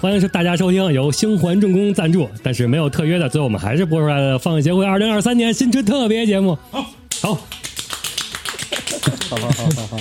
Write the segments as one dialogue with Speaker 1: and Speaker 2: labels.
Speaker 1: 欢迎大家收听由星环重工赞助，但是没有特约的，所以我们还是播出来的放映协会二零二三年新春特别节目。好，
Speaker 2: 好好好好好。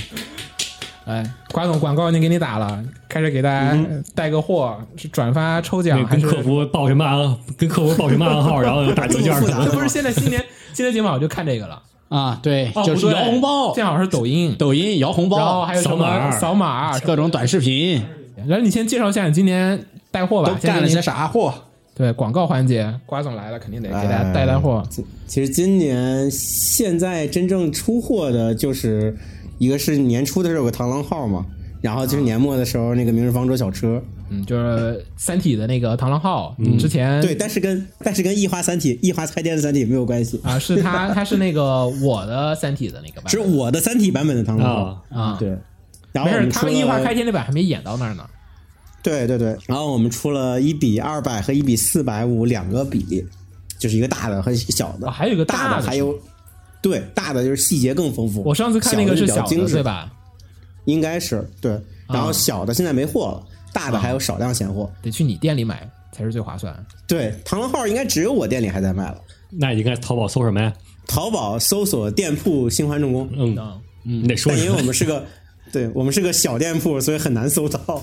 Speaker 2: 哎，瓜总广告已经给你打了，开始给大家带个货，是转发抽奖还
Speaker 1: 跟
Speaker 2: 是？
Speaker 1: 客服报什么暗，跟客服报什么暗号，然后打折券
Speaker 3: 这么复杂
Speaker 2: 这不是现在新年 新年节目好像就看这个了，
Speaker 3: 啊，对，
Speaker 2: 哦
Speaker 3: 就是
Speaker 2: 不对
Speaker 3: 摇红包哦
Speaker 2: 这，样好像是抖音，
Speaker 3: 抖音摇红
Speaker 2: 然后
Speaker 3: 包，
Speaker 2: 还有什
Speaker 1: 扫码
Speaker 2: 么扫码，
Speaker 3: 各种短视频
Speaker 2: 然后你先介绍一下你今年带货吧，
Speaker 3: 都
Speaker 2: 先给
Speaker 3: 干了
Speaker 2: 你
Speaker 3: 些啥货？
Speaker 2: 对广告环节，瓜总来了，肯定得给大家
Speaker 4: 哎
Speaker 2: 带带货。
Speaker 4: 其其实今年现在真正出货的就是一个是年初的时候有个螳螂号嘛，然后就是年末的时候那个明日方舟小车，
Speaker 2: 嗯，就是《三体》的那个螳螂号，之前
Speaker 4: 对，但是跟但是跟异化三体、异化开店的三体没有关系，
Speaker 2: 啊，是他， 他是那个我的《三体》的那个版
Speaker 4: 是我的三体版本的螳螂号。
Speaker 1: 啊，
Speaker 2: 啊，，
Speaker 4: 对，然后
Speaker 2: 没
Speaker 4: 我
Speaker 2: 事，
Speaker 4: 们
Speaker 2: 他
Speaker 4: 出
Speaker 2: 们异化
Speaker 4: 了
Speaker 2: 开天那版还没演到那儿呢。
Speaker 4: 对对对，然后我们出了一比二百和一比四百五两个比，就是一个大的和小的，
Speaker 2: 哦还有一个
Speaker 4: 大
Speaker 2: 大的
Speaker 4: 还有对大的就是细节更丰富。
Speaker 2: 我上次看那个
Speaker 4: 的
Speaker 2: 是
Speaker 4: 比较
Speaker 2: 小
Speaker 4: 精
Speaker 2: 的，
Speaker 4: 致
Speaker 2: 对？吧？
Speaker 4: 应该是对，
Speaker 1: 啊
Speaker 4: 然后小的现在没货了，大的还有少量闲货。
Speaker 2: 得去你店里买才是最划算。
Speaker 4: 对，螳螂号应该只有我店里还在卖了。
Speaker 1: 那你看淘宝搜什么呀？
Speaker 4: 淘宝搜索店铺“新环重工
Speaker 1: 嗯，
Speaker 2: 嗯，
Speaker 1: 你得”，说
Speaker 4: 但
Speaker 1: 什
Speaker 4: 因为
Speaker 1: 么
Speaker 4: 我？们 是个，对我们是个小店铺，所以很难搜到。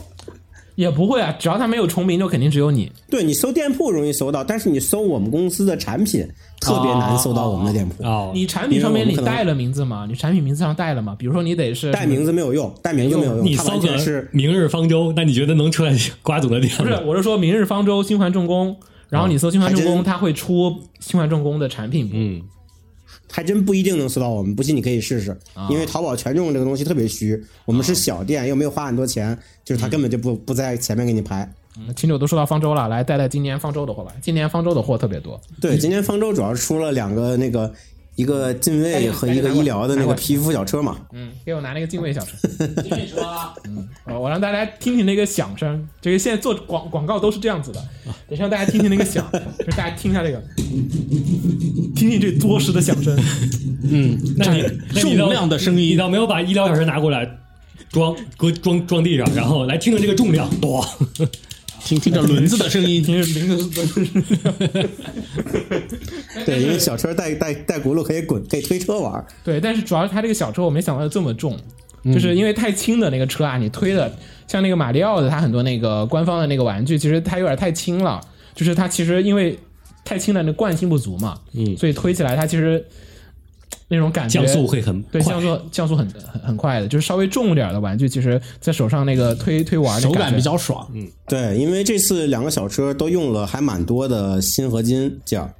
Speaker 2: 也不会啊，只要他没有重名，就肯定只有你。
Speaker 4: 对你搜店铺容易搜到，但是你搜我们公司的产品特别难搜到我们的店铺。
Speaker 1: 哦，
Speaker 2: 你产品上面
Speaker 4: 因为
Speaker 2: 你
Speaker 4: 我们可
Speaker 2: 带
Speaker 4: 能
Speaker 2: 了名字吗？你产品名字上带了吗？比如说你得是
Speaker 4: 带名字没有用，带名字没有用，
Speaker 1: 你
Speaker 4: 它
Speaker 1: 搜
Speaker 4: 完
Speaker 1: 个
Speaker 4: 全是
Speaker 1: 明日方舟，那你觉得能出来瓜总的店
Speaker 2: 不是
Speaker 1: 吗？，
Speaker 2: 我是说明日方舟、星环重工，然后你搜星环重
Speaker 4: 哦还
Speaker 2: 工，
Speaker 4: 真
Speaker 2: 它会出星环重工的产品。
Speaker 1: 嗯，
Speaker 4: 还真不一定能搜到我们，不信你可以试试，
Speaker 1: 啊
Speaker 4: 因为淘宝权重这个东西特别虚，我们是小店又没有花很多钱，就是它
Speaker 1: 嗯
Speaker 4: 根本就不不在前面给你排。
Speaker 2: 嗯秦九都说到方舟了，来带带今年方舟的货吧。今年方舟的货特别多，
Speaker 4: 对，今天方舟主要是出了两个那个一个近卫和一个医疗的那个皮肤小车嘛，
Speaker 2: 嗯，给我拿那个敬 畏小车，嗯
Speaker 3: 听你说，
Speaker 2: 我我让大家听听那个响声，这个现在做广广告都是这样子的，
Speaker 1: 啊
Speaker 2: 得让大家听听那个 响，就是大家听一下这个，听听这作实的 响声。
Speaker 1: 那你那你倒
Speaker 3: 重量的声音
Speaker 1: 你倒没有把医疗小车拿过来装搁装装地上，然后来听听这个重量，咚，
Speaker 3: 听听着轮子的声音，
Speaker 2: 听听铃铛，
Speaker 4: 对，因为小车带带带轱辘可以滚，可以推车玩儿。
Speaker 2: 对，但是主要是它这个小车，我没想到这么重，
Speaker 1: 嗯
Speaker 2: 就是因为太轻的那个车啊，你推的像那个马里奥的，它很多那个官方的那个玩具，其实它有点太轻了，就是它其实因为太轻了，那惯性不足嘛，
Speaker 1: 嗯
Speaker 2: 所以推起来它其实那种感觉
Speaker 1: 降速会很
Speaker 2: 对
Speaker 1: 快
Speaker 2: 降速降速很很很快的，就是稍微重一点的玩具，其实在手上那个推推玩那
Speaker 3: 手感
Speaker 2: 觉
Speaker 3: 比较爽。
Speaker 4: 对，因为这次两个小车都用了还蛮多的锌合金件儿，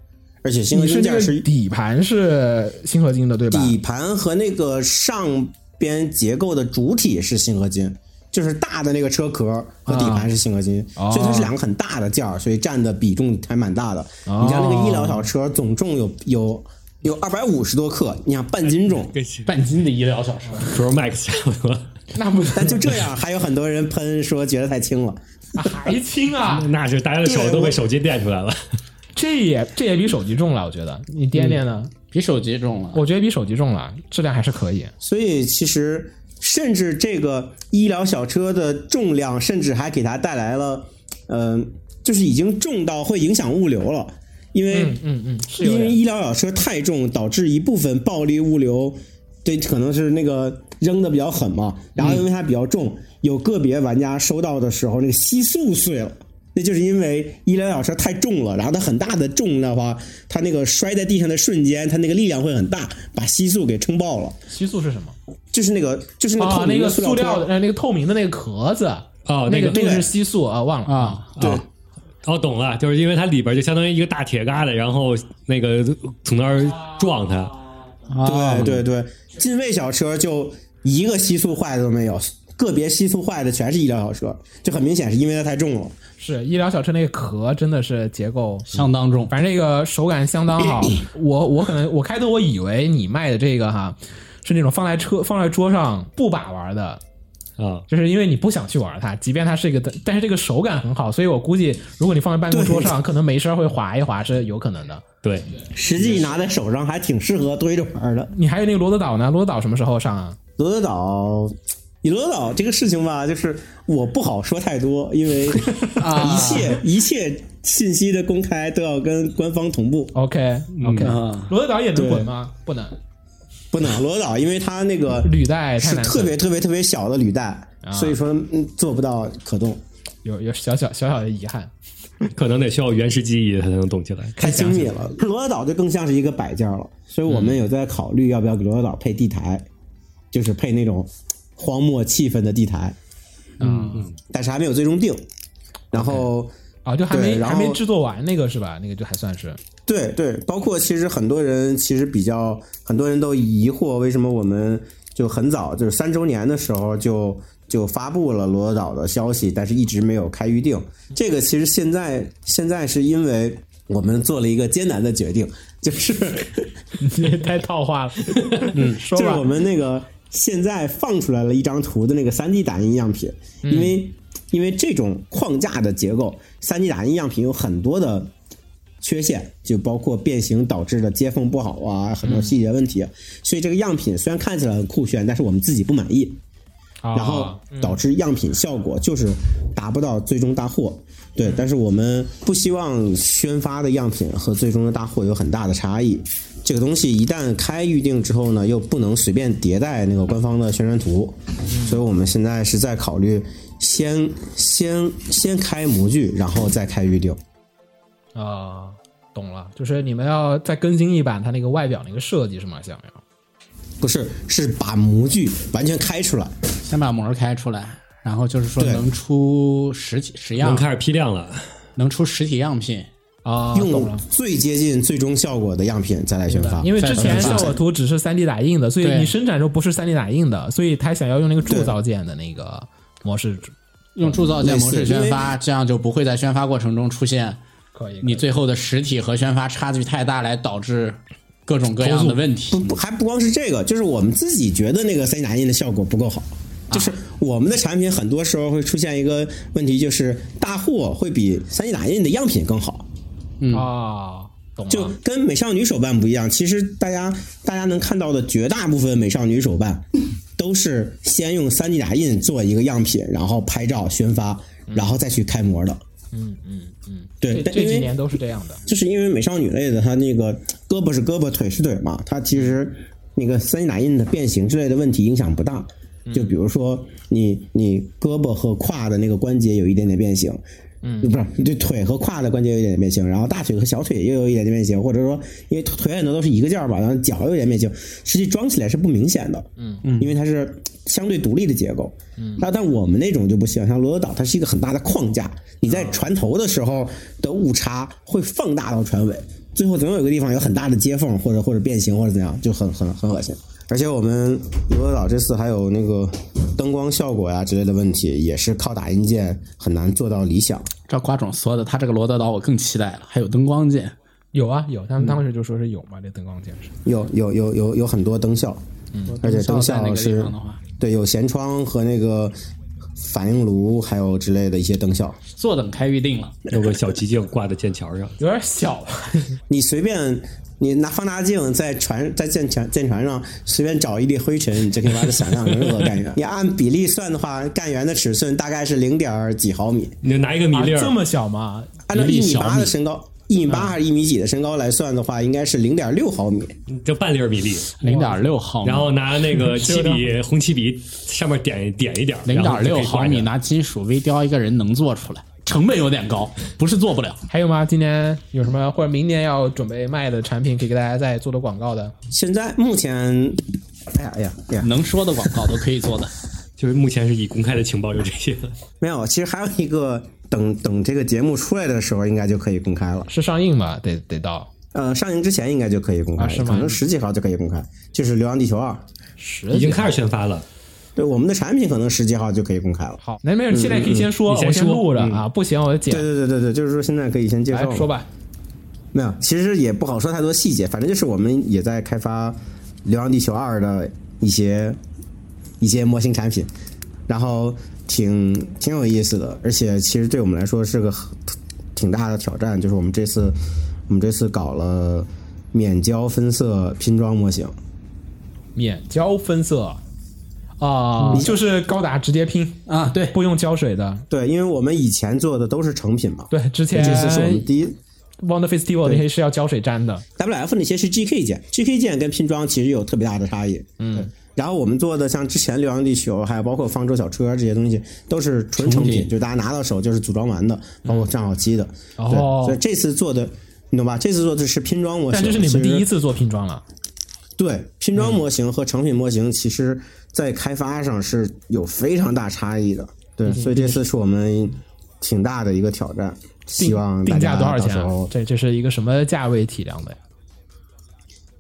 Speaker 4: 而且锌合
Speaker 2: 你是
Speaker 4: 金件
Speaker 2: 这
Speaker 4: 儿
Speaker 2: 个
Speaker 4: 是
Speaker 2: 底盘是锌合金的对吧？
Speaker 4: 底盘和那个上边结构的主体是锌合金，就是大的那个车壳和底盘是锌合金，
Speaker 2: 哦
Speaker 4: 所以它是两个很大的件儿，所以占的比重还蛮大的。
Speaker 2: 哦
Speaker 4: 你像那个医疗小车总重有有有二百五十多克，你想半斤重。
Speaker 1: 跟
Speaker 3: 半斤的医疗小车，
Speaker 1: Pro Max 差不多，
Speaker 2: 那不
Speaker 4: 但就这样，还有很多人喷说觉得太轻了。
Speaker 2: 还轻啊？
Speaker 1: 那是大家的手都被手机垫出来了。
Speaker 2: 这也这也比手机重了，我觉得你掂掂呢，
Speaker 3: 比手机重了。
Speaker 2: 我觉得比手机重了，质量还是可以。
Speaker 4: 所以其实，甚至这个医疗小车的重量，甚至还给它带来了，嗯、就是已经重到会影响物流了，因为、
Speaker 2: 嗯嗯嗯，是有
Speaker 4: 因为
Speaker 2: 点。
Speaker 4: 医疗小车太重，导致一部分暴力物流，对，可能是那个扔的比较狠嘛，然
Speaker 2: 嗯
Speaker 4: 后因为它比较重，有个别玩家收到的时候那个吸塑碎了。那就是因为医疗小车太重了，然后它很大的重量的话，它那个摔在地上的瞬间，它那个力量会很大，把吸塑给撑爆了。
Speaker 2: 吸塑是什么？
Speaker 4: 就是那个，就是那个
Speaker 2: 啊
Speaker 4: 透，
Speaker 2: 那
Speaker 4: 明
Speaker 2: 个
Speaker 4: 的
Speaker 2: 塑料
Speaker 4: 料
Speaker 2: 的，
Speaker 4: 托，
Speaker 2: 呃那个透明的那个壳子。
Speaker 1: 哦那
Speaker 2: 那个
Speaker 1: 个
Speaker 2: 那个
Speaker 4: 对
Speaker 2: 是吸塑啊，忘了
Speaker 3: 啊。
Speaker 4: 对
Speaker 1: 哦哦，懂了，就是因为它里边就相当于一个大铁疙瘩，然后那个从那儿撞它。
Speaker 3: 啊
Speaker 4: 对对对，近卫小车就一个吸速坏的都没有，个别吸速坏的全是医疗小车，就很明显是因为它太重了。
Speaker 2: 是医疗小车那个壳真的是结构，
Speaker 3: 相当重。
Speaker 2: 反正这个手感相当 好。我我可能我开头我以为你卖的这个哈是那种放在车放在桌上不把玩的，
Speaker 1: 啊、
Speaker 2: 就是因为你不想去玩它，即便它是一个，但是这个手感很好，所以我估计如果你放在办公桌上，可能没事儿会滑一滑是有可能的。
Speaker 1: 对，
Speaker 4: 实际拿在手上还挺适合堆着玩的。
Speaker 2: 你还有那个罗德岛呢？罗德岛什么时候上啊？
Speaker 4: 罗德岛以罗岛这个事情吧，就是我不好说太多， 因为
Speaker 2: 啊
Speaker 4: 一切一切信息的公开都要跟官方同步。
Speaker 2: OK
Speaker 4: 嗯
Speaker 2: OK，、
Speaker 3: 啊
Speaker 2: 罗德岛也能滚吗？不能，
Speaker 4: 不能罗岛，因为它那个
Speaker 2: 履带太
Speaker 4: 是
Speaker 2: 难
Speaker 4: 特
Speaker 2: 滚
Speaker 4: 别特别特别小的履带，
Speaker 2: 啊
Speaker 4: 所以说、嗯、做不到可动，
Speaker 2: 有有小小小小的遗憾。
Speaker 1: 可能得需要原始记忆才能动起来。
Speaker 4: 太精密了。罗德岛就更像是一个摆件了，所以我们有在考虑要不要给罗德岛配地台，就是配那种荒漠气氛的地台，
Speaker 2: 嗯，
Speaker 4: 但是还没有最终定。然后
Speaker 2: 啊，就还没
Speaker 4: 对然
Speaker 2: 还
Speaker 4: 后
Speaker 2: 没制作完那个是吧？那个就还算 是
Speaker 4: 对对，包括其实很多人其实比较，很多人都疑惑为什么我们就很早就是三周年的时候就就发布了罗德岛的消息，但是一直没有开预定。这个其实现在现在是因为我们做了一个艰难的决定，就是
Speaker 2: 也太套话了。嗯，说
Speaker 4: 就是
Speaker 2: 吧
Speaker 4: 我，们那个现在放出来了一张图的那个三 D 打印样品，
Speaker 2: 嗯
Speaker 4: 因为因为这种框架的结构，三 D 打印样品有很多的缺陷，就包括变形导致的接缝不好啊，很
Speaker 2: 嗯
Speaker 4: 多细节问题。所以这个样品虽然看起来很酷炫，但是我们自己不满意，
Speaker 2: 啊
Speaker 4: 然后导致样品效果就是达不到最终大货。对，但是我们不希望宣发的样品和最终的大货有很大的差异。这个东西一旦开预定之后呢，又不能随便迭代那个官方的宣传图，所以我们现在是在考虑先先先开模具，然后再开预定。
Speaker 2: 啊，懂了，就是你们要再更新一版它那个外表那个设计是吗？想要
Speaker 4: 不是，是把模具完全开出来。
Speaker 3: 先把膜开出来，然后就是说
Speaker 4: 对
Speaker 3: 能出实体实样
Speaker 1: 能，开始批量了，
Speaker 3: 能出实体样品。
Speaker 2: 啊，懂
Speaker 4: 用
Speaker 2: 了。
Speaker 4: 最接近最终效果的样品再来宣发，
Speaker 2: 因为之前
Speaker 3: 再
Speaker 2: 效
Speaker 3: 生产
Speaker 2: 果图只是3 D 打印的，所以
Speaker 3: 对
Speaker 2: 你生产时候不是3 D 打印的，所以他想要用那个铸造件的那个模式，
Speaker 3: 用铸造件模式
Speaker 4: 类似因为
Speaker 3: 宣发，这样就不会在宣发过程中出现
Speaker 2: 可以。
Speaker 3: 你最后的实体和宣发差距太大，来导致各种各样的问
Speaker 4: 不
Speaker 3: 题。
Speaker 4: 不，还不光是这个，就是我们自己觉得那个三 D 打印的效果不够好，
Speaker 2: 啊
Speaker 4: 就是我们的产品很多时候会出现一个问题，就是大货会比三 D 打印的样品更好，
Speaker 2: 啊，懂
Speaker 4: 嗯就
Speaker 2: 了。
Speaker 4: 跟美少女手办不一样。其实大家大家能看到的绝大部分美少女手办，都是先用三 D 打印做一个样品，然后拍照宣发，然后再去开模的。
Speaker 2: 嗯嗯嗯，
Speaker 4: 对，
Speaker 2: 这
Speaker 4: 但
Speaker 2: 这
Speaker 4: 因
Speaker 2: 几
Speaker 4: 为
Speaker 2: 年都是这样的。
Speaker 4: 就是因为美少女类的，它那个胳膊是胳膊，腿是腿嘛，它其实那个三 D 打印的变形之类的问题影响不大。就比如说你你胳膊和胯的那个关节有一点点变形，嗯，不是，就腿和胯的关节有一点点变形，然后大腿和小腿又有一点点变形，或者说因为腿很多都是一个件儿嘛，然后脚有一点变形，实际装起来是不明显的，嗯嗯，因为它是相对独立的结构，嗯，那但我们那种就不行，像罗德岛它是一个很大的框架，你在船头的时候的误差会放大到船尾，最后总有一个地方有很大的接缝或者或者变形或者怎样，就很很很恶心。而且我们罗德岛这次还有那个灯光效果呀之类的问题，也是靠打印件很难做到理想。
Speaker 3: 照瓜总说的，他这个罗德岛我更期待了，还有灯光键。
Speaker 2: 有啊有，他们当时就说是有嘛，这灯光建设。
Speaker 4: 有有有有有很多灯效，嗯，而且灯
Speaker 3: 在那
Speaker 4: 效
Speaker 3: 个地
Speaker 4: 是
Speaker 3: 方的话，
Speaker 4: 对有舷窗和那个反应炉，还有之类的一些灯效。
Speaker 3: 坐等开预定了。
Speaker 1: 有个小极镜挂在剑桥上，
Speaker 2: 有点小了，
Speaker 4: 你随便你拿放大镜在船在舰船舰船上随便找一粒灰尘，你就可以把它想象成任何干 员。你按比例算的话，干员的尺寸大概是零点几毫米，
Speaker 1: 你就拿一个米粒
Speaker 2: 啊这
Speaker 1: 儿，
Speaker 2: 么小吗？
Speaker 4: 按照
Speaker 3: 一
Speaker 4: 一
Speaker 3: 粒
Speaker 4: 米
Speaker 3: 小
Speaker 4: 八
Speaker 3: 米嗯
Speaker 4: 的身高，一米八还是一米几的身高来算的话，应该是零点六毫米。
Speaker 1: 就半粒儿米粒，
Speaker 3: 零点六毫米，
Speaker 1: 然后拿那个漆笔红漆笔上面点点一点儿，
Speaker 3: 零
Speaker 1: 然后
Speaker 3: 点
Speaker 1: 就可
Speaker 3: 六
Speaker 1: 以挂
Speaker 3: 毫米
Speaker 1: 着
Speaker 3: 拿金属微雕一个人能做出来，成本有点高，不是做不了。
Speaker 2: 还有吗？今年有什么或者明年要准备卖的产品，可以给大家再做做广告的？
Speaker 4: 现在目前，哎呀哎呀哎呀，
Speaker 3: 能说的广告都可以做的。
Speaker 1: 就是目前是已公开的情报就这些了。
Speaker 4: 没有，其实还有一个，等等这个节目出来的时候，应该就可以公开了。
Speaker 2: 是上映吗？得得到
Speaker 4: 呃，上映之前应该就可以公开，
Speaker 2: 啊是吗
Speaker 4: 可能十几号就可以公开，就是《流浪地球二》。
Speaker 2: 十
Speaker 1: 已经开始宣发了，
Speaker 4: 对，我们的产品可能十几号就可以公开了。
Speaker 2: 好，那没有，现在可
Speaker 4: 嗯
Speaker 2: 以先说，
Speaker 1: 你先
Speaker 2: 我先
Speaker 1: 说
Speaker 2: 录着啊，不行我就
Speaker 4: 对
Speaker 2: 剪。
Speaker 4: 对对对对，就是说现在可以先介绍
Speaker 2: 来
Speaker 4: 了
Speaker 2: 说。吧，
Speaker 4: 没有，其实也不好说太多细节，反正就是我们也在开发《流浪地球二》的一些一些模型产品，然后挺挺有意思的，而且其实对我们来说是个很挺大的挑战，就是我们这次我们这次搞了免胶分色拼装模型，
Speaker 2: 免胶分色。啊，
Speaker 4: 嗯
Speaker 2: 就是高达直接拼，
Speaker 3: 啊，对，
Speaker 2: 不用胶水的。
Speaker 4: 对，因为我们以前做的都是成品嘛，
Speaker 2: 对，哎之前
Speaker 4: 这次是我们第一
Speaker 2: Wonder Festival 那些是要胶水粘的，
Speaker 4: WF 那些是 GK 键，GK 键跟拼装其实有特别大的差异。嗯，然后我们做的像之前《流浪地球》，还有包括《方舟小车》这些东西，都是纯
Speaker 3: 成
Speaker 4: 成品，
Speaker 3: 品
Speaker 4: 就大家拿到手就是组装完的，包括上好机的。对
Speaker 2: 嗯哦
Speaker 4: 所以这次做的，你懂吧？这次做的是拼装模型，
Speaker 2: 但这是你们第
Speaker 4: 其
Speaker 2: 一
Speaker 4: 实
Speaker 2: 次嗯做拼装啊了。
Speaker 4: 对拼装模型和成品模型，其实在开发上是有非常大差异的。
Speaker 2: 嗯
Speaker 4: 对，所以这次是我们挺大的一个挑战。希望大
Speaker 2: 定价
Speaker 4: 家
Speaker 2: 多少
Speaker 4: 到
Speaker 2: 钱
Speaker 4: 时
Speaker 2: 啊、
Speaker 4: 候
Speaker 2: 这这是一个什么价位体量的呀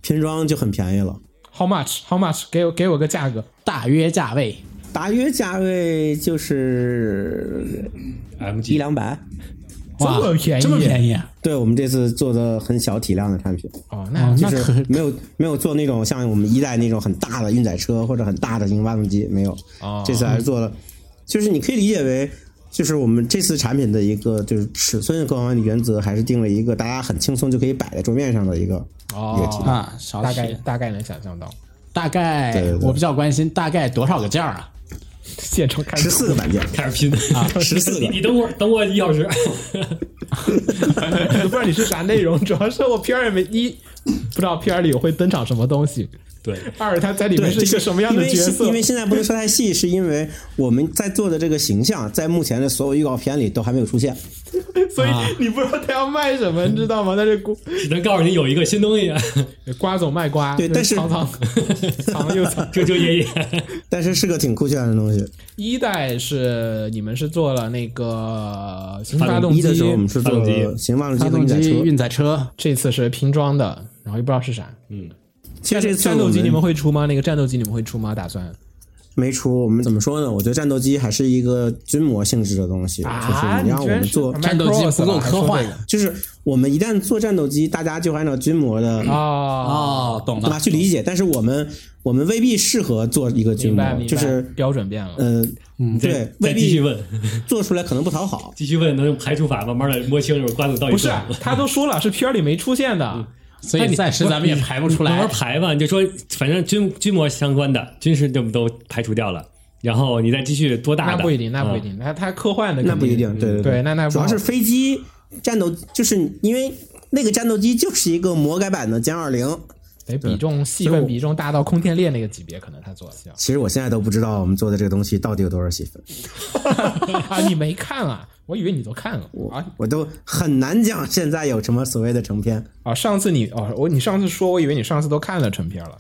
Speaker 4: 拼装就很便宜了。
Speaker 2: ？How much? How much? 给我给我个价格。
Speaker 3: 大约价位
Speaker 4: 大约价位就是一
Speaker 1: MG
Speaker 4: 两百。
Speaker 2: 这
Speaker 3: 哇
Speaker 2: 么便宜
Speaker 3: 这么便宜啊
Speaker 4: 对我们这次做的很小体量的产 品，
Speaker 2: 哦，那
Speaker 4: 就
Speaker 2: 那
Speaker 4: 是没有没有做那种像我们一代那种很大的运载车或者很大的型发动机，没有。
Speaker 2: 哦
Speaker 4: 这次还是做了，就是你可以理解为，就是我们这次产品的一个就是尺寸各方面的原则，还是定了一个大家很轻松就可以摆在桌面上的一个
Speaker 2: 哦
Speaker 4: 一个体量。
Speaker 3: 啊，少
Speaker 2: 大概
Speaker 3: 许
Speaker 2: 大概能想 象到，
Speaker 3: 大概
Speaker 4: 对对对
Speaker 3: 我比较关心大概多少个件儿啊？
Speaker 2: 现成看
Speaker 4: 十四个板件，
Speaker 1: 开始拼 啊，
Speaker 4: 十四
Speaker 1: 你
Speaker 4: 个。
Speaker 1: 你等会儿，等我一小 时。
Speaker 2: 不知道你是啥内容，主要是我 P 二没一不知道 P 二里会登场什么东西，
Speaker 1: 对，
Speaker 2: 二他在里面
Speaker 4: 对，
Speaker 2: 是一
Speaker 4: 就
Speaker 2: 个什么样的角色？
Speaker 4: 因为因为现在不能说太细，是因为我们在做的这个形象，在目前的所有预告片里都还没有出现。
Speaker 2: 所
Speaker 4: 啊
Speaker 2: 以你不知道他要卖什么，你知道吗？但是瓜
Speaker 1: 只能告诉你有一个新东西，啊
Speaker 2: 瓜总卖瓜，
Speaker 4: 对但是
Speaker 2: 藏 藏 藏又藏。
Speaker 1: 遮遮掩掩。
Speaker 4: 但是是个挺酷炫的东西。
Speaker 2: 一代是你们是做了那个新发动
Speaker 4: 一
Speaker 2: 机
Speaker 4: 的时候我们是
Speaker 1: 发
Speaker 4: 做
Speaker 1: 动机
Speaker 4: 型发动机
Speaker 3: 发
Speaker 4: 和
Speaker 3: 动
Speaker 4: 运载
Speaker 3: 机、
Speaker 4: 车，
Speaker 3: 运载车，
Speaker 2: 这次是拼装的，然后又不知道是啥。
Speaker 4: 其实这次
Speaker 2: 战斗机
Speaker 4: 我嗯
Speaker 2: 你们会出吗？那个战斗机你们会出吗？打算
Speaker 4: 没出。我们怎么说呢？我觉得战斗机还是一个军模性质的东西，
Speaker 2: 啊
Speaker 4: 就是你让我们做。
Speaker 3: 战斗机不够科幻
Speaker 4: 就是我们一旦做战斗机，大家就按照军模的
Speaker 2: 啊！
Speaker 3: 哦，懂
Speaker 4: 对吧
Speaker 3: 了，
Speaker 4: 去理解，但是我们我们未必适合做一个军
Speaker 2: 明白，
Speaker 4: 模，
Speaker 2: 明白嗯
Speaker 4: 就是
Speaker 2: 标准变了。
Speaker 4: 呃，
Speaker 1: 再
Speaker 4: 对，未
Speaker 1: 再继续
Speaker 4: 必
Speaker 1: 问，
Speaker 4: 做出来可能不讨好。
Speaker 1: 继续问，能用排除法慢慢的摸清楚瓜子到底
Speaker 2: 不是
Speaker 1: 什么，
Speaker 2: 他都说了是片儿里没出现的，
Speaker 3: 嗯所以暂时咱们也排不出
Speaker 1: 慢慢
Speaker 3: 来。
Speaker 1: 排吧。你就说，反正军军模相关的军事这不都排除掉了，然后你再继续多大
Speaker 2: 那
Speaker 1: 的？
Speaker 2: 不一定，那不一
Speaker 1: 嗯。
Speaker 2: 定，那他科幻的
Speaker 4: 那不一定，
Speaker 2: 肯
Speaker 4: 对
Speaker 2: 对，
Speaker 4: 对，
Speaker 2: 那那不
Speaker 4: 主
Speaker 2: 好
Speaker 4: 要是飞机战斗，就是因为那个战斗机就是一个魔改版的歼二零。
Speaker 2: 得哎比重戏份比重大到空天猎那个级别，可能他做的 像
Speaker 4: 其实我现在都不知道我们做的这个东西到底有多少戏份，
Speaker 2: 啊！你没看啊？我以为你都看了啊
Speaker 4: 我都很难讲现在有什么所谓的成片。
Speaker 2: 啊！上次你哦，我你上次说，我以为你上次都看了成片了，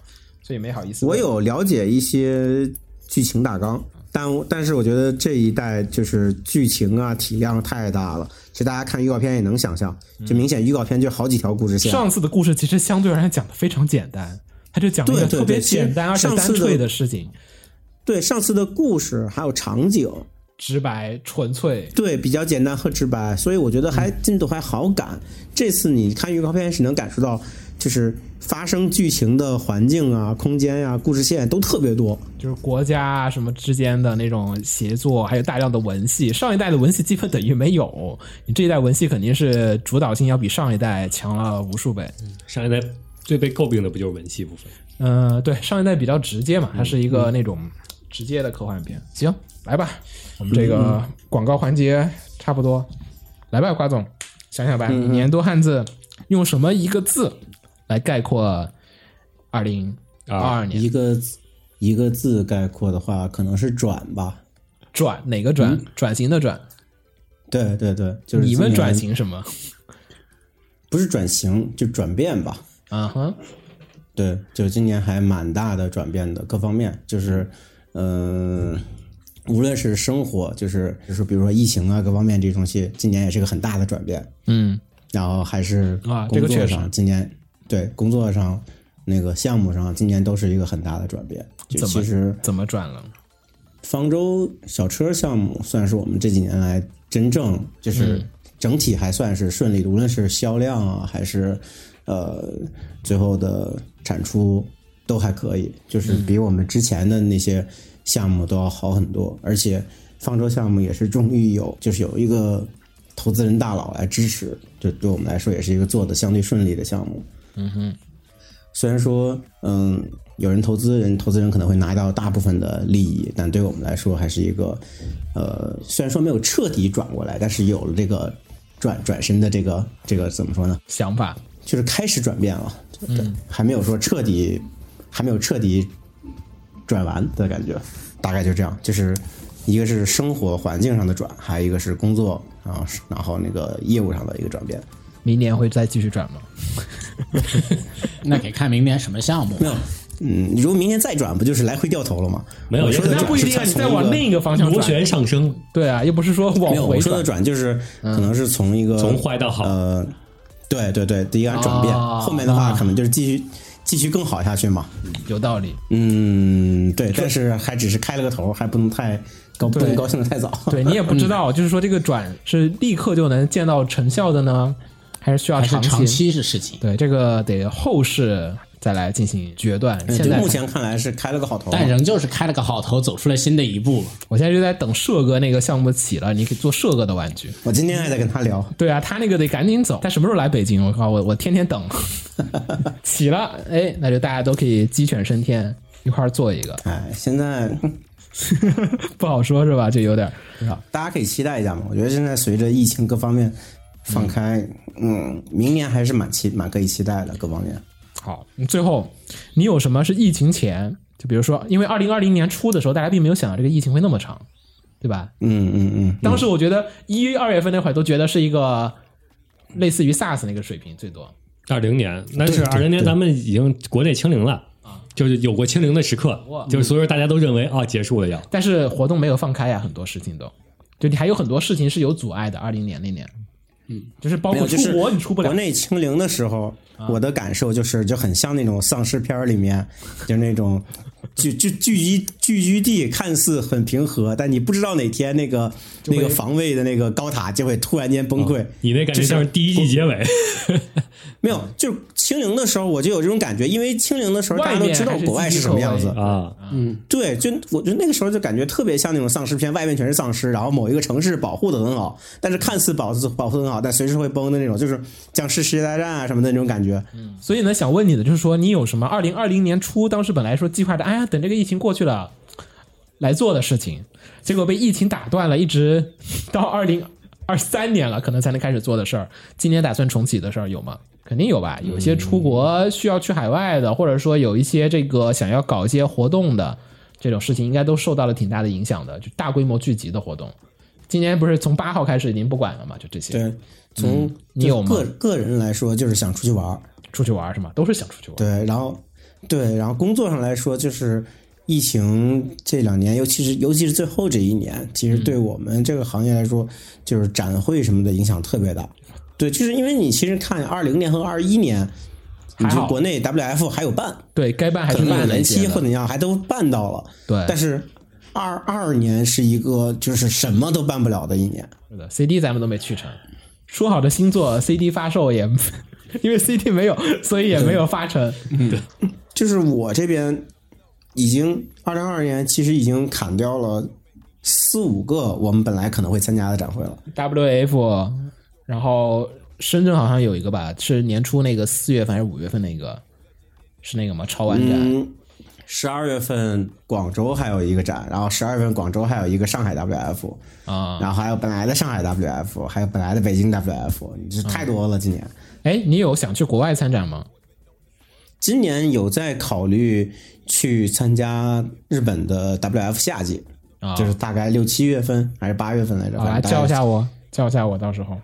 Speaker 2: 所以没好意思问。
Speaker 4: 我有了解一些剧情大纲，但但是我觉得这一代就是剧情啊体量太大了，其实大家看预告片也能想象，就明显预告片就好几条故事线。
Speaker 2: 上次的故事其实相对而言讲的非常简单，他就讲了一个
Speaker 4: 对对
Speaker 2: 特别
Speaker 4: 对其实
Speaker 2: 简单而且
Speaker 4: 上
Speaker 2: 单
Speaker 4: 次的
Speaker 2: 纯的事情，
Speaker 4: 对上次的故事还有场景，
Speaker 2: 直白纯粹。
Speaker 4: 对比较简单和直白，所以我觉得还进度还好赶。这次你看预告片是能感受到，就是发生剧情的环境啊、空间呀、故事线啊都特别多。
Speaker 2: 就是国家啊什么之间的那种协作，还有大量的文戏。上一代的文戏基本等于没有，你这一代文戏肯定是主导性要比上一代强了无数倍。
Speaker 1: 上一代最被诟病的不就是文戏部分？
Speaker 2: 嗯、对，上一代比较直接嘛，它是一
Speaker 4: 嗯
Speaker 2: 个那种直接的科幻片。行，来吧，
Speaker 4: 嗯
Speaker 2: 我们这个广告环节差不多，来吧，瓜总，想想吧，
Speaker 4: 嗯
Speaker 2: 年度汉字用什么一个字来概括二零二二年？
Speaker 4: 啊一个一个字概括的话，可能是转吧。
Speaker 2: 转哪个转？转型的转？
Speaker 4: 对对对，嗯就是
Speaker 2: 你
Speaker 4: 今
Speaker 2: 们
Speaker 4: 年
Speaker 2: 转型什么？
Speaker 4: 不是转型，就转变吧。
Speaker 2: 啊哈。
Speaker 4: 对，就今年还蛮大的转变的，各方面就是，嗯、无论是生活，就是就是比如说疫情啊，各方面这种东西，今年也是个很大的转变。
Speaker 2: 嗯，
Speaker 4: 然后还是
Speaker 2: 啊这
Speaker 4: 工
Speaker 2: 个确
Speaker 4: 作
Speaker 2: 实
Speaker 4: 上，今年对工作上那个项目上，今年都是一个很大的转变。就
Speaker 2: 怎么
Speaker 4: 其实
Speaker 2: 怎么转了？
Speaker 4: 方舟小车项目算是我们这几年来真正就是整体还算是顺利的，无论是销量啊，还是呃最后的产出都还可以，就是比我们之前的那些项目都要好很多。而且方舟项目也是终于有就是有一个投资人大佬来支持，这对我们来说也是一个做的相对顺利的项目。嗯哼。虽然说，嗯，有人投资人，投资人可能会拿到大部分的利益，但对我们来说还是一个，呃，虽然说没有彻底转过来，但是有了这个转转身的这个这个怎么说呢？
Speaker 2: 想法，
Speaker 4: 就是开始转变了，对，还没有说彻底，还没有彻底转完的感觉，大概就这样，就是一个是生活环境上的转，还有一个是工作啊，然后那个业务上的一个转变。
Speaker 2: 明年会再继续转吗？
Speaker 3: 那得看明年什么项目。
Speaker 4: 嗯，如果明年再转，不就是来回掉头了吗？
Speaker 1: 没有
Speaker 4: 我说的
Speaker 1: 也
Speaker 2: 那
Speaker 4: 转
Speaker 2: 不一
Speaker 4: 是
Speaker 2: 定啊，
Speaker 4: 它
Speaker 2: 你
Speaker 4: 从
Speaker 2: 再往
Speaker 4: 个
Speaker 2: 另一个方向
Speaker 1: 螺
Speaker 2: 转，
Speaker 1: 旋上升，
Speaker 2: 对啊，又不是说往
Speaker 4: 没有
Speaker 2: 回
Speaker 4: 我说的
Speaker 2: 转，嗯
Speaker 4: 转就是可能是从一个
Speaker 1: 从坏到好
Speaker 4: 呃，对对对，第一个转变，
Speaker 2: 啊
Speaker 4: 后面的话
Speaker 2: 啊
Speaker 4: 可能就是继续继续更好下去嘛。
Speaker 2: 有道理。
Speaker 4: 嗯，对，但是还只是开了个头，还不能太高，不能
Speaker 2: 对
Speaker 4: 高兴的太早。
Speaker 2: 对你也不知 道，就是说这个转是立刻就能见到成效的呢，还是需要
Speaker 3: 还是
Speaker 2: 长
Speaker 3: 长期的事情。
Speaker 2: 对，这个得后世再来进行决断。
Speaker 4: 嗯
Speaker 2: 现
Speaker 4: 就
Speaker 2: 在
Speaker 4: 目前看来是开了个好头嘛，
Speaker 3: 但仍旧是开了个好头，走出了新的一步。
Speaker 2: 我现在就在等社哥那个项目起了，你可以做社哥的玩具。
Speaker 4: 我今天还在跟他聊，
Speaker 2: 对啊，他那个得赶紧走。他什么时候来北京？我靠，我我天天 等。起了，哎，那就大家都可以鸡犬升天，一块儿做一个，
Speaker 4: 哎，现在
Speaker 2: 不好说是吧？这有点儿。
Speaker 4: 大家可以期待一下嘛。我觉得现在随着疫情各方面放开，嗯，明年还是蛮期蛮可以期待的各方面。
Speaker 2: 好，最后你有什么是疫情前？就比如说，因为二零二零年初的时候，大家并没有想到这个疫情会那么长，对吧？
Speaker 4: 嗯嗯嗯，
Speaker 2: 当时我觉得一二月份那会儿都觉得是一个类似于 SARS 那个水平最多。
Speaker 1: 二零年，但是二零年咱们已经国内清零了。就是有过清零的时刻
Speaker 2: 啊哇，
Speaker 1: 就是所以说大家都认为啊结束了要，
Speaker 2: 但是活动没有放开呀，很多事情都，就你还有很多事情是有阻碍的。二零年那年，嗯，就是包
Speaker 4: 没
Speaker 2: 括
Speaker 4: 有，就是
Speaker 2: 出国你出不了啊
Speaker 4: 国，内清零的时候，我的感受就是就很像那种丧尸片儿里面，就是那种聚 聚聚集聚居地看似很平和，但你不知道哪天那个那个防卫的那个高塔就会突然间崩
Speaker 2: 哦
Speaker 4: 溃。
Speaker 1: 你那感觉像是第一季结尾，
Speaker 4: 没有，就是清零的时候我就有这种感觉，因为清零的时候大家
Speaker 2: 外
Speaker 4: 都
Speaker 2: 面
Speaker 4: 知道
Speaker 2: 还是
Speaker 4: 国外
Speaker 2: 岌岌
Speaker 4: 是什么样
Speaker 2: 可
Speaker 4: 子
Speaker 2: 危，
Speaker 1: 啊，
Speaker 2: 嗯
Speaker 4: 对，就我觉得那个时候就感觉特别像那种丧尸片，外面全是丧尸，然后某一个城市保护的很好，但是看似保保护得很好，但随时会崩的那种，就是僵尸世界大战啊什么的那种感觉。
Speaker 2: 所以呢，想问你的就是说，你有什么二零二零年初当时本来说计划着，哎呀，等这个疫情过去了来做的事情，结果被疫情打断了，一直到二零二三年了，可能才能开始做的事儿，今年打算重启的事儿有吗？肯定有吧，有一些出国需要去海外的，或者说有一些这个想要搞一些活动的这种事情，应该都受到了挺大的影响的，就大规模聚集的活动。今年不是从八号开始已经不管了嘛？就这些，
Speaker 4: 对，从
Speaker 2: 嗯你有吗
Speaker 4: 个个人来说，就是想出去玩儿，
Speaker 2: 出去玩儿是吗？都是想出去玩儿。
Speaker 4: 对，然后对，然后工作上来说，就是疫情这两年，尤其是尤其是最后这一年，其实对
Speaker 2: 嗯
Speaker 4: 我们这个行业来说，就是展会什么的影响特别大。对，就是因为你其实看二零年和二一年，你
Speaker 2: 还
Speaker 4: 就
Speaker 2: 好
Speaker 4: 国内 WF 还有办，
Speaker 2: 对该办还
Speaker 4: 可
Speaker 2: 是
Speaker 4: 能有
Speaker 2: 办了
Speaker 4: 延
Speaker 2: 一些
Speaker 4: 期
Speaker 2: 的
Speaker 4: 或怎样，还都办到了。
Speaker 2: 对
Speaker 4: 但是二二年是一个就是什么都办不了的一年。
Speaker 2: 是的，CD 咱们都没去成，说好的星座 CD 发售也， 因为 CD 没有，所以也没有发成。
Speaker 4: 就是我这边已经二零二二年其实已经砍掉了四五个我们本来可能会参加的展会了。
Speaker 2: WF，然后深圳好像有一个吧，是年初那个四月份还是五月份那个，是那个吗？潮玩展。
Speaker 4: 嗯，十二月份广州还有一个展，然后十二月份广州还有一个上海 WF
Speaker 2: 啊
Speaker 4: 然后还有本来的上海 WF，还有本来的北京 WF，这太多了。今年，
Speaker 2: 哎、你有想去国外参展吗？
Speaker 4: 今年有在考虑去参加日本的 WF 夏季，
Speaker 2: 啊，
Speaker 4: 就是大概六七月份还是八月份啊来着？
Speaker 2: 好吧，
Speaker 4: 反正大概
Speaker 2: 叫一下我，叫一下我，到时候。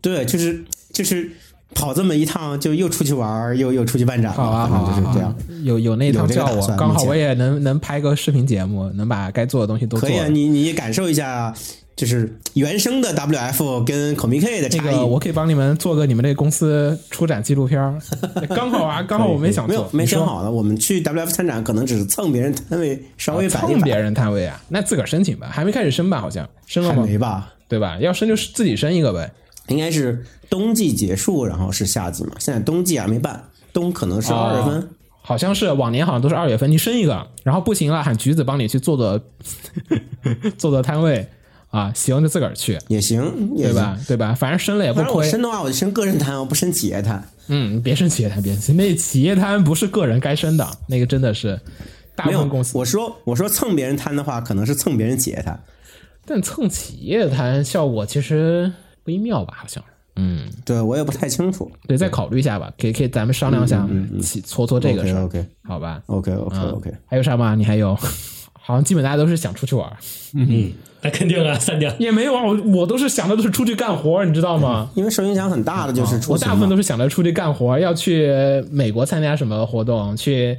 Speaker 4: 对，就是就是跑这么一趟，就又出去玩儿，又又出去办展了，
Speaker 2: 好啊，好
Speaker 4: 反
Speaker 2: 啊，
Speaker 4: 正就是这样
Speaker 2: 好。啊有有那一趟
Speaker 4: 有这个
Speaker 2: 叫
Speaker 4: 打
Speaker 2: 我，
Speaker 4: 算
Speaker 2: 刚好
Speaker 4: 目前
Speaker 2: 我也能能拍个视频节目，能把该做的东西都做
Speaker 4: 可以啊，
Speaker 2: 了。
Speaker 4: 你你也感受一下，就是原生的 WF 跟 Comic 的
Speaker 2: 这
Speaker 4: 差异。
Speaker 2: 个我可以帮你们做个你们这个公司出展纪录片 儿，刚好啊，刚好我没想
Speaker 4: 没
Speaker 2: 做
Speaker 4: 有，没
Speaker 2: 你说
Speaker 4: 想好呢，我们去 WF 参展可能只是蹭别人摊位，稍微摆一
Speaker 2: 蹭别
Speaker 4: 摆，
Speaker 2: 人摊位啊，那自个儿申请吧，还没开始申吧，好像申了
Speaker 4: 还
Speaker 2: 吗？
Speaker 4: 没吧？
Speaker 2: 对吧？要申就自己申一个呗。
Speaker 4: 应该是冬季结束，然后是夏季嘛。现在冬季还啊没办，冬可能是二月份。
Speaker 2: 哦好像是往年好像都是二月 份，你申一个，然后不行了喊橘子帮你去做做做做摊位啊，行就自个儿去，
Speaker 4: 也行，也
Speaker 2: 对
Speaker 4: 行？
Speaker 2: 吧？对吧？反正申了也不
Speaker 4: 反正我
Speaker 2: 亏。
Speaker 4: 申的话，我就申个人摊，我不申企业摊。
Speaker 2: 嗯，别申企业摊，别申那企业摊不是个人该申的，那个真的是大
Speaker 4: 没
Speaker 2: 部
Speaker 4: 有
Speaker 2: 分公，司。
Speaker 4: 我说我说蹭别人摊的话，可能是蹭别人企业摊。
Speaker 2: 但蹭企业摊效果其实微妙吧，好像是。嗯，
Speaker 4: 对我也不太清楚。
Speaker 2: 对，再考虑一下吧，可以可以，咱们商量一下，
Speaker 4: 嗯
Speaker 2: 起搓搓这个事儿
Speaker 4: OK，OK
Speaker 2: 好吧
Speaker 4: OK OK
Speaker 2: 嗯
Speaker 4: OK，
Speaker 2: 还有啥吗？你还有？ 好像基本大家都是想出去玩儿，
Speaker 1: 那肯定啊，三点。
Speaker 2: 也没有啊。我我都是想的都是出去干活儿，你知道吗？
Speaker 4: 因为受影响很大的就是出
Speaker 2: 我
Speaker 4: 行
Speaker 2: 哦大部分
Speaker 4: 嘛
Speaker 2: 都是想着嗯 出去干活，要去美国参加什么活动，去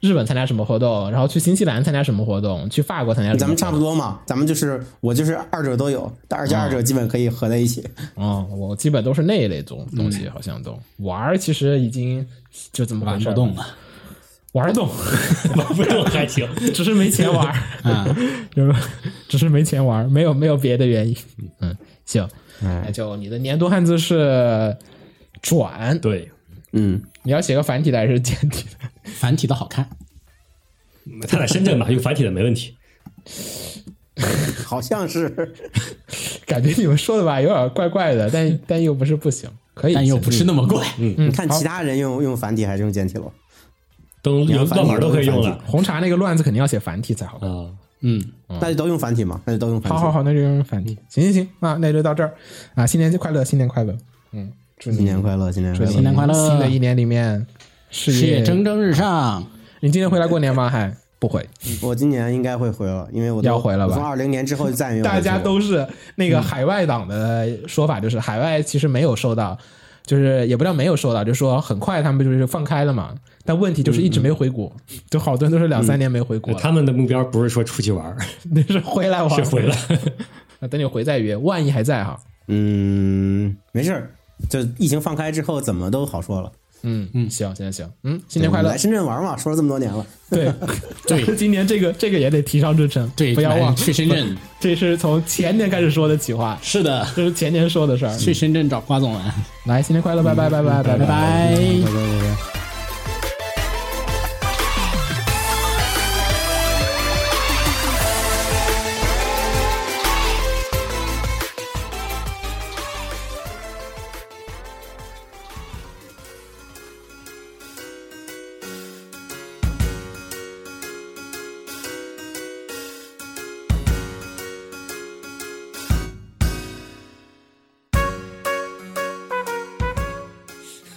Speaker 2: 日本参加什么活动，然后去新西兰参加什么活动，去法国参加什么活动。
Speaker 4: 咱们差不多嘛，咱们就是我就是二者都有，但二加
Speaker 2: 嗯
Speaker 4: 二者基本可以合在一起。
Speaker 2: 哦，我基本都是那一类东东
Speaker 4: 嗯
Speaker 2: 西，好像都玩儿，其实已经就这么回
Speaker 3: 玩
Speaker 2: 事
Speaker 3: 不
Speaker 2: 儿，
Speaker 3: 动了
Speaker 2: 玩儿动，
Speaker 1: 玩不动还行。
Speaker 2: 只是没钱玩儿，
Speaker 3: 啊！
Speaker 2: 就是只是没钱玩儿，没有没有别的原因。嗯，行，那就你的年度汉字是转，
Speaker 1: 对，
Speaker 4: 嗯，
Speaker 2: 你要写个繁体的还是简体的？
Speaker 3: 繁体的好看，
Speaker 1: 他在深圳吧，用繁体的没问题。
Speaker 4: 好像是
Speaker 2: 感觉你们说的吧，有点怪怪的，但但又不是不行，可以，嗯
Speaker 3: 但又不是那么嗯怪。
Speaker 4: 你看其他人用用繁体还是用简体了？
Speaker 1: 都
Speaker 4: 你要
Speaker 1: 用
Speaker 4: 繁体
Speaker 1: 乱码都可以用
Speaker 4: 就
Speaker 1: 了
Speaker 4: 用
Speaker 2: 红茶那个乱字肯定要写繁体才好看。
Speaker 1: 啊。
Speaker 3: 嗯，
Speaker 4: 那就都用繁体嘛，那就都用繁
Speaker 2: 好
Speaker 4: 体。
Speaker 2: 好好，那就用繁体。行行行，那那就到这儿啊！新年快乐，新年快乐！嗯，祝
Speaker 4: 新
Speaker 2: 你
Speaker 4: 年快乐，新年快乐！
Speaker 3: 新年快乐
Speaker 2: 新的一年里面事
Speaker 3: 事
Speaker 2: 业
Speaker 3: 业蒸蒸日上，
Speaker 2: 你今天回来过年吗？还不回？
Speaker 4: 嗯我今年应该会回了，因为我都
Speaker 2: 要回了吧
Speaker 4: 我从二零年之后就再也没有回
Speaker 2: 大
Speaker 4: 去
Speaker 2: 家
Speaker 4: 过
Speaker 2: 都是那个海外党的说法，就是海外其实没有收到，就是也不叫没有收到，就是说很快他们就是放开了嘛。但问题就是一直没回国，就好多人都是两三年没回国
Speaker 1: 嗯
Speaker 2: 了，哦
Speaker 1: 他们的目标不是说出去玩儿，
Speaker 2: 那是回来玩
Speaker 1: 是回来。
Speaker 2: 那等你回再约，万一还在哈。
Speaker 4: 嗯，没事儿，就疫情放开之后怎么都好说了。
Speaker 2: 嗯嗯，行行行，嗯，新年快乐
Speaker 4: 来！深圳玩嘛，说了这么多年了，
Speaker 2: 对对， 今年这个这个也得提上日程，
Speaker 3: 对，
Speaker 2: 不要
Speaker 3: 来
Speaker 2: 忘
Speaker 3: 去深圳。
Speaker 2: 这是从前年开始说的企划，
Speaker 3: 是的，
Speaker 2: 这是前年说的事儿。
Speaker 3: 去深圳找瓜总玩，
Speaker 2: 来，新年快乐，拜拜拜拜拜拜。
Speaker 3: 拜拜
Speaker 4: 拜拜拜拜。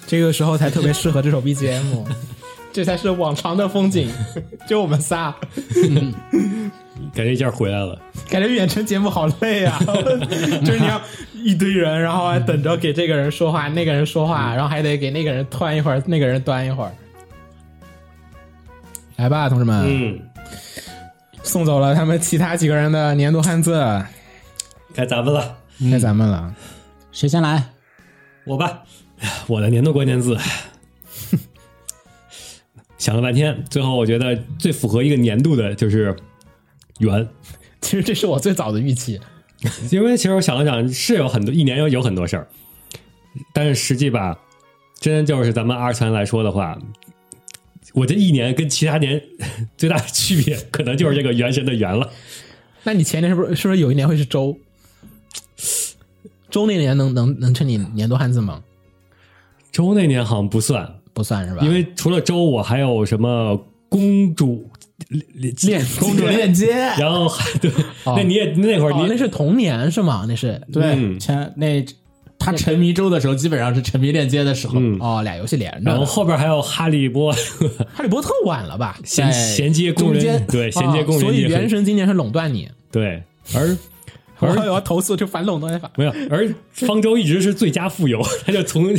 Speaker 2: 这个时候才特别适合这首 BGM，这 才是往常的风 景，就我们仨。
Speaker 1: 感觉一下回来了，
Speaker 2: 感觉远程节目好累啊， 就是你要一堆人，然后还等着给这个人说话，那个人说话，然后还得给那个人端一会儿，那个人端一会儿。来吧，同志们，
Speaker 1: 嗯，
Speaker 2: 送走了他们其他几个人的年度汉字，
Speaker 1: 该咱们了，
Speaker 2: 该咱们了。
Speaker 3: 谁先来？
Speaker 1: 我吧，我的年度关键字。想了半天，最后我觉得最符合一个年度的就是圆，
Speaker 2: 其实这是我最早的预期，
Speaker 1: 因为其实我想了想，是有很多一年有有很多事儿，但是实际吧，真就是咱们二次元来说的话，我这一年跟其他年 最大的区别，可能就是这个原神的圆了。
Speaker 2: 那你前年是不是是不是有一年会是周？周那年能能能成你年度汉字吗？
Speaker 1: 周那年好像不算，
Speaker 2: 不算是吧？
Speaker 1: 因为除了周，我还有什么公主
Speaker 2: 链
Speaker 1: 恋公主恋，
Speaker 3: 接，
Speaker 1: 然后还对，
Speaker 2: 哦
Speaker 1: 那你也那会儿
Speaker 2: 哦，那
Speaker 1: 你
Speaker 2: 是同年是吗？那是
Speaker 3: 对，
Speaker 1: 嗯
Speaker 3: 前那他沉迷周的时候，基本上是沉迷链接的时候，
Speaker 1: 嗯，
Speaker 2: 哦，俩游戏连着
Speaker 1: 然后
Speaker 2: 的。
Speaker 1: 后边还有哈利波
Speaker 2: 哈利波特晚了吧？
Speaker 1: 衔衔接工
Speaker 3: 中
Speaker 1: 人
Speaker 3: 间
Speaker 1: 对衔接工人
Speaker 2: 啊所以
Speaker 1: 也很
Speaker 2: 原神今年是垄断你，
Speaker 1: 对，而
Speaker 2: 我要投诉就反垄断法。
Speaker 1: 没有，而方舟一直是最佳富游，他就从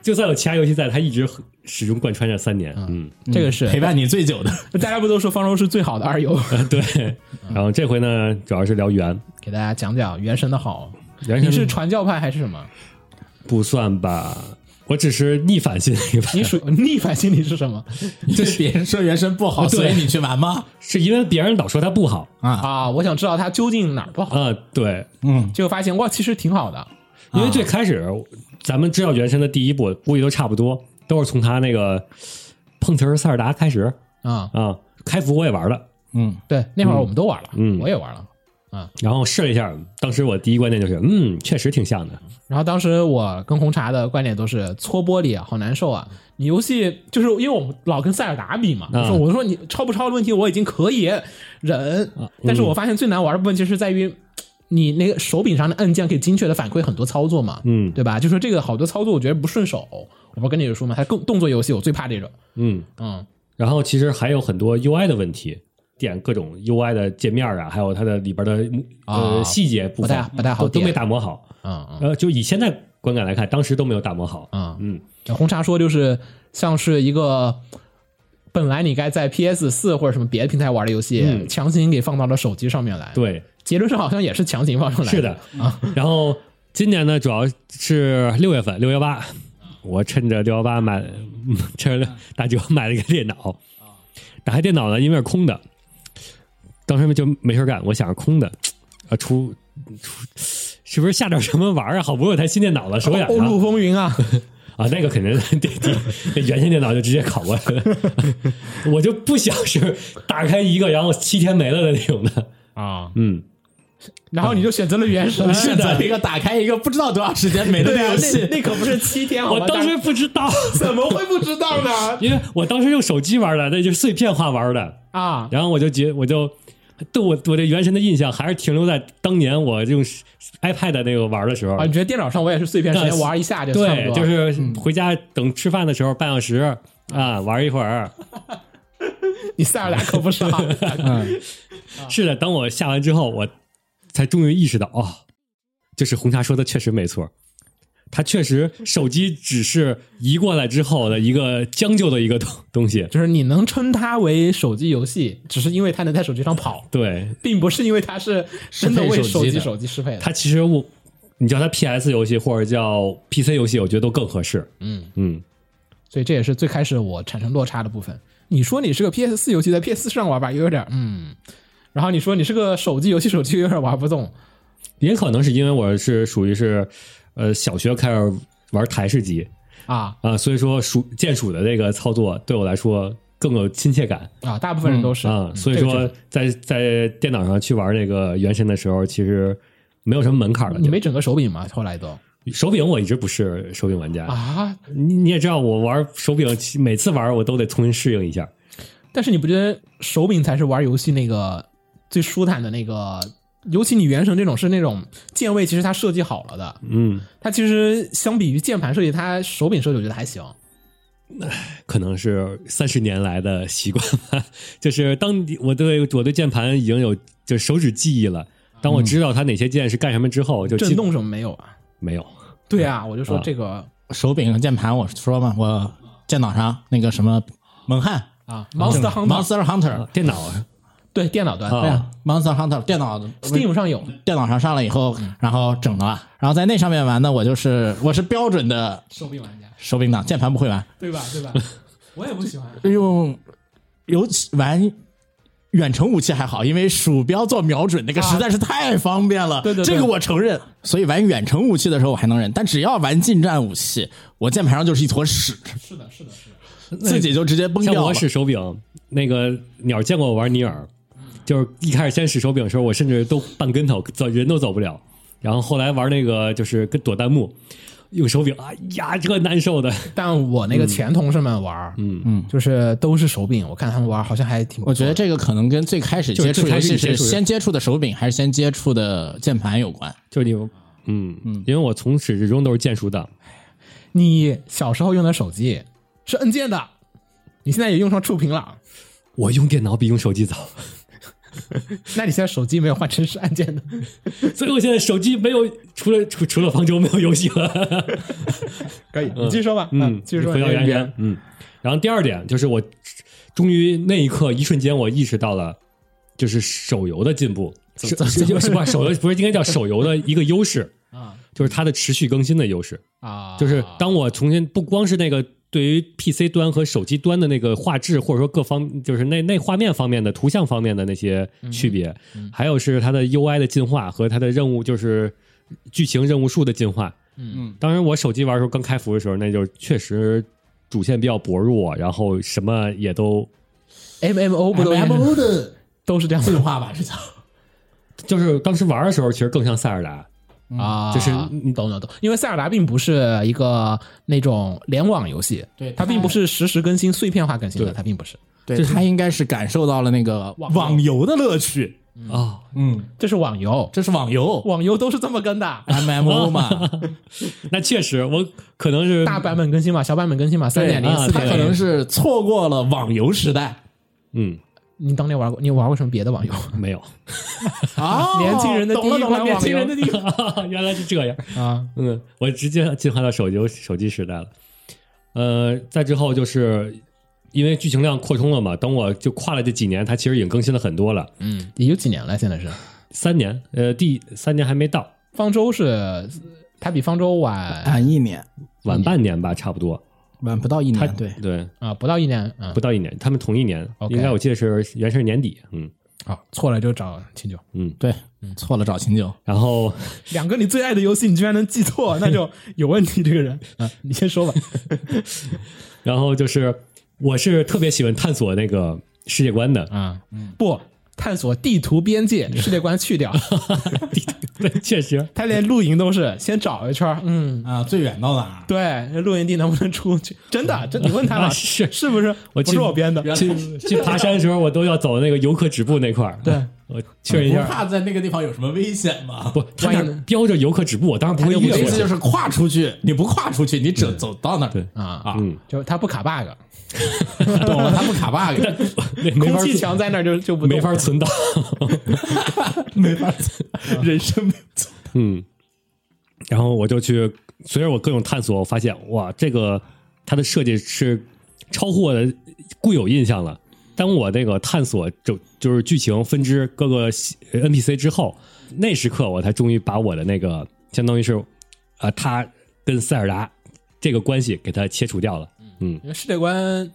Speaker 1: 就算有其他游戏在，他一直始终贯穿着三年。嗯，
Speaker 2: 这个是
Speaker 3: 陪伴你最久的。
Speaker 2: 大家不都说方舟是最好的二游？
Speaker 1: 嗯 对。然后这回呢，主要是聊原
Speaker 2: 给大家讲讲原神的好。
Speaker 1: 原
Speaker 2: 你
Speaker 1: 神
Speaker 2: 是传教派还是什么？
Speaker 1: 不算吧，我只是逆反心理吧，
Speaker 2: 你 属逆反心理是什么
Speaker 3: 就是别人说原神不好，
Speaker 1: 对
Speaker 3: 所以你去玩吗？
Speaker 1: 是因为别人老说它不好
Speaker 3: 啊，
Speaker 2: 啊？我想知道它究竟哪儿不好，
Speaker 1: 啊、对，
Speaker 3: 嗯，
Speaker 2: 结果发现哇，其实挺好的。
Speaker 1: 因为最开始、咱们知道原神的第一部，估计都差不多，都是从他那个碰瓷儿塞尔达开始
Speaker 2: 啊、
Speaker 1: 啊、开服我也玩了，
Speaker 3: 嗯，
Speaker 2: 对，那会儿我们都玩了，
Speaker 1: 嗯
Speaker 2: 我也玩了，啊。
Speaker 1: 然后试了一下，当时我第一观念就是，嗯，确实挺像的。
Speaker 2: 然后当时我跟红茶的观点都是搓玻璃啊，好难受啊！你游戏就是因为我们老跟塞尔达比嘛，
Speaker 1: 嗯
Speaker 2: 我说我说你超不超的问题我已经可以忍，
Speaker 1: 嗯
Speaker 2: 但是我发现最难玩的部分就是在于你那个手柄上的按键可以精确的反馈很多操作嘛，
Speaker 1: 嗯
Speaker 2: 对吧？就说这个好多操作我觉得不顺手，我不是跟你说嘛，它更动作游戏我最怕这种，
Speaker 1: 嗯，
Speaker 2: 嗯
Speaker 1: 然后其实还有很多 UI 的问题，点各种 UI 的界面啊，还有它的里边的呃、
Speaker 2: 啊
Speaker 1: 细节部分
Speaker 2: 不太不太好
Speaker 1: 都都没
Speaker 2: 点
Speaker 1: 打磨好。
Speaker 2: 嗯嗯
Speaker 1: 呃，就以现在观感来看，当时都没有打磨好。
Speaker 2: 嗯
Speaker 1: 嗯，
Speaker 2: 红茶说就是像是一个本来你该在 PS 四或者什么别的平台玩的游戏，
Speaker 1: 嗯
Speaker 2: 强行给放到了手机上面来，
Speaker 1: 对，
Speaker 2: 结论上好像也是强行放上来，
Speaker 1: 是的啊。然后今年呢，主要是六月份六幺八，我趁着六幺八买，嗯趁着打折买了一个电脑。
Speaker 2: 啊
Speaker 1: 打开电脑呢，因为是空的，当时就没事干，我想着空的，啊出出是不是下点什么玩儿啊？好不容易有台新电脑了，手痒
Speaker 2: 欧
Speaker 1: 痒
Speaker 2: 陆风云啊，
Speaker 1: 啊，那个肯定得得那 原先电脑就直接拷过来了， 我就不想是打开一个然后七天没了的那种的，
Speaker 2: 啊，
Speaker 1: 嗯。
Speaker 2: 然后你就选择了 原神，
Speaker 3: 选择一个打开一个不知道多长时间没的
Speaker 2: 对啊，
Speaker 3: 游戏，
Speaker 2: 那那可不是七天，好
Speaker 1: 我
Speaker 2: 吧
Speaker 1: 当时不知道，
Speaker 2: 怎么会不知道呢？
Speaker 1: 因为我当时用手机玩的，那就是碎片化玩的。
Speaker 2: 啊，
Speaker 1: 然后我就觉，我就对我我对原神的印象还是停留在当年我用 iPad 那个玩的时候。
Speaker 2: 啊，你觉得电脑上我也是碎片时
Speaker 1: 那
Speaker 2: 间玩一下就差不
Speaker 1: 对，
Speaker 2: 多，嗯
Speaker 1: 就是回家等吃饭的时候半小时啊，玩一会儿。
Speaker 2: 你塞尔达可不 是啊，
Speaker 3: 嗯，
Speaker 1: 是的，等我下完之后，我才终于意识到，哦，就是红茶说的确实没错，它确实手机只是移过来之后的一个将就的一个东 东西。
Speaker 2: 就是你能称它为手机游戏，只是因为它能在手机上跑，
Speaker 1: 对，
Speaker 2: 并不是因为它是真的为手
Speaker 3: 适配手机
Speaker 2: 机
Speaker 3: 的
Speaker 2: 手机适配的。
Speaker 1: 它其实我，你叫它 PS 游戏或者叫 PC 游戏，我觉得都更合适。
Speaker 2: 嗯
Speaker 1: 嗯，
Speaker 2: 所以这也是最开始我产生落差的部分。你说你是个 PS 四游戏，在 PS 四上玩吧，又有点嗯。然后你说你是个手机游戏，手机又有点玩不动，
Speaker 1: 也可能是因为我是属于是，呃，小学开始玩台式机
Speaker 2: 啊
Speaker 1: 啊、所以说鼠键鼠的这个操作对我来说更有亲切感。
Speaker 2: 啊，大部分人都是
Speaker 1: 啊、
Speaker 2: 嗯
Speaker 1: 所以
Speaker 2: 这个
Speaker 1: 说
Speaker 2: 是
Speaker 1: 在在电脑上去玩那个原神的时候，其实没有什么门槛了。
Speaker 2: 你没整个手柄吗？后来都
Speaker 1: 就手柄我一直不是手柄玩家，
Speaker 2: 啊，
Speaker 1: 你你也知道我玩手柄，其每次玩我都得重新适应一下。
Speaker 2: 但是你不觉得手柄才是玩游戏那个最舒坦的那个？尤其你原神这种是那种键位，其实它设计好了的，
Speaker 1: 嗯，
Speaker 2: 它其实相比于键盘设计，它手柄设计我觉得还行。
Speaker 1: 可能是三十年来的习惯吧，就是当你我对我对键盘已经有就手指记忆了，当我知道它哪些键是干什么之后，我就记
Speaker 2: 嗯震动什么没有啊？
Speaker 1: 没有。
Speaker 2: 对啊，我就说
Speaker 1: 啊
Speaker 2: 这个
Speaker 3: 手柄和键盘，我说嘛，我电脑上那个什么猛汉
Speaker 2: 啊，Monster Hunter 哦
Speaker 3: Monster Hunter，
Speaker 1: 电脑啊
Speaker 2: 对电脑端
Speaker 1: 啊
Speaker 3: 对啊，Monster Hunter 电脑的
Speaker 2: Steam 上有
Speaker 3: 电脑上上了以后，然后整了，然后在那上面玩呢，我就是我是标准的
Speaker 2: 手柄玩家，
Speaker 3: 手柄党，键盘不会玩，
Speaker 2: 对吧？对吧？ 我也不喜欢。
Speaker 3: 用尤其玩远程武器还好，因为鼠标做瞄准那个
Speaker 2: 啊
Speaker 3: 实在是太方便了。
Speaker 2: 对对对
Speaker 3: 这个我承认。所以玩远程武器的时候我还能忍，但只要玩近战武器，我键盘上就是一坨屎，
Speaker 2: 是的，是的，是的。
Speaker 3: 自己就直接崩
Speaker 1: 像
Speaker 3: 掉
Speaker 1: 我
Speaker 3: 了。
Speaker 1: 使手柄，那个鸟见过我玩尼尔，就是一开始先使手柄的时候，我甚至都绊跟头，走人都走不了。然后后来玩那个就是跟躲弹幕，用手柄，哎呀，这难受的。
Speaker 2: 但我那个前同事们玩，嗯嗯，就是都是手柄，我看他们玩好像还挺不错。
Speaker 3: 我觉得这个可能跟最开始接触游戏是先接触的手柄还是先接触的键盘有关。
Speaker 1: 就是你，嗯嗯，因为我从始至终都是键鼠党，
Speaker 2: 你小时候用的手机是按键的，你现在也用上触屏了，
Speaker 1: 我用电脑比用手机早。
Speaker 2: 那你现在手机没有换成是按键的，
Speaker 1: 所以我现在手机没有，除了除除了方舟没有游戏了。
Speaker 2: 可以，你继续说吧。嗯，继续说
Speaker 1: 回
Speaker 2: 你
Speaker 1: 到
Speaker 2: 这个
Speaker 1: 原神，嗯。然后第二点就是我终于那一刻一瞬间我意识到了，就是手游的进步，是 是是不是手游不是应该叫手游的一个优势，
Speaker 2: 啊
Speaker 1: 就是它的持续更新的优势。
Speaker 2: 啊，
Speaker 1: 就是当我重新不光是那个对于 PC 端和手机端的那个画质，或者说各方就是那那画面方面的图像方面的那些
Speaker 2: 嗯
Speaker 1: 区别，还有是它的 UI 的进化和它的任务就是剧情任务数的进化。
Speaker 2: 嗯，
Speaker 1: 当然我手机玩的时候刚开服的时候，那就确实主线比较薄弱，然后什么也都
Speaker 2: M M O 不都
Speaker 3: 啊 M M O 的
Speaker 2: 都是这样的
Speaker 3: 话吧，这叫
Speaker 1: 就是当时玩的时候，其实更像塞尔达，
Speaker 2: 啊，
Speaker 1: 就是
Speaker 2: 你懂懂懂，因为塞尔达并不是一个那种联网游戏，
Speaker 3: 对
Speaker 2: 它并不是实时更新、碎片化更新的，
Speaker 1: 对
Speaker 2: 它并不是，
Speaker 3: 对他应该是感受到了那个网游的乐趣。
Speaker 1: 哦，
Speaker 3: 嗯，
Speaker 2: 这是网游，
Speaker 3: 这是网游，
Speaker 2: 网游都是这么跟的
Speaker 3: M M O 嘛，
Speaker 1: 那确实，我可能是
Speaker 2: 大版本更新嘛，小版本更新嘛，三点零、
Speaker 1: 啊
Speaker 2: 四
Speaker 3: 他
Speaker 2: 点
Speaker 3: 可
Speaker 2: 零，
Speaker 3: 能是错过了网游时代
Speaker 1: 嗯
Speaker 2: 你当年玩过，你玩过什么别的 网游？
Speaker 1: 没有，
Speaker 3: 啊
Speaker 2: 年轻人的
Speaker 3: 懂了
Speaker 2: 第一
Speaker 3: 懂了，
Speaker 2: 款
Speaker 3: 年
Speaker 2: 网
Speaker 3: 轻人
Speaker 2: 游
Speaker 3: 的第一款
Speaker 1: 原来是这样。
Speaker 2: 啊，
Speaker 1: 嗯，我直接进化到手游手机时代了。呃，再之后就是因为剧情量扩充了嘛，等我就跨了这几年，它其实已经更新了很多了，
Speaker 2: 嗯，也有几年了，现在是
Speaker 1: 三年，呃，第三年还没到，
Speaker 2: 方舟是，它比方舟晚
Speaker 3: 啊晚一年，
Speaker 1: 晚半年吧，差不多。
Speaker 3: 晚不到一
Speaker 1: 它
Speaker 3: 年，对，
Speaker 1: 对，
Speaker 2: 啊不到一年，啊，
Speaker 1: 不到一年，他们同一年
Speaker 2: OK
Speaker 1: 应该我记得是原先是年底，嗯
Speaker 2: 好错了就找秦九，
Speaker 1: 嗯，
Speaker 3: 对，错了找秦九。
Speaker 1: 然后
Speaker 2: 两个你最爱的游戏你居然能记错，那就有问题这个人 啊，你先说吧，
Speaker 1: 然后就是我是特别喜欢探索那个世界观的，
Speaker 2: 啊，
Speaker 3: 嗯
Speaker 2: 不探索地图边 界，世界观去掉，
Speaker 1: 对，确实，
Speaker 2: 他连露营都是先找一圈儿，嗯，
Speaker 3: 啊，最远到哪？
Speaker 2: 对，这露营地能不能出去？真的，这你问他吧，
Speaker 1: 啊是
Speaker 2: 是不是？
Speaker 1: 我
Speaker 2: 不是
Speaker 1: 记
Speaker 2: 我编的，
Speaker 1: 去去爬山的时候，我都要走那个游客止步那块儿，
Speaker 2: 对，
Speaker 1: 我确认一
Speaker 3: 不
Speaker 1: 下，
Speaker 3: 怕在那个地方有什么危险吗？
Speaker 1: 不，他那
Speaker 2: 万一呢
Speaker 1: 儿标着游客止步，我当然不会
Speaker 3: 你的
Speaker 1: 越
Speaker 3: 意
Speaker 1: 过
Speaker 3: 思就
Speaker 1: 去。
Speaker 3: 是跨出去，你不跨出去，你只走到那儿，
Speaker 1: 对
Speaker 2: 啊
Speaker 3: 啊，
Speaker 1: 嗯
Speaker 2: 就是他不卡 bug，
Speaker 3: 懂了，他不 卡 bug，
Speaker 1: 那没
Speaker 2: 空
Speaker 1: 法
Speaker 2: 气
Speaker 1: 存
Speaker 2: 墙在那儿就就不动啊
Speaker 1: 没法存档。
Speaker 3: 没 法走，人生没有走
Speaker 1: 嗯， 然后我就去，随着我各种探索，我发现哇，这个它的设计是超乎我的固有印象了。当我那个探索就就是剧情分支各个细呃 NPC 之后，那时刻我才终于把我的那个相当于是啊，他跟塞尔达这个关系给它切除掉了。嗯，
Speaker 2: 因为世界观，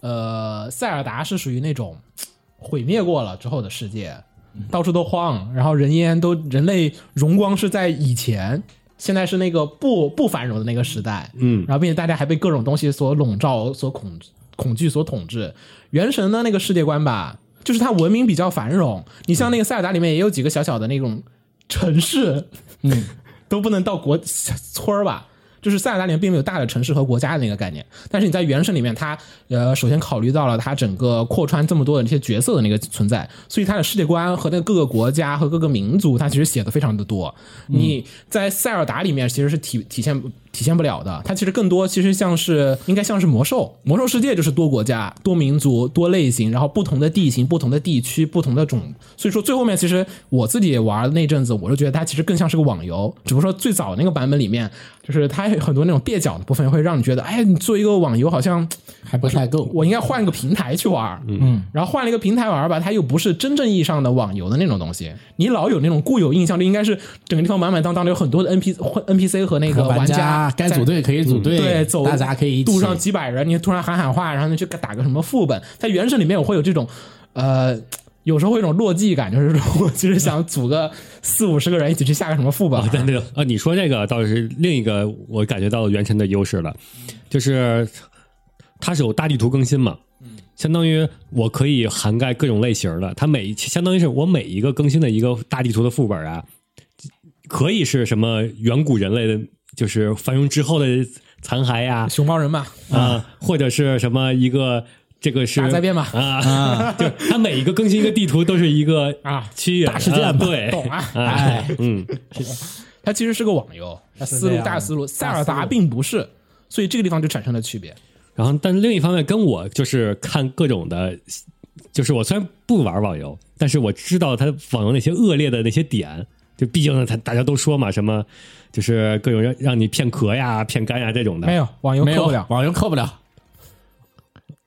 Speaker 2: 呃，塞尔达是属于那种嘖毁灭过了之后的世界，
Speaker 1: 嗯
Speaker 2: 到处都荒，然后人烟都人类荣光是在以前，现在是那个不不繁荣的那个时代，
Speaker 1: 嗯
Speaker 2: 然后并且大家还被各种东西所笼罩、所恐恐惧、所统治。原神的那个世界观吧，就是它文明比较繁荣，
Speaker 1: 嗯
Speaker 2: 你像那个塞尔达里面也有几个小小的那种城市，
Speaker 3: 嗯，
Speaker 2: 都不能到国村儿吧。就是塞尔达里面并没有大的城市和国家的那个概念，但是你在原神里面它，呃首先考虑到了它整个扩穿这么多的这些角色的那个存在，所以它的世界观和那个各个国家和各个民族，它其实写的非常的多。你在塞尔达里面其实是体体现体现不了的，它其实更多其实像是应该像是魔兽，魔兽世界就是多国家、多民族、多类型，然后不同的地形、不同的地区、不同的种，所以说最后面其实我自己也玩的那阵子，我就觉得它其实更像是个网游，只不过说最早那个版本里面，就是它有很多那种蹩脚的部分，会让你觉得，哎，你做一个网游好像
Speaker 3: 还不太够。
Speaker 2: 我应该换个平台去玩，
Speaker 3: 嗯，
Speaker 2: 然后换了一个平台玩吧，它又不是真正意义上的网游的那种东西。你老有那种固有印象，就应该是整个地方满满当当的有很多的 N P N P C 和那个
Speaker 3: 玩
Speaker 2: 家
Speaker 3: 该组
Speaker 2: 在。
Speaker 3: 队可以组队，
Speaker 2: 对，走
Speaker 3: 大家可以一起
Speaker 2: 路上几百人，你突然喊喊话，然后你去打个什么副本，在原神里面我会有这种，呃，有时候会有一种落寂感，就是说我其实想组个四五十个人一起去下个什么副本
Speaker 1: 啊，， 对对啊，你说这个倒是另一个我感觉到原神的优势了，就是它是有大地图更新嘛，相当于我可以涵盖各种类型的，它每一相当于是我每一个更新的一个大地图的副本啊，可以是什么远古人类的，就是繁荣之后的残骸呀、
Speaker 2: 熊猫人嘛，
Speaker 1: 啊，或者是什么一个这个是
Speaker 2: 打灾变嘛
Speaker 1: 啊，就是它每一个更新一个地图都是一个
Speaker 2: 啊
Speaker 1: 区域
Speaker 3: 大事件
Speaker 1: 啊
Speaker 3: 嘛
Speaker 1: 对，
Speaker 2: 懂啊
Speaker 1: 哎，嗯。
Speaker 2: 它其实是个网游，它思
Speaker 3: 这
Speaker 2: 路
Speaker 3: 样
Speaker 2: 大思路，塞尔
Speaker 3: 大思
Speaker 2: 达
Speaker 3: 路
Speaker 2: 并不是，所以这个地方就产生了区别。
Speaker 1: 然后，但另一方面，跟我就是看各种的，就是我虽然不玩网游，但是我知道它网游那些恶劣的那些点。就毕竟呢，他大家都说嘛，什么就是各种让让你骗壳呀、骗肝呀这种的，
Speaker 2: 没有网游
Speaker 3: 没
Speaker 2: 扣
Speaker 3: 有
Speaker 2: 不了，
Speaker 3: 网游扣不了，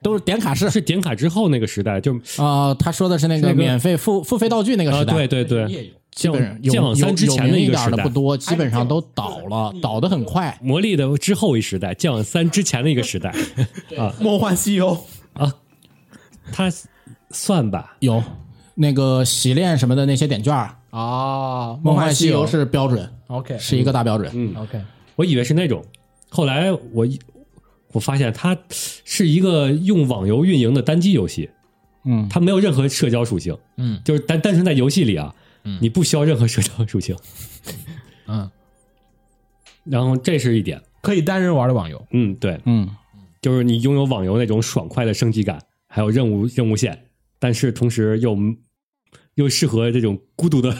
Speaker 3: 都是点卡式
Speaker 1: 是点卡之后那个时代就
Speaker 3: 啊、他说的是那
Speaker 1: 是
Speaker 3: 个
Speaker 1: 那个
Speaker 3: 免费付付费道具那个
Speaker 1: 啊，
Speaker 3: 时代，
Speaker 1: 对，对
Speaker 2: 也
Speaker 1: 对，
Speaker 2: 有
Speaker 3: 基
Speaker 1: 剑
Speaker 3: 本上
Speaker 1: 网
Speaker 3: 有
Speaker 1: 剑网三之前
Speaker 3: 的
Speaker 1: 一个时
Speaker 3: 的
Speaker 1: 代
Speaker 3: 不，多，基本上都倒了，倒的很快。
Speaker 1: 魔力的之后一时代，剑网三之前的一个 时代啊，
Speaker 2: 《梦幻西游》
Speaker 1: 它算吧，
Speaker 3: 有那个洗练什么的那些点券儿，
Speaker 2: 啊，《
Speaker 3: 梦
Speaker 2: 幻
Speaker 3: 幻西
Speaker 2: 游
Speaker 3: 游》是标准，
Speaker 2: OK
Speaker 3: 是一个大标准。嗯，
Speaker 2: OK，
Speaker 1: 我以为是那种，后来我一我发现它是一个用网游运营的单机游戏，
Speaker 3: 嗯
Speaker 1: 它没有任何社交属性，
Speaker 2: 嗯，
Speaker 1: 就是单单纯在游戏里啊，你不需要任何社交属性。
Speaker 2: 嗯，
Speaker 1: 然后这是一点，
Speaker 2: 可以单人玩的网游，
Speaker 1: 嗯，对，
Speaker 3: 嗯，
Speaker 1: 就是你拥有网游那种爽快的升级感，还有任务任务线，但是同时又又适合这种孤独的，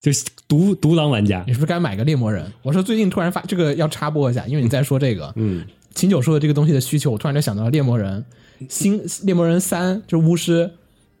Speaker 1: 就是独独狼玩家
Speaker 2: 你。是不是该买个猎魔人？我说最近突然发这个要插播一下，因为你在说这个，
Speaker 1: 嗯，
Speaker 2: 秦九说的这个东西的需求，我突然就想到了猎魔人新猎魔人三，就是巫师，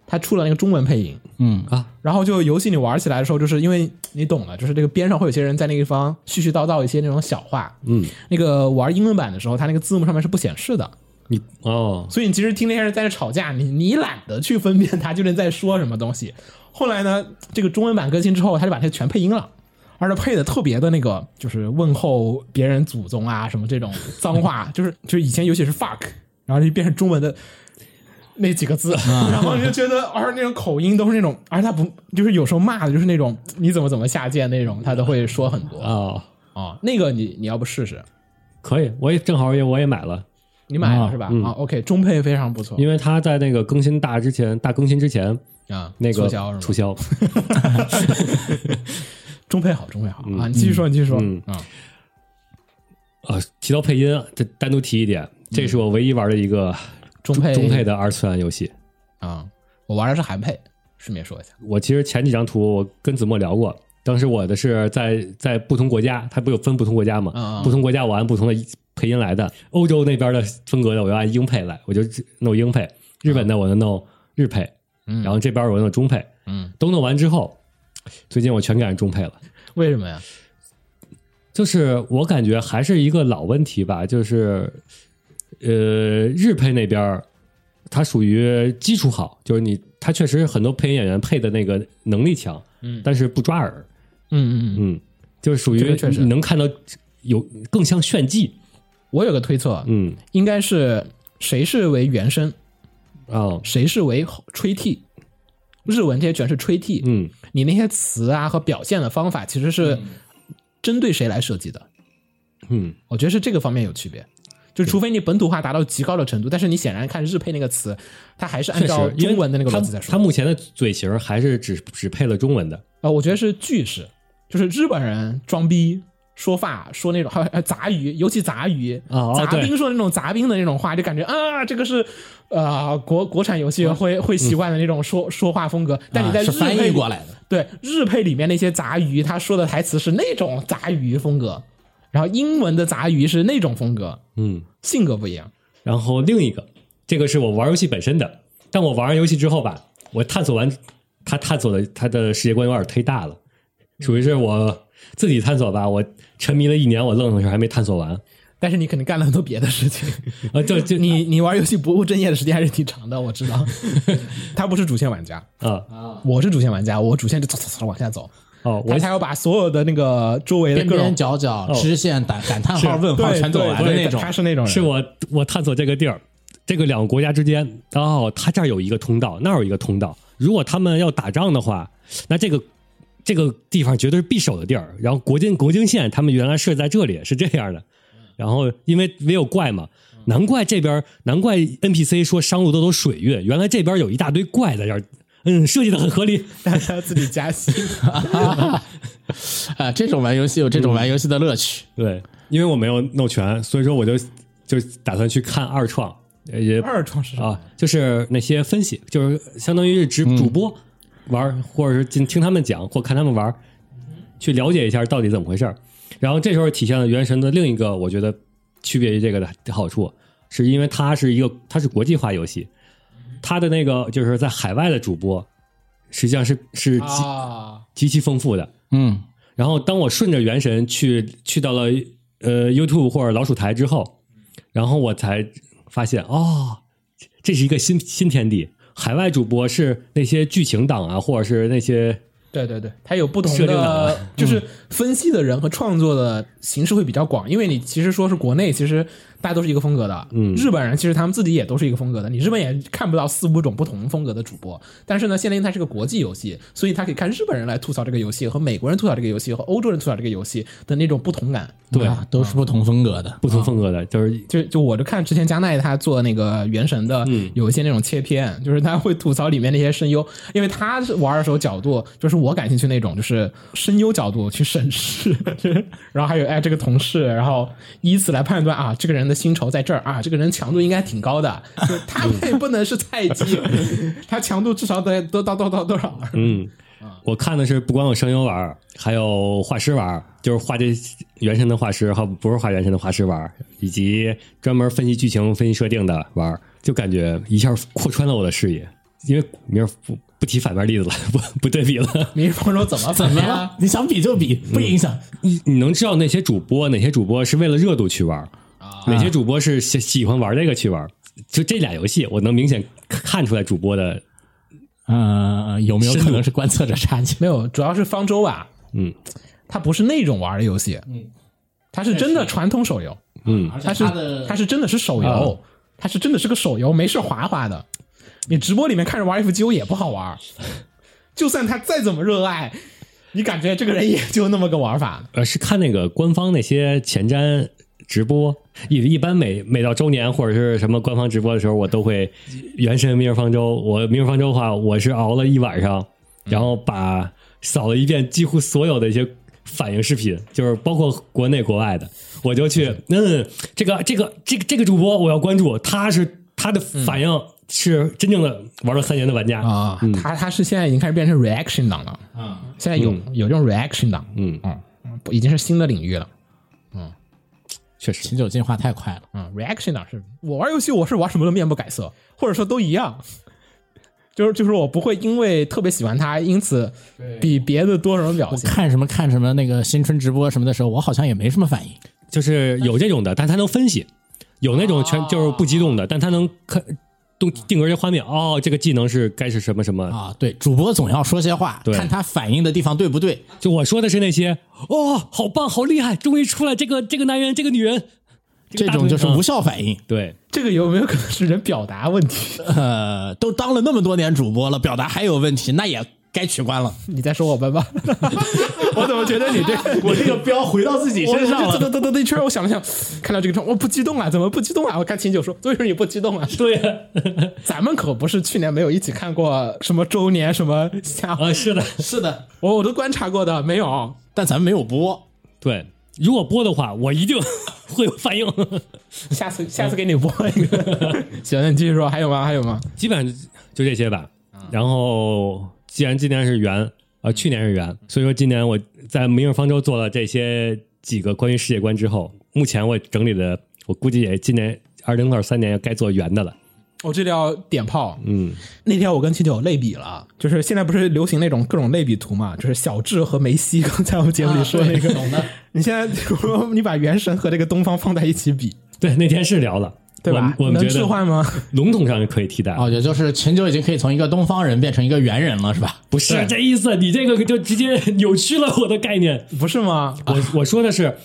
Speaker 2: 它出了那个中文配音，
Speaker 3: 嗯
Speaker 1: 啊，
Speaker 2: 然后就游戏你玩起来的时候，就是因为你懂了，就是这个边上会有些人在那个地方絮絮叨叨一些那种小话，
Speaker 1: 嗯，
Speaker 2: 那个玩英文版的时候，它那个字幕上面是不显示的，
Speaker 1: 你哦，
Speaker 2: 所以你其实听那些人在这吵架，你你懒得去分辨他究竟在说什么东西。后来呢，这个中文版更新之后，他就把它全配音了，而且配的特别的那个，就是问候别人祖宗啊什么这种脏 话，就是就是以前尤其是 fuck，然后就变成中文的。那几个字，
Speaker 1: 啊
Speaker 2: 然后你就觉得，而那种口音都是那种，而他不就是有时候骂的就是那种你怎么怎么下贱那种，他都会说很多啊、
Speaker 1: 哦，
Speaker 2: 哦那个你你要不试试，
Speaker 1: 可以，我也正好也我也买了，
Speaker 2: 你买了
Speaker 3: 啊
Speaker 2: 是吧？啊、OK，中配非常不错
Speaker 1: 嗯因为它在那个更新大之前，大更新之前
Speaker 2: 啊，
Speaker 1: 那个
Speaker 2: 促销是吗？
Speaker 1: 促销，
Speaker 2: 中配好，中配好、啊！你继续说，你继续说，
Speaker 1: 嗯
Speaker 2: 啊，
Speaker 1: 啊，提到配音，这单独提一点，这是我唯一玩的一个
Speaker 2: 中配
Speaker 1: 中配的二次元游戏。
Speaker 2: 啊，我玩的是韩配，顺便说一下，
Speaker 1: 我其实前几张图我跟子墨聊过，当时我的是在在不同国家，它不有分不同国家嘛？
Speaker 2: 嗯嗯
Speaker 1: 不同国家我按不同的配音来的。欧洲那边的风格的我要按英配来，我就弄英配；日本的我就弄日配，
Speaker 2: 嗯
Speaker 1: 然后这边我就弄中配。
Speaker 2: 嗯，
Speaker 1: 都弄完之后，最近我全改成中配了。
Speaker 2: 为什么呀？
Speaker 1: 就是我感觉还是一个老问题吧，就是呃，日配那边儿它属于基础好，就是你它确实很多配音演员配的那个能力强，
Speaker 2: 嗯
Speaker 1: 但是不抓耳，
Speaker 2: 嗯嗯嗯，
Speaker 1: 嗯，就是属于
Speaker 2: 这个确实
Speaker 1: 你能看到有更像炫技，
Speaker 2: 我有个推测，
Speaker 1: 嗯
Speaker 2: 应该是谁是为原声，
Speaker 1: 哦，
Speaker 2: 谁是为后吹替，日文这些全是吹替，
Speaker 1: 嗯
Speaker 2: 你那些词啊和表现的方法其实是针对谁来设计的，
Speaker 1: 嗯
Speaker 2: 我觉得是这个方面有区别。就除非你本土化达到极高的程度，但是你显然看日配那个词，它还是按
Speaker 1: 确实
Speaker 2: 照，
Speaker 1: 因为
Speaker 2: 中文的那个
Speaker 1: 他
Speaker 2: 逻辑在说
Speaker 1: 他。目前的嘴型还是只只配了中文的，
Speaker 2: 呃，我觉得是句式，就是日本人装逼说话说那种，还有还有杂鱼，尤其杂鱼，
Speaker 3: 啊
Speaker 1: 哦哦
Speaker 2: 杂
Speaker 1: 对
Speaker 2: 兵说那种杂兵的那种话，就感觉啊，这个是呃国国产游戏会会习惯的那种说、说话风格。但你在
Speaker 3: 嗯啊
Speaker 2: 日
Speaker 3: 是
Speaker 2: 配、
Speaker 3: 翻译过来的，
Speaker 2: 对日配里面那些杂鱼，他说的台词是那种杂鱼风格，然后英文的杂鱼是那种风格，
Speaker 1: 嗯，
Speaker 2: 性格不一样。
Speaker 1: 然后另一个，这个是我玩游戏本身的，但我玩完游戏之后吧，我探索完他探索的他的世界观有点忒大了，属于是我自己探索吧，我沉迷了一年，我愣的是还没探索完，
Speaker 2: 但是你肯定干了很多别的事情，
Speaker 1: 啊，就就
Speaker 2: 你你玩游戏不务正业的时间还是挺长的，我知 道。 他不是主线玩家，
Speaker 1: 啊
Speaker 2: 我是主线玩家，我主线就嗖嗖嗖往下走，
Speaker 1: 哦，我
Speaker 2: 他才要把所有的那个周围的
Speaker 3: 边
Speaker 2: 各种
Speaker 3: 边角角、支线、感感叹号、
Speaker 1: 是
Speaker 3: 问号
Speaker 2: 对
Speaker 3: 全走完的
Speaker 2: 对
Speaker 3: 那
Speaker 2: 对
Speaker 3: 种
Speaker 2: 他。是那种人
Speaker 1: 是我我探索这个地儿，这个两个国家之间，哦，它这儿有一个通道，那儿有一个通道。如果他们要打仗的话，那这个这个地方绝对是必守的地儿。然后国境国境线，他们原来设在这里，是这样的。然后因为没有怪嘛，难怪这边难怪 NPC 说商路都走水运，原来这边有一大堆怪在这儿。嗯，设计的很合理。
Speaker 2: 大家自己加戏，
Speaker 3: 啊，这种玩游戏有这种玩游戏的乐趣。
Speaker 1: 对，因为我没有弄全，所以说我就就打算去看二 创，呃也
Speaker 2: 二创是什么？
Speaker 1: 啊，就是那些分析，就是相当于是指主播
Speaker 2: 嗯
Speaker 1: 玩儿，或者是听听他们讲或看他们玩儿，去了解一下到底怎么回事儿。然后这时候体现了《原神》的另一个我觉得区别于这个的好处，是因为它是一个它是国际化游戏，它的那个就是在海外的主播实际上是是极、
Speaker 2: 啊，
Speaker 1: 极其丰富的。
Speaker 3: 嗯
Speaker 1: 然后当我顺着《原神去》去到了呃 YouTube 或者老鼠台之后，然后我才发现哦，这是一个新新天地。海外主播是那些剧情党啊，或者是那些
Speaker 2: 对对对，它有不同
Speaker 1: 设定的
Speaker 2: 的，就是分析的人和创作的形式会比较广，因为你其实说是国内，其实大家都是一个风格的，嗯，日本人其实他们自己也都是一个风格的，你日本也看不到四五种不同风格的主播，但是呢，现在因为它是个国际游戏，所以他可以看日本人来吐槽这个游戏，和美国人吐槽这个游戏，和欧洲人吐槽这个游戏的那种不同感，
Speaker 1: 对
Speaker 3: 啊都是不同风格的。
Speaker 1: 不同风格的，就是
Speaker 2: 就就我就看之前加奈他做那个《原神》的，有一些那种切片，就是他会吐槽里面那些声优，因为他是玩的时候角度就是我感兴趣那种，就是声优角度去审视， 就是然后还有哎这个同事，然后依此来判断啊这个人的薪酬在这儿啊，这个人强度应该挺高的，就他也不能是菜鸡， 他强度至少得多到多到多少？
Speaker 1: 嗯，我看的是不光有声优玩儿，还有画师玩儿，就是画这原神的画师，和不是画原神的画师玩儿，以及专门分析剧情、分析设定的玩儿，就感觉一下扩穿了我的视野。因为明儿不不提反面例子了， 不不对比了。
Speaker 2: 明日方舟怎么怎
Speaker 3: 怎么了？ 嗯你想比就比，不影响。
Speaker 1: 你你能知 道哪些主播， 哪些主播是为了热度去玩儿，哪些主播是喜喜欢玩这个去玩儿。就这俩游戏，我能明显看出来主播的
Speaker 3: 呃，有没有可能是观测者差距？
Speaker 2: 没有，主要是方舟吧，
Speaker 1: 嗯，
Speaker 2: 它不是那种玩的游戏，嗯，它是真的传统手游，
Speaker 1: 嗯，
Speaker 3: 而且
Speaker 2: 它是
Speaker 3: 他的
Speaker 2: 它是真的是手游，它是真的是个手游，没事滑滑的。你直播里面看着玩 FGO 也不好 玩，就算他再怎么热爱，你感觉这个人也就那么个玩法。
Speaker 1: 呃，是看那个官方那些前瞻直播，一一般每每到周年或者是什么官方直播的时候，我都会《原神》《明日方舟》。我《明日方舟》的话，我是熬了一晚上，然后把扫了一遍几乎所有的一些反应视频，就是包括国内国外的，我就去，嗯，这个这个这个这个主播我要关注，他是他的反应是真正的玩了三年的玩家，
Speaker 2: 啊，他他是现在已经开始变成 reaction 档了，
Speaker 3: 啊，
Speaker 2: 现在有、有这种 reaction 档，
Speaker 1: 嗯
Speaker 2: 嗯，已经是新的领域了。
Speaker 1: 确实
Speaker 3: 秦九进化太快了。
Speaker 2: 嗯，reaction 啊，是我玩游戏，我是玩什么都面不改色，或者说都一样， 就是就是我不会因为特别喜欢它，因此比别的多什么表
Speaker 3: 我
Speaker 2: 现。
Speaker 3: 看什么看什么那个新春直播什么的时候，我好像也没什么反应。
Speaker 1: 就是有这种的，但他能分析；有那种全就是不激动的，但他能看动定格这画面，哦，这个技能是该是什么什么。
Speaker 3: 啊，对，主播总要说些话，
Speaker 1: 对
Speaker 3: 看他反应的地方对不对。
Speaker 1: 就我说的是那些，哦，好棒，好厉害，终于出来这个这个男人，这个女人，
Speaker 3: 这
Speaker 1: 个大
Speaker 3: 种就是
Speaker 1: 腿啊
Speaker 3: 无效反应。
Speaker 1: 对，
Speaker 2: 这个有没有可能是人表达问题？
Speaker 3: 呃，都当了那么多年主播了，表达还有问题，那也该取关 了。
Speaker 2: 你再说我 吧吧，我怎么觉得你这
Speaker 3: 我这个标回到自己
Speaker 2: 我我就噔噔噔噔一圈，我想了想，看到这个状，我不激动啊，怎么不激动啊？我看秦九说，为什么你不激动啊？
Speaker 1: 对
Speaker 2: 咱们可不是去年没有一起看过什么周年什么下，
Speaker 1: 啊，是的，
Speaker 3: 是的，
Speaker 2: 我我都观察过的，没有。
Speaker 3: 但咱们没有播。
Speaker 1: 对。如果播的话，我一定 会有反应。
Speaker 2: 下次下次给你播一个。 行，那你继续说，还有吗？还有吗？
Speaker 1: 基本上就这些吧。
Speaker 2: 嗯
Speaker 1: 然后，既然今年是圆，呃，去年是圆，所以说今年我在《明日方舟》做了这些几个关于世界观之后，目前我整理的，我估计也今年二零二三年该做圆的了。
Speaker 2: 我哦这里要点炮。
Speaker 1: 嗯，
Speaker 2: 那天我跟七九类比了，就是现在不是流行那种各种类比图嘛，就是小智和梅西。刚才我们节
Speaker 3: 啊
Speaker 2: 目里说那个，
Speaker 3: 懂的，
Speaker 2: 你现在 你把原神和这个东方放在一起比，
Speaker 1: 对，那天是聊了，
Speaker 2: 对吧？
Speaker 1: 我们我
Speaker 2: 能
Speaker 1: 们觉
Speaker 2: 置
Speaker 1: 得
Speaker 2: 换吗？
Speaker 1: 笼统上是可以替代，
Speaker 3: 哦，也就是秦九已经可以从一个东方人变成一个猿人了，是吧？
Speaker 1: 不是这意思，你这个就直接扭曲了我的概念。
Speaker 2: 不是吗？
Speaker 1: 我我说的是，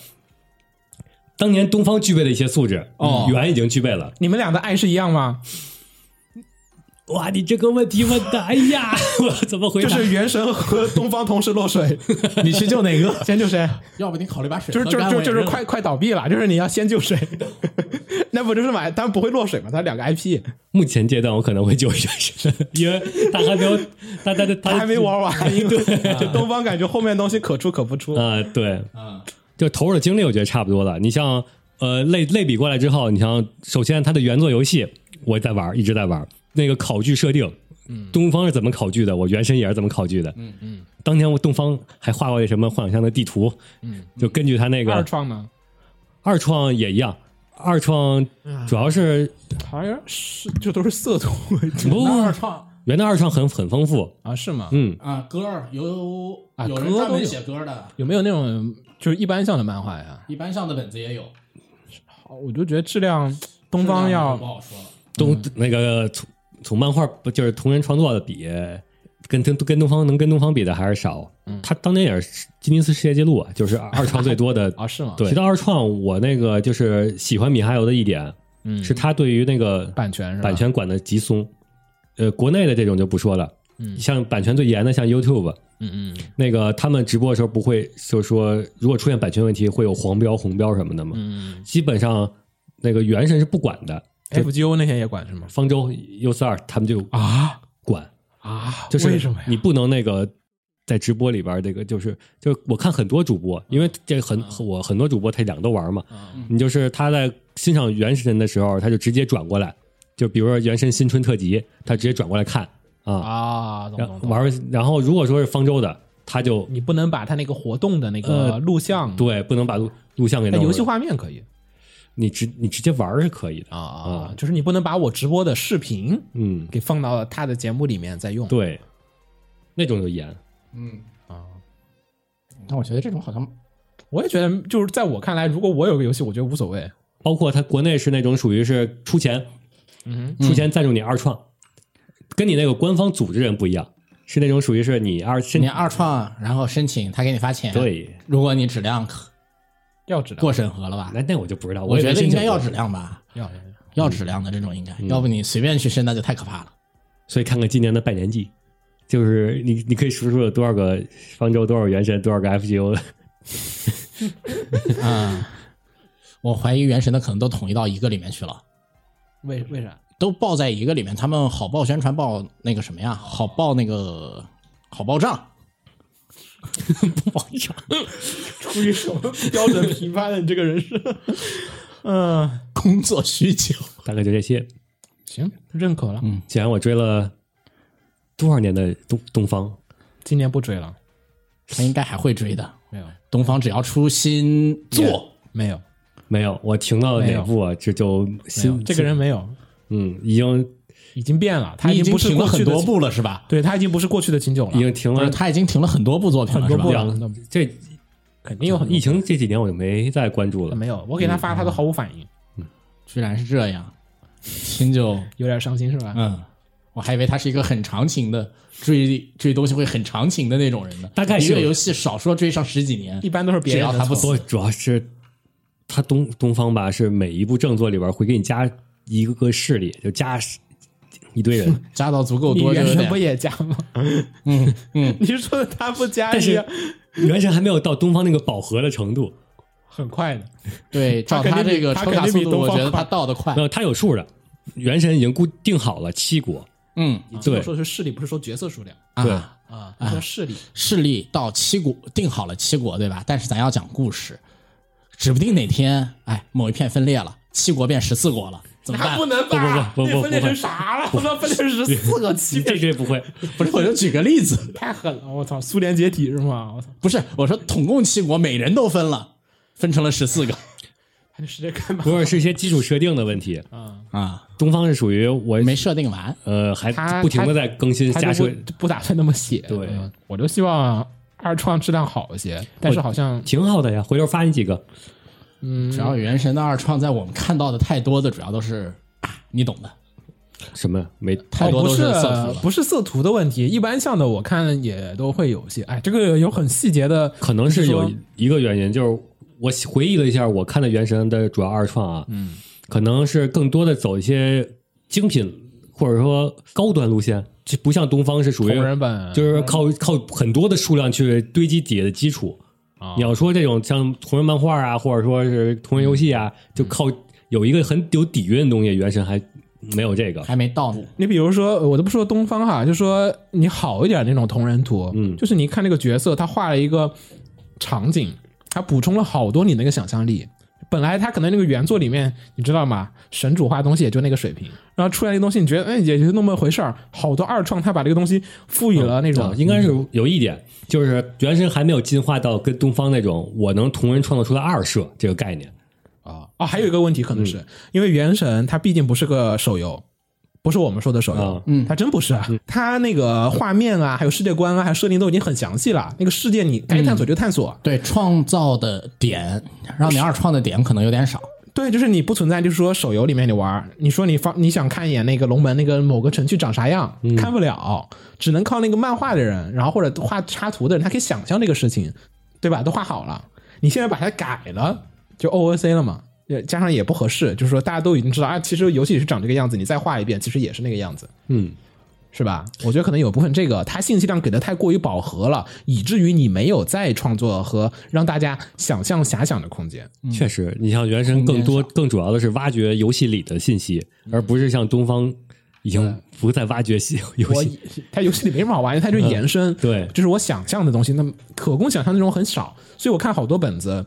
Speaker 1: 当年东方具备的一些素质，
Speaker 3: 哦
Speaker 1: 圆已经具备了。
Speaker 2: 你们俩的爱是一样吗？
Speaker 1: 哇，你这个问题问的，哎呀， 我怎么回
Speaker 2: 就
Speaker 1: 答？
Speaker 2: 是原神和东方同时落 水，
Speaker 3: 你去救哪个？
Speaker 2: 先救谁？
Speaker 3: 要不你考虑把水
Speaker 2: 就是就是就是就是快快倒闭了，就是你要先救谁？ 那不就是买？但不会落水嘛？它两个 IP，
Speaker 1: 目前阶段我可能会救原神，因为他还没有，他他
Speaker 2: 他
Speaker 1: 他
Speaker 2: 还没玩 完，因为就东方感觉后面东西可出可不出。
Speaker 1: 啊、对，就投入的精力我觉得差不多了。你像呃类类比过来之后，你像首先它的原作游戏我在玩，一直在玩那个考据设定，东方是怎么考据的，我原神也是怎么考据的，嗯嗯。当年我东方还画过什么幻想乡的地图，嗯，就根据他那个
Speaker 2: 二创呢？
Speaker 1: 二创也一样，二创主要是
Speaker 2: 好像是这都是色图
Speaker 1: 不
Speaker 3: 那二创
Speaker 1: 原的二创很很丰富，
Speaker 2: 啊？是吗？
Speaker 1: 嗯，
Speaker 3: 啊，歌儿有
Speaker 2: 啊
Speaker 3: 有
Speaker 2: 歌
Speaker 3: 人
Speaker 2: 都
Speaker 3: 专门
Speaker 2: 有
Speaker 3: 写歌的，
Speaker 2: 有没有那种就是一般像的漫画呀？
Speaker 3: 一般上的本子也有。
Speaker 2: 我就觉得质量东方
Speaker 3: 质量就
Speaker 2: 要嗯
Speaker 3: 不好说了。
Speaker 1: 东、那个从从漫画不就是同人创作的比，跟跟跟东方能跟东方比的还是少。
Speaker 2: 嗯
Speaker 1: 他当年也是吉尼斯世界纪录啊，就是二二创最多的
Speaker 2: 啊是吗
Speaker 1: 对，提到二创，我那个就是喜欢米哈游的一点，
Speaker 2: 嗯
Speaker 1: 是他对于那个
Speaker 2: 版权是吧
Speaker 1: 版权管的极松。呃，国内的这种就不说了，
Speaker 2: 嗯
Speaker 1: 像版权最严的，像 YouTube
Speaker 2: 嗯嗯
Speaker 1: 那个，他们直播的时候不会就说，如果出现版权问题，会有黄标、红标什么的嘛。
Speaker 2: 嗯
Speaker 1: 基本上那个原神是不管的，
Speaker 2: 嗯，FGO 那些也管是吗？
Speaker 1: 方舟 U 四二他们就
Speaker 2: 啊
Speaker 1: 管，
Speaker 2: 啊，
Speaker 1: 就是
Speaker 2: 为什么呀？
Speaker 1: 你不能那个在直播里边儿这个就是就是我看很多主播，因为这很我很多主播他两都玩嘛，
Speaker 2: 啊
Speaker 1: 你就是他在欣赏原神的时候，他就直接转过来，就比如说原神新春特辑，他直接转过来看啊，
Speaker 2: 啊，懂
Speaker 1: 然
Speaker 2: 懂
Speaker 1: 后
Speaker 2: 懂。
Speaker 1: 玩儿，然后如果说是方舟的，他就
Speaker 2: 你不能把他那个活动的那个
Speaker 1: 呃
Speaker 2: 录像，
Speaker 1: 对不能把录录像给
Speaker 2: 哎
Speaker 1: 弄
Speaker 2: 游戏
Speaker 1: 出来，
Speaker 2: 画面可以
Speaker 1: 你直你直接玩儿是可以的，
Speaker 2: 啊，就是你不能把我直播的视频
Speaker 1: 嗯，
Speaker 2: 给放到他的节目里面再用。
Speaker 1: 对，那种就严，
Speaker 5: 嗯，
Speaker 2: 啊，
Speaker 3: 但我觉得这种好像
Speaker 2: 我也觉得，就是在我看来，如果我有个游戏，我觉得无所谓。
Speaker 1: 包括他国内是那种属于是出钱
Speaker 2: 嗯
Speaker 1: 出钱赞助你二创，跟你那个官方组织人不一样，是那种属于是你二申
Speaker 3: 你二创，然后申请他给你发钱，，
Speaker 1: 对，
Speaker 3: 如果你质量可
Speaker 2: 要质量，
Speaker 3: 过审核了吧，
Speaker 1: 那那我就不知道，
Speaker 3: 我
Speaker 1: 也
Speaker 3: 觉
Speaker 1: 没
Speaker 3: 得应
Speaker 1: 申请
Speaker 3: 该要
Speaker 1: 过
Speaker 3: 质，量吧，
Speaker 2: 要要要
Speaker 3: 要嗯质量的这种应该，要不你随便去申那就太可怕了。
Speaker 1: 所以看看今年的拜年季，就是你你可以数数有多少个方舟，多少原神，多少个 FGO，
Speaker 3: 嗯，我怀疑原神的可能都统一到一个里面去了，
Speaker 2: 为为啥？
Speaker 3: 都报在一个里面，他们好报宣传报那个什么呀，好报那个好报账，
Speaker 1: 不好讲，
Speaker 2: 出于什么标准评判的你这个人是？ 嗯，
Speaker 3: 工作需求。
Speaker 1: 大概就这些。
Speaker 2: 行，认可了。
Speaker 1: 既然我追了多少年的东东方，
Speaker 2: 今年不追了，
Speaker 3: 他应该还会追的。
Speaker 2: 没有
Speaker 3: 东方只要出新作，
Speaker 2: 没有
Speaker 1: 没有我停到
Speaker 2: 没
Speaker 1: 哪
Speaker 2: 有
Speaker 1: 部啊？这就
Speaker 2: 没有
Speaker 1: 新，
Speaker 2: 这个人没有，
Speaker 1: 嗯，已经
Speaker 2: 已经变了，他
Speaker 3: 你已
Speaker 2: 不是
Speaker 3: 停了
Speaker 2: 过去
Speaker 3: 很
Speaker 2: 的
Speaker 3: 多
Speaker 2: 秦，
Speaker 3: 部了是吧？
Speaker 2: 对他已经不是过去的秦九了
Speaker 1: 已，经停
Speaker 3: 不
Speaker 1: 了
Speaker 3: 是，他已经停了很多部作品了
Speaker 2: 很
Speaker 3: 是
Speaker 2: 多
Speaker 3: 吧
Speaker 2: 部？了
Speaker 1: 两，
Speaker 2: 那
Speaker 1: 这
Speaker 2: 肯定有很多
Speaker 1: 疫情这几年我就没再关注了。
Speaker 2: 没有，我给他发他都毫无反应，
Speaker 3: 居然是这样，秦九，
Speaker 2: 有点伤心是吧？
Speaker 3: 嗯，我还以为他是一个很长情的追追东西会很长情的那种人呢。
Speaker 1: 大概
Speaker 3: 一
Speaker 1: 是
Speaker 3: 个游戏少说追上十几年
Speaker 2: 一，般都是别
Speaker 3: 只
Speaker 2: 人
Speaker 3: 要
Speaker 2: 的
Speaker 3: 他不
Speaker 2: 错
Speaker 3: 死
Speaker 1: 不，主要是他东东方吧，是每一部正作里边会给你加一个个势力，就加一堆 人。
Speaker 3: 加到足够
Speaker 2: 你
Speaker 3: 多就
Speaker 2: 原
Speaker 3: 有
Speaker 2: 神不
Speaker 3: 点。
Speaker 2: 也加吗？
Speaker 3: 嗯嗯，
Speaker 2: 你说的他不加，
Speaker 1: 但
Speaker 2: 你
Speaker 1: 是原神还没有到东方那个饱和的程度，
Speaker 2: 很快的，
Speaker 3: 对，
Speaker 2: 他
Speaker 3: 照
Speaker 2: 肯定
Speaker 3: 他这
Speaker 2: 比
Speaker 3: 个
Speaker 2: 他
Speaker 3: 抽
Speaker 2: 肯
Speaker 3: 卡
Speaker 2: 定
Speaker 3: 速
Speaker 2: 比
Speaker 3: 度，
Speaker 2: 东
Speaker 3: 我
Speaker 2: 方
Speaker 3: 觉得
Speaker 2: 快
Speaker 3: 他到的快
Speaker 2: 哎
Speaker 1: 没。有他有数的。原神已经固定好了七国，
Speaker 3: 嗯
Speaker 1: 对
Speaker 2: 我啊说的是势力，不是说角色数量
Speaker 1: 对
Speaker 3: 啊，
Speaker 2: 啊，他说势力。
Speaker 3: 势力到七国定好了七国，对吧？但是咱要讲故事，指不定哪天哎某一片分裂了，七国变十四国了，怎么
Speaker 2: 那
Speaker 3: 办
Speaker 2: 不？能吧？
Speaker 1: 不不不不
Speaker 2: 那分裂
Speaker 1: 不
Speaker 2: 成啥了？我操，分裂成十四个七，
Speaker 1: 这这不 会。
Speaker 3: 不是，我就举个例子，
Speaker 2: 太狠了！我操，苏联解体是吗？我操，
Speaker 3: 不是我说统共七国每人都分了，分成了十四个
Speaker 2: 还得直接干嘛？
Speaker 1: 不是是一些基础设定的问题。
Speaker 3: 啊，
Speaker 1: 东方是属于我
Speaker 3: 没设定完。
Speaker 1: 呃还
Speaker 2: 他
Speaker 1: 不停的在更新
Speaker 2: 他
Speaker 1: 加
Speaker 2: 就
Speaker 1: 设
Speaker 2: 不，不打算那么写。
Speaker 1: 对
Speaker 2: 嗯我就希望二创质量好一些，但是好像
Speaker 1: 挺好的呀。回头发你几个，
Speaker 3: 主要原神的二创在我们看到的太多的，主要都是啊你懂的，
Speaker 1: 什么没
Speaker 3: 太多
Speaker 2: 哦
Speaker 3: 都
Speaker 2: 不是
Speaker 3: 色图了。
Speaker 2: 不是色图的问题，一般像的我看也都会有些。哎，这个有很细节的，
Speaker 1: 可能是有
Speaker 2: 就是说
Speaker 1: 一个原因，就是我回忆了一下我看的《原神》的主要二创啊，嗯，可能是更多的走一些精品或者说高端路线，这不像东方是属于
Speaker 2: 同人本
Speaker 1: 就是靠靠很多的数量去堆积底下的基础。
Speaker 2: 啊
Speaker 1: 你要说这种像同人漫画啊，或者说是同人游戏啊，就靠有一个很有底蕴的东西，《原神》还没有这个。
Speaker 3: 还没到呢，
Speaker 2: 你比如说，呃我都不说东方哈，就说你好一点那种同人图，
Speaker 1: 嗯
Speaker 2: 就是你看那个角色，他画了一个场景，他补充了好多你那个想象力。本来他可能那个原作里面，你知道吗？神主画东西也就那个水平，然后出来那个东西，你觉得哎也就那么回事儿。好多二创他把这个东西赋予了那种
Speaker 1: 啊，应该是有一点，就是《原神》还没有进化到跟东方那种我能同人创造出来二社这个概念。
Speaker 2: 啊啊，还有一个问题可能是、因为《原神》它毕竟不是个手游，不是我们说的手游
Speaker 1: 啊，
Speaker 2: 嗯，它真不是啊，它那个画面啊，还有世界观啊，还有设定都已经很详细了，那个世界你该探索就探索，
Speaker 3: 对创造的点，让你二创的点可能有点少。
Speaker 2: 对，就是你不存在，就是说手游里面你玩儿，你说你放你想看一眼那个龙门那个某个城区长啥样，看不了，只能靠那个漫画的人，然后或者画插图的人，他可以想象这个事情，对吧？都画好了，你现在把它改了，就 OOC 了嘛，也加上也不合适，就是说大家都已经知道啊，其实游戏是长这个样子，你再画一遍，其实也是那个样子。
Speaker 1: 嗯，
Speaker 2: 是吧？我觉得可能有部分这个它信息量给的太过于饱和了，以至于你没有再创作和让大家想象遐想的空间。
Speaker 1: 确实，你像原神更多更主要的是挖掘游戏里的信息，而不是像东方已经不再挖掘戏游
Speaker 2: 我
Speaker 1: 戏。
Speaker 2: 它游戏里没什么好玩，因为它就是
Speaker 3: 嗯
Speaker 2: 延伸，
Speaker 1: 对
Speaker 2: 就是我想象的东西，那么可供想象的内容很少，所以我看好多本子。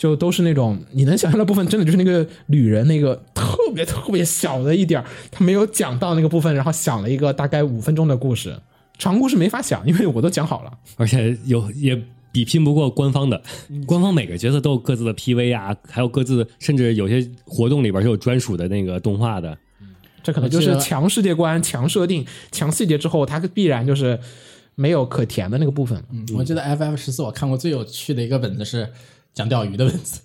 Speaker 2: 就都是那种你能想象的部分，真的就是那个旅人那个特别特别小的一点儿，他没有讲到那个部分，然后想了一个大概五分钟的故事，长故事没法想，因为我都讲好了。
Speaker 1: 而且有也比拼不过官方的，官方每个角色都有各自的 PV 啊，还有各自的，甚至有些活动里边是有专属的那个动画的。
Speaker 2: 这可能就
Speaker 3: 我
Speaker 2: 是
Speaker 3: 记得
Speaker 2: 强世界观、强设定、强细节之后，它必然就是没有可填的那个部分。
Speaker 3: 嗯我记得 FF 十四我看过最有趣的一个本子是讲钓鱼的本子，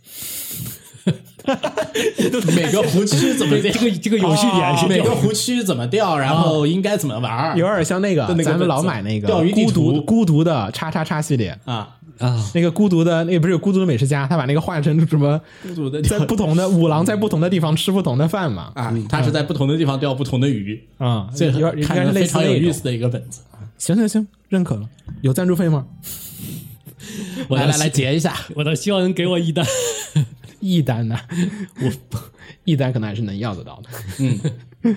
Speaker 3: 每个湖区怎么
Speaker 1: 这
Speaker 3: 钓，
Speaker 1: 个这个啊有趣点是
Speaker 3: 每个
Speaker 1: 钓
Speaker 3: 湖区怎么钓，然后应该怎么玩儿
Speaker 2: 有点像那个
Speaker 3: 就那个
Speaker 2: 咱们老
Speaker 3: 本子
Speaker 2: 买那个
Speaker 3: 钓鱼地
Speaker 2: 孤独
Speaker 3: 图
Speaker 2: 孤独的叉叉叉系列，
Speaker 3: 啊，
Speaker 1: 啊，
Speaker 2: 那个孤独的那个不是有孤独的美食家，他把那个换成什么
Speaker 3: 孤独的
Speaker 2: 在
Speaker 3: 钓
Speaker 2: 不 同的五郎在不同的地方吃不同的饭嘛？
Speaker 3: 啊，他是在不同的地方钓不同的鱼，
Speaker 2: 啊、
Speaker 3: 所以
Speaker 2: 嗯有点应
Speaker 3: 看
Speaker 2: 该是
Speaker 3: 着
Speaker 2: 类
Speaker 3: 非
Speaker 2: 似
Speaker 3: 常有
Speaker 2: 那
Speaker 3: 意
Speaker 2: 种
Speaker 3: 思的一个本子。
Speaker 2: 行行行，认可了。有赞助费吗？
Speaker 1: 我
Speaker 3: 来
Speaker 1: 倒
Speaker 3: 来来，
Speaker 1: 希，
Speaker 3: 截一下，
Speaker 1: 我倒希望能给我一单。
Speaker 2: 一单呢、 我一单可能还是能要得到的。
Speaker 3: 嗯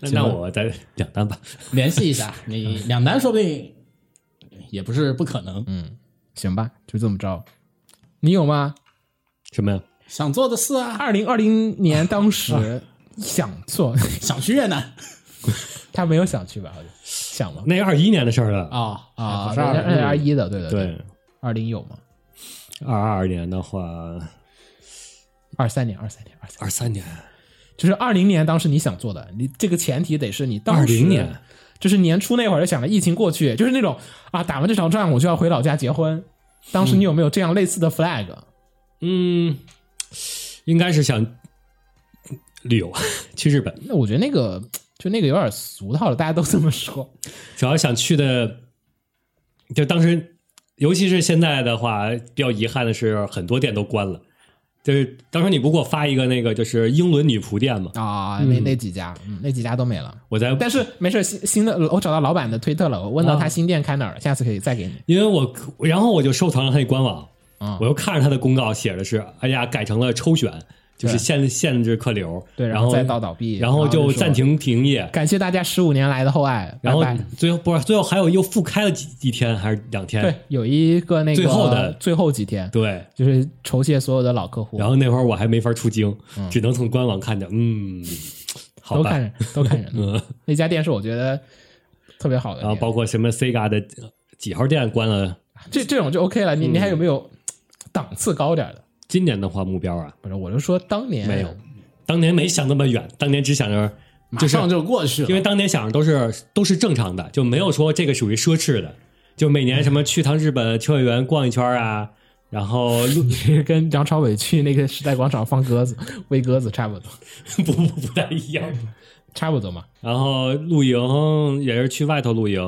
Speaker 1: 那那我再两单吧。
Speaker 3: 联系一下，你
Speaker 2: 嗯
Speaker 3: 两单说不定也不是不可能。
Speaker 2: 行吧，就这么着。你有吗？
Speaker 1: 什么呀？
Speaker 3: 想做的事啊，
Speaker 2: 二零二零年当时想做，
Speaker 3: 想去越南
Speaker 2: 他没有想去吧？好像想吗？
Speaker 1: 那二一年的事儿了。
Speaker 3: 啊
Speaker 2: 不
Speaker 3: 啊，
Speaker 2: 是二二一的，对的对，
Speaker 1: 对，
Speaker 2: 二零有吗？
Speaker 1: 二二年的话，
Speaker 2: 二三年，二三年，二三，
Speaker 1: 二三年，
Speaker 2: 就是二零年当时你想做的，你这个前提得是你当时
Speaker 1: 20年。
Speaker 2: 就是年初那会儿就想着疫情过去，就是那种啊，打完这场仗我就要回老家结婚。当时你有没有这样类似的 flag？、
Speaker 1: 嗯，应该是想旅游 去日本，
Speaker 2: 那我觉得那个就那个有点俗套了，大家都这么说。
Speaker 1: 主要想去的，就当时，尤其是现在的话，比较遗憾的是很多店都关了。就是当时你不给我发一个那个就是英伦女仆店嘛，
Speaker 2: 啊，那那几家，嗯，那几家都没了。
Speaker 1: 我在，
Speaker 2: 但是没事，新新的我找到老板的推特了，我问
Speaker 1: 啊
Speaker 2: 到他新店开哪儿了，下次可以再给你。
Speaker 1: 因为我然后我就收藏了他的官网，
Speaker 2: 啊、
Speaker 1: 我又看着他的公告写的是，哎呀，改成了抽选，就是
Speaker 2: 对
Speaker 1: 限限制客流，
Speaker 2: 对，
Speaker 1: 然
Speaker 2: 然
Speaker 1: 后
Speaker 2: 再到倒闭，
Speaker 1: 然后就
Speaker 2: 说
Speaker 1: 暂。停停业，
Speaker 2: 感谢大家十五年来的厚爱，
Speaker 1: 然后
Speaker 2: 拜拜
Speaker 1: 最后不是最后还有又复开了几几天还是两天？
Speaker 2: 对有一个那个
Speaker 1: 最后的
Speaker 2: 最后几天，
Speaker 1: 对
Speaker 2: 就是酬谢所有的老客户，
Speaker 1: 然后那会儿我还没法出京，只能从官网看着。嗯，好
Speaker 2: 嗯都看
Speaker 1: 吧。
Speaker 2: 人，都看 人。
Speaker 1: 嗯，
Speaker 2: 那家店是我觉得特别好的
Speaker 1: 然后
Speaker 2: 店，
Speaker 1: 包括什么 Sega 的几号店关了。
Speaker 2: 这这种就 OK 了。你你还有没有档次高点的？
Speaker 1: 今年的话目标啊，
Speaker 2: 不是，我就说当年
Speaker 1: 没有当年没想那么远，当年只想着，
Speaker 3: 马
Speaker 1: 就是
Speaker 3: 上就过去了，
Speaker 1: 因为当年想着都是都是正常的，就没有说这个属于奢侈的。就每年什么去趟日本秋叶原逛一圈啊，然后路
Speaker 2: 是跟梁朝伟去那个时代广场放鸽 子、喂鸽子差不多，
Speaker 1: 不不不太一样。
Speaker 2: 差不多嘛。
Speaker 1: 然后露营也是去外头露营，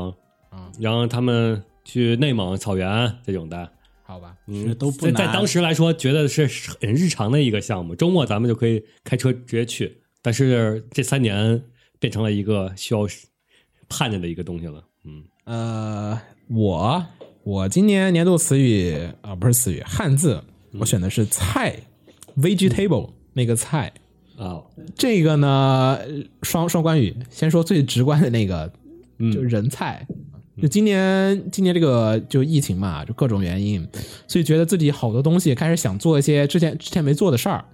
Speaker 2: 啊
Speaker 1: 然后他们去内蒙草原这种的，
Speaker 2: 好吧，
Speaker 3: 其实都不
Speaker 1: 在
Speaker 3: 难。
Speaker 1: 在当时来说，觉得是很日常的一个项目。周末咱们就可以开车直接去，但是这三年变成了一个需要盼着的一个东西了。嗯，
Speaker 2: 呃，我我今年年度词语啊、不是词语，汉字，我选的是菜、v e g e t a b l e 那个菜。
Speaker 1: 啊，
Speaker 2: 这个呢，双双关语，先说最直观的那个，就人菜。就今年，今年这个就疫情嘛，就各种原因，所以觉得自己好多东西开始想做一些之前之前没做的事儿，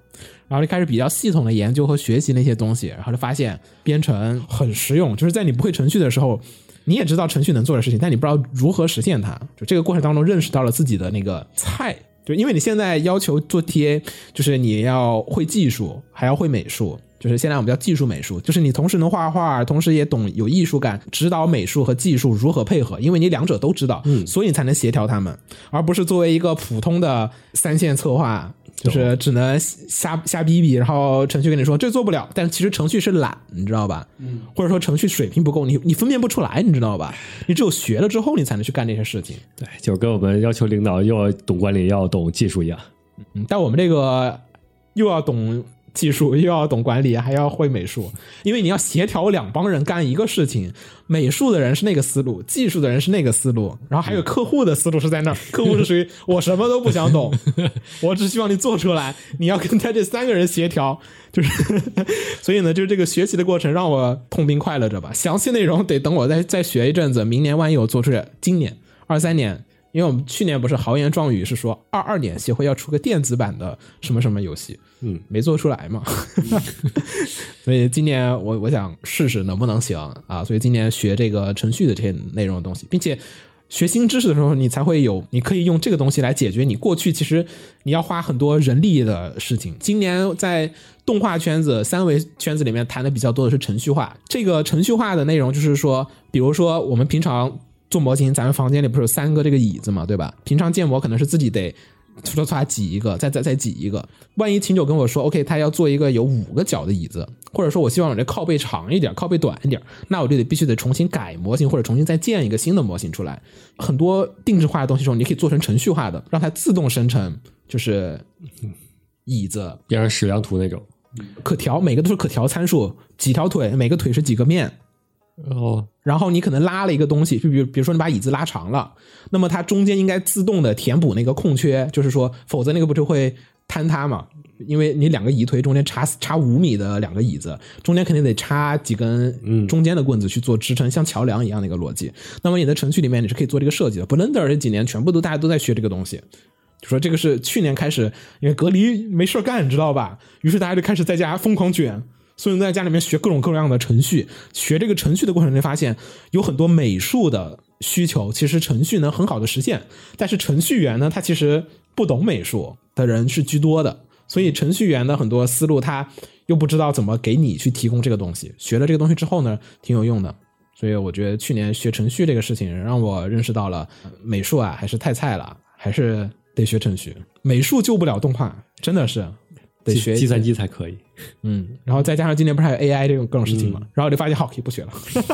Speaker 2: 然后就开始比较系统的研究和学习那些东西，然后就发现编程很实用，就是在你不会程序的时候，你也知道程序能做的事情，但你不知道如何实现它。就这个过程当中，认识到了自己的那个菜，就因为你现在要求做 TA，就是你要会技术，还要会美术。就是现在我们叫技术美术，就是你同时能画画，同时也懂有艺术感，指导美术和技术如何配合，因为你两者都知道，所以你才能协调他们，而不是作为一个普通的三线策划，就是只能瞎瞎逼逼，然后程序跟你说这做不了，但其实程序是懒，你知道吧？嗯，或者说程序水平不够，你你分辨不出来，你知道吧？你只有学了之后，你才能去干这些事情。
Speaker 1: 对，就是跟我们要求领导又要懂管理，又要懂技术一样。
Speaker 2: 嗯，但我们这个又要懂技术，又要懂管理，还要会美术，因为你要协调两帮人干一个事情。美术的人是那个思路，技术的人是那个思路，然后还有客户的思路是在那儿。客户是属于我什么都不想懂，我只希望你做出来。你要跟他这三个人协调，就是 所以呢，就是这个学习的过程让我痛并快乐着吧。详细内容得等我再再学一阵子，明年万一我做出来，今年二三年因为我们去年不是豪言壮语是说二二年协会要出个电子版的什么什么游戏，嗯，没做出来嘛，所以今年我我想试试能不能行啊，所以今年学这个程序的这些内容的东西，并且。学新知识的时候，你才会有，你可以用这个东西来解决你过去其实你要花很多人力的事情。今年在动画圈子、三维圈子里面谈的比较多的是程序化。这个程序化的内容就是说，比如说我们平常做模型，咱们房间里不是有三个这个椅子嘛，对吧？平常建模可能是自己得唰唰唰挤一个，再再再挤一个。万一秦九跟我说，OK，他要做一个有五个角的椅子，或者说我希望我这靠背长一点，靠背短一点，那我就得必须得重新改模型，或者重新再建一个新的模型出来。很多定制化的东西时候，你可以做成程序化的，让它自动生成，就是椅子
Speaker 1: 变成矢量图那种。
Speaker 2: 可调，每个都是可调参数，几条腿，每个腿是几个面，
Speaker 1: 哦，
Speaker 2: 然后你可能拉了一个东西，就比如比如说你把椅子拉长了，那么它中间应该自动的填补那个空缺，就是说，否则那个不就会坍塌嘛？因为你两个椅腿中间插插五米的两个椅子，中间肯定得插几根中间的棍子去做支撑，像桥梁一样的一个逻辑。那么你的程序里面你是可以做这个设计的。Blender 这几年全部都大家都在学这个东西，就说这个是去年开始，因为隔离没事儿干，你知道吧？于是大家就开始在家疯狂卷，所以在家里面学各种各样的程序。学这个程序的过程中，发现有很多美术的需求，其实程序能很好的实现，但是程序员呢，他其实不懂美术的人是居多的，所以程序员的很多思路他又不知道怎么给你去提供这个东西。学了这个东西之后呢，挺有用的。所以我觉得去年学程序这个事情，让我认识到了呃美术啊，还是太菜了，还是得学程序。美术救不了动画，真的是得
Speaker 1: 计
Speaker 2: 学
Speaker 1: 计算机才可以。
Speaker 2: 嗯，然后再加上今年不是还有 AI 这种各种事情
Speaker 1: 嗯
Speaker 2: 嘛，然后我就发现好可以不学了，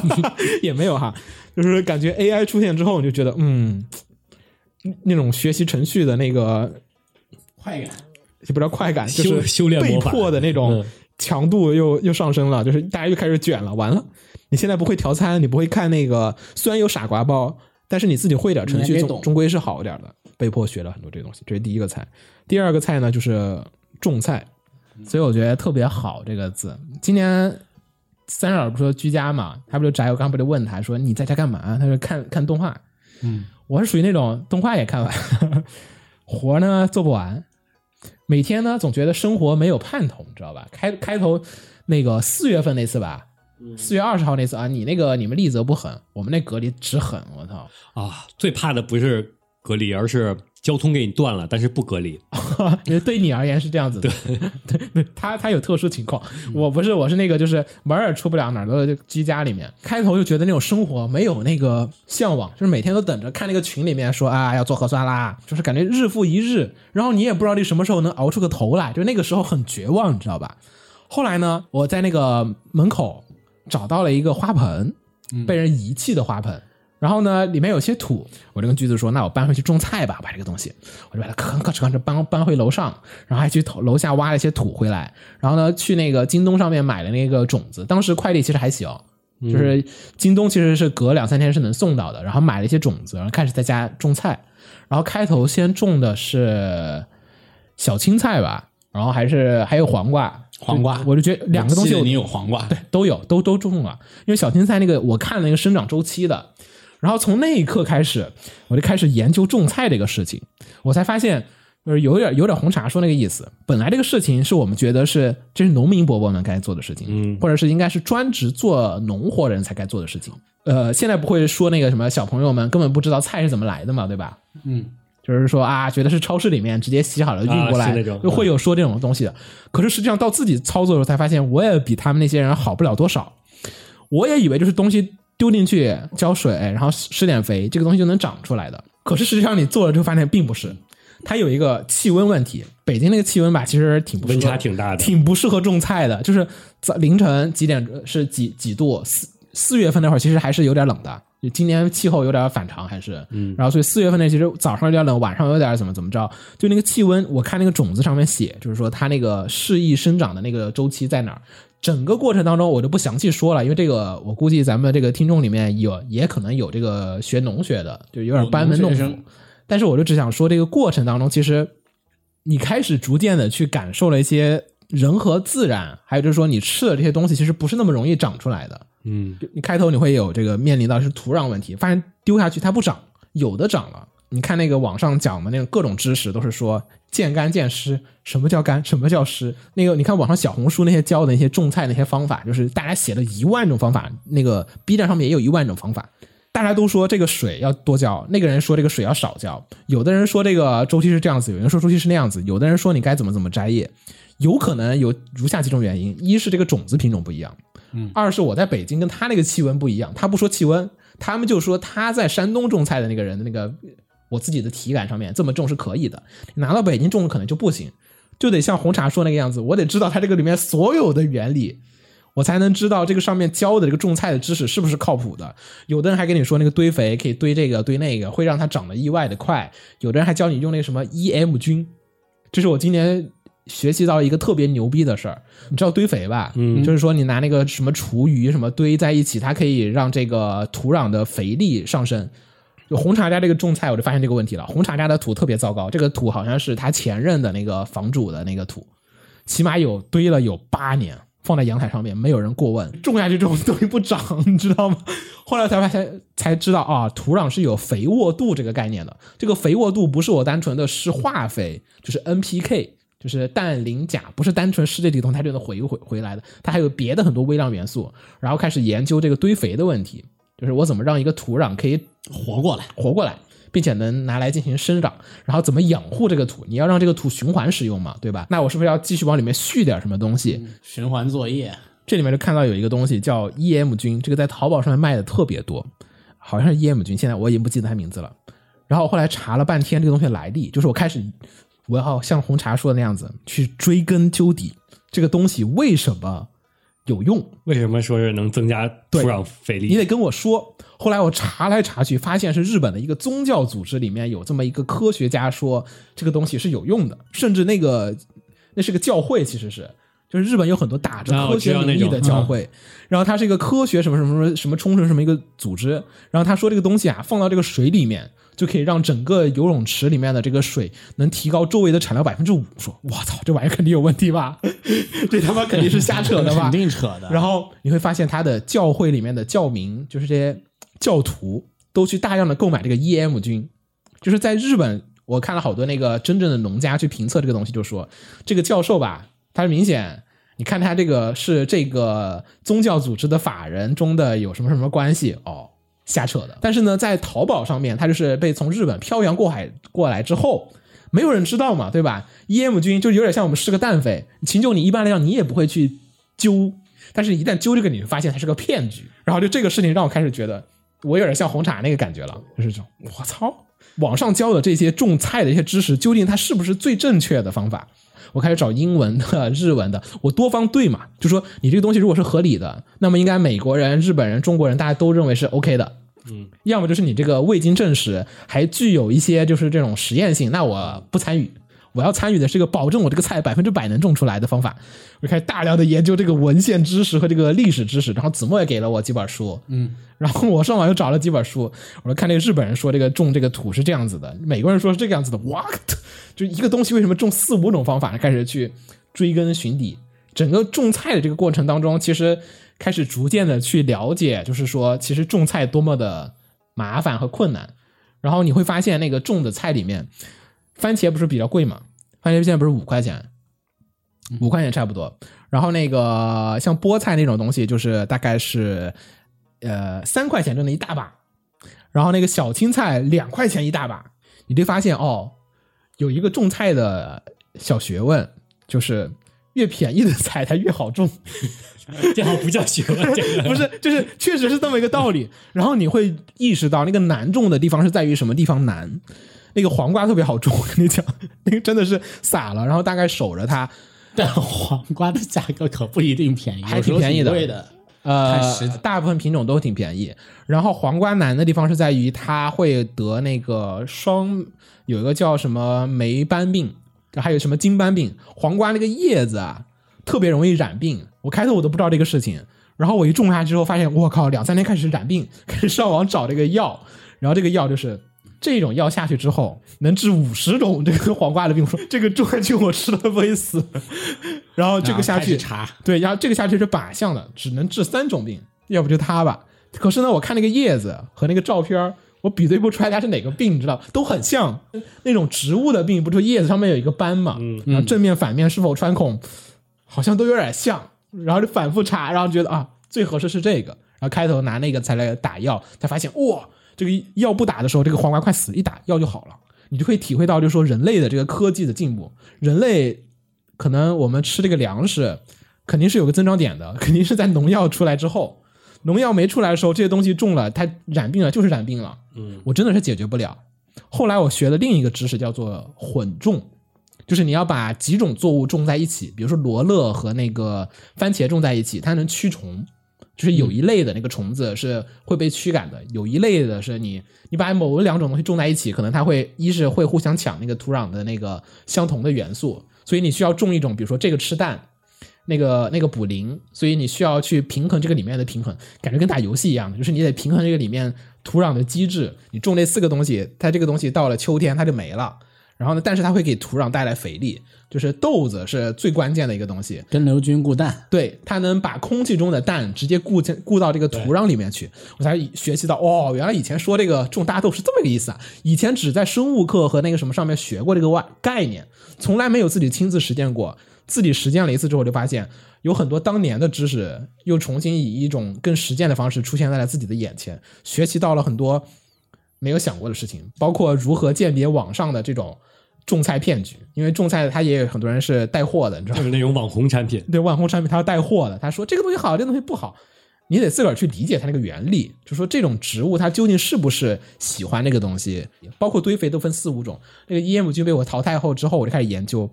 Speaker 2: 也没有哈，就是感觉 AI 出现之后，你就觉得嗯，那种学习程序的那个
Speaker 3: 快感。
Speaker 2: 也不知道快感，就
Speaker 1: 修
Speaker 2: 是
Speaker 1: 修炼
Speaker 2: 被
Speaker 1: 魔法
Speaker 2: 迫的那种
Speaker 1: 嗯
Speaker 2: 强度又、又上升了，就是大家又开始卷了，完了，你现在不会调参，你不会看那个，虽然有傻瓜包，但是你自己会点程
Speaker 3: 你还
Speaker 2: 序
Speaker 3: 得
Speaker 2: 总
Speaker 3: 懂
Speaker 2: 终归是好一点的。被迫学了很多这东西，这是第一个菜。第二个菜呢就是种菜，
Speaker 3: 嗯
Speaker 2: 所以我觉得特别好这个字。今年三少不是说居家嘛，他不就宅？我刚不就问他说你在家干嘛？他说看看动画。嗯，我是属于那种动画也看完， 活儿呢做不完，每天呢总觉得生活没有盼头，你知道吧？开开头那个四月份那次吧，四月二十号那次啊，你那个你们丽泽不狠，我们那隔离只狠，我操！
Speaker 1: 啊，最怕的不是隔离，而是交通给你断了，但是不隔离。
Speaker 2: 对你而言是这样子的，对，对他他有特殊情况，我不是，我是那个就是门儿也出不了，哪儿都就居家里面。开头就觉得那种生活没有那个向往，就是每天都等着看那个群里面说啊要做核酸啦，就是感觉日复一日，然后你也不知道你什么时候能熬出个头来，就那个时候很绝望，你知道吧？后来呢，我在那个门口找到了一个花盆，被人遗弃的花盆。然后呢，里面有些土，我就跟橘子说：“那我搬回去种菜吧，把这个东西。”我就把它吭吭哧吭哧搬搬回楼上，然后还去头楼下挖了一些土回来，然后呢，去那个京东上面买了那个种子。当时快递其实还行，就是京东其实是隔两三天是能送到的。然后买了一些种子，然后开始在家种菜。然后开头先种的是小青菜吧，然后还是还有黄瓜，
Speaker 3: 黄瓜
Speaker 2: 就我就觉得两个东西
Speaker 3: 我记
Speaker 2: 我
Speaker 3: 得你有黄瓜，对，
Speaker 2: 都有，都都种了。因为小青菜那个我看了那个生长周期的，然后从那一刻开始，我就开始研究种菜这个事情，我才发现。就是有点有点红茶说那个意思，本来这个事情是我们觉得是这是农民伯伯们该做的事情，
Speaker 1: 嗯
Speaker 2: 或者是应该是专职做农活人才该做的事情。呃，现在不会说那个什么小朋友们根本不知道菜是怎么来的嘛，对吧？
Speaker 3: 嗯，
Speaker 2: 就是说啊，觉得是超市里面直接洗好了运过来，
Speaker 1: 啊是那种
Speaker 2: 就会有说这种东西的。可是实际上到自己操作的时候，才发现我也比他们那些人好不了多少。我也以为就是东西丢进去浇水，然后施点肥，这个东西就能长出来的。可是实际上你做了之后发现并不是，它有一个气温问题。北京那个气温吧，其实挺不适
Speaker 1: 温
Speaker 2: 合
Speaker 1: 差挺大的
Speaker 2: 挺不适合种菜的。就是早凌晨几点是几几度？四四月份那会儿其实还是有点冷的。就今年气候有点反常，还是嗯。然后所以四月份那其实早上有点冷，晚上有点怎么怎么着。就那个气温，我看那个种子上面写，就是说它那个适宜生长的那个周期在哪儿。整个过程当中，我就不详细说了，因为这个我估计咱们这个听众里面有也可能有这个学农学的，就有点班门弄
Speaker 3: 农学
Speaker 2: 斧
Speaker 3: 生。
Speaker 2: 但是我就只想说，这个过程当中，其实你开始逐渐的去感受了一些人和自然，还有就是说你吃的这些东西，其实不是那么容易长出来的。
Speaker 1: 嗯，
Speaker 2: 就你开头你会有这个面临到是土壤问题，发现丢下去它不长，有的长了。你看那个网上讲的那种各种知识，都是说见干见湿，什么叫干，什么叫湿。那个你看网上小红书那些教的那些种菜那些方法，就是大家写了一万种方法，那个 B 站上面也有一万种方法。大家都说这个水要多浇，那个人说这个水要少浇，有的人说这个周期是这样子，有人说周期是那样子，有的人说你该怎么怎么摘叶，有可能有如下几种原因：一是这个种子品种不一样，二是我在北京跟他那个气温不一样，他不说气温，他们就说他在山东种菜的那个人的那个我自己的体感上面这么种是可以的，拿到北京种可能就不行，就得像红茶说那个样子，我得知道它这个里面所有的原理。我才能知道这个上面教的这个种菜的知识是不是靠谱的。有的人还跟你说那个堆肥可以堆这个堆那个，会让它长得意外的快。有的人还教你用那个什么 EM 菌，这是我今年学习到一个特别牛逼的事儿。你知道堆肥吧？嗯，就是说你拿那个什么厨余什么堆在一起，它可以让这个土壤的肥力上升。就红茶家这个种菜，我就发现这个问题了。红茶家的土特别糟糕，这个土好像是他前任的那个房主的那个土，起码有堆了有八年，放在阳台上面，没有人过问，种下去这种东西不长，你知道吗？后来才发现才知道啊，土壤是有肥沃度这个概念的。这个肥沃度不是我单纯的施化肥，就是 NPK，就是氮磷钾，不是单纯施这几个东西它就能回回回来的，它还有别的很多微量元素。然后开始研究这个堆肥的问题，就是我怎么让一个土壤可以
Speaker 3: 活过来。
Speaker 2: 活过来，并且能拿来进行生长，然后怎么养护这个土？你要让这个土循环使用嘛，对吧？那我是不是要继续往里面续点什么东西？
Speaker 3: 循环作业，
Speaker 2: 这里面就看到有一个东西叫 EM 菌，这个在淘宝上面卖的特别多，好像是 EM 菌，现在我已经不记得它名字了。然后我后来查了半天这个东西的来历，就是我开始我要像红茶说的那样子去追根究底，这个东西为什么有用？
Speaker 1: 为什么说是能增加土壤肥
Speaker 2: 你
Speaker 1: 力？
Speaker 2: 得跟我说。后来我查来查去，发现是日本的一个宗教组织里面有这么一个科学家说这个东西是有用的，甚至那个那是个教会，其实是就是日本有很多打着
Speaker 1: 啊我知
Speaker 2: 科学
Speaker 1: 道
Speaker 2: 名义
Speaker 1: 那
Speaker 2: 的
Speaker 1: 种
Speaker 2: 教会，然后它是一个科学什么什么什么什么冲绳什么一个组织，然后他说这个东西啊放到这个水里面。就可以让整个游泳池里面的这个水能提高周围的产量百分之五。说，我操，这玩意儿肯定有问题吧？ 这他妈肯定是瞎扯的吧？
Speaker 3: 肯定扯的。
Speaker 2: 然后你会发现，他的教会里面的教民，就是这些教徒，都去大量的购买这个 EM 菌。就是在日本，我看了好多那个真正的农家去评测这个东西，就说这个教授吧，他明显，你看他这个是这个宗教组织的法人中的有什么什么关系哦，瞎扯的。但是呢，在淘宝上面，他就是被从日本漂洋过海过来之后。没有人知道嘛，对吧？EM 菌就有点像我们施个氮肥，秦九，你一般来讲你也不会去揪，但是一旦揪这个，你会发现它是个骗局。然后就这个事情让我开始觉得，我有点像红茶那个感觉了，就是这种，我操，网上教的这些种菜的一些知识，究竟它是不是最正确的方法？我开始找英文的、日文的，我多方对嘛，就说你这个东西如果是合理的，那么应该美国人、日本人、中国人大家都认为是 OK 的，要么就是你这个未经证实，还具有一些就是这种实验性，那我不参与。我要参与的是一个保证我这个菜百分之百能种出来的方法。我开始大量的研究这个文献知识和这个历史知识，然后子墨也给了我几本书，嗯，然后我上网又找了几本书，我说看这个日本人说这个种这个土是这样子的，美国人说是这个样子的，what？就 一个东西为什么种四五种方法，开始去追根寻底。整个种菜的这个过程当中，其实开始逐渐的去了解，就是说，其实种菜多么的麻烦和困难。然后你会发现，那个种的菜里面，番茄不是比较贵嘛？番茄现在不是五块钱，五块钱差不多。然后那个像菠菜那种东西，就是大概是呃三块钱就那一大把。然后那个小青菜两块钱一大把，你就发现哦，有一个种菜的小学问，就是越便宜的菜它越好种，
Speaker 1: 这好像不叫学问，这个
Speaker 2: 不是，就是确实是这么一个道理。然后你会意识到那个难种的地方是在于什么地方难。那个黄瓜特别好种，我跟你讲，那个真的是撒了，然后大概守着它，
Speaker 3: 但黄瓜的价格可不一定便宜，
Speaker 2: 还
Speaker 3: 有时候
Speaker 2: 挺便宜的
Speaker 3: 贵的。
Speaker 2: 呃
Speaker 3: 看实际，
Speaker 2: 大部分品种都挺便宜。然后黄瓜难的地方是在于它会得那个双，有一个叫什么霉斑病，还有什么金斑病。黄瓜那个叶子啊，特别容易染病。我开头我都不知道这个事情，然后我一种它之后发现，我靠，两三天开始染病，开始上网找这个药，然后这个药就是。这种药下去之后，能治五十种这个黄瓜的病。我说这个种下去我吃了不会 死。然后这个下
Speaker 3: 然后啊开
Speaker 2: 去
Speaker 3: 始查，
Speaker 2: 对，然后这个下去是靶向的，只能治三种病，要不就它吧。可是呢，我看那个叶子和那个照片儿，我比对不出来它是哪个病，你知道吧，都很像那种植物的病，不就叶子上面有一个斑嘛，嗯，然后正面反面是否穿孔，好像都有点像，然后就反复查，然后觉得啊，最合适是这个，然后开头拿那个才来打药，才发现哇，这个药不打的时候，这个黄瓜快死了，一打药就好了，你就会体会到，就是说人类的这个科技的进步，人类可能我们吃这个粮食，肯定是有个增长点的， 肯定是在农药出来之后，农药没出来的时候，这些东西种了，它染病了就是染病了，嗯，我真的是解决不了。后来我学了另一个知识，叫做混种。就是你要把几种作物种在一起，比如说罗勒和那个番茄种在一起，它能驱虫。就是有一类的那个虫子是会被驱赶的，有一类的是你你把某两种东西种在一起，可能它会一是会互相抢那个土壤的那个相同的元素，所以你需要种一种，比如说这个吃蛋，那个那个补磷，所以你需要去平衡这个里面的平衡，感觉跟打游戏一样的，就是你得平衡这个里面土壤的机制。你种这四个东西，它这个东西到了秋天它就没了，然后呢，但是它会给土壤带来肥力，就是豆子是最关键的一个东西，
Speaker 3: 根瘤菌固氮，
Speaker 2: 对，它能把空气中的氮直接固进固到这个土壤里面去，我才学习到哦，原来以前说这个种大豆是这么个意思啊，以前只在生物课和那个什么上面学过这个外概念，从来没有自己亲自实践过。自己实践了一次之后，就发现有很多当年的知识又重新以一种更实践的方式出现在了自己的眼前，学习到了很多没有想过的事情，包括如何鉴别网上的这种种菜骗局，因为种菜它也有很多人是带货的，你知道吗
Speaker 1: 就是那种网红产品，
Speaker 2: 对网红产品，他要带货的，他说这个东西好，这个东西不好，你得自个儿去理解它那个原理，就说这种植物它究竟是不是喜欢那个东西，包括堆肥都分四五种，那个 EM 菌被我淘汰后之后，我就开始研究，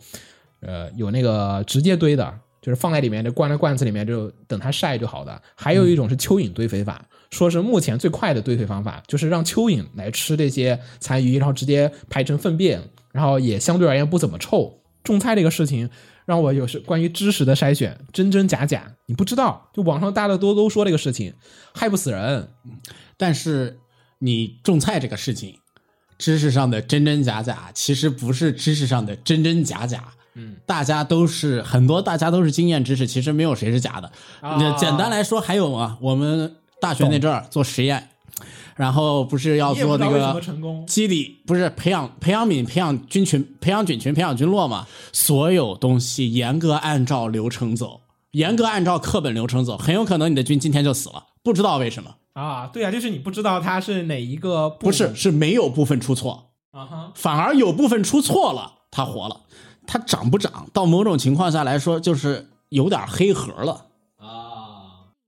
Speaker 2: 呃，有那个直接堆的，就是放在里面就灌在罐子里面就等它晒就好的，还有一种是蚯蚓堆肥法。说是目前最快的堆肥方法，就是让蚯蚓来吃这些残余，然后直接排成粪便，然后也相对而言不怎么臭。种菜这个事情，让我有是关于知识的筛选，真真假假，你不知道。就网上大家都都说这个事情，害不死人。
Speaker 3: 但是你种菜这个事情，知识上的真真假假，其实不是知识上的真真假假。嗯，大家都是很多，大家都是经验知识，其实没有谁是假的。
Speaker 2: 啊
Speaker 3: 那、简单来说，还有啊，我们大学那阵儿做实验，然后不是要做那
Speaker 2: 你也不知道为什么
Speaker 3: 个
Speaker 2: 成功
Speaker 3: 基底，不是培养培养皿、培养菌群、培养菌群、培养菌落嘛？所有东西严格按照流程走，严格按照课本流程走，很有可能你的菌今天就死了，不知道为什么。
Speaker 2: 啊，对啊，就是你不知道它是哪一个部
Speaker 3: 不
Speaker 2: 分
Speaker 3: 是，是没有部分出错，
Speaker 2: 啊哈，
Speaker 3: 反而有部分出错了，它活了。它长不长，到某种情况下来说，就是有点黑盒了。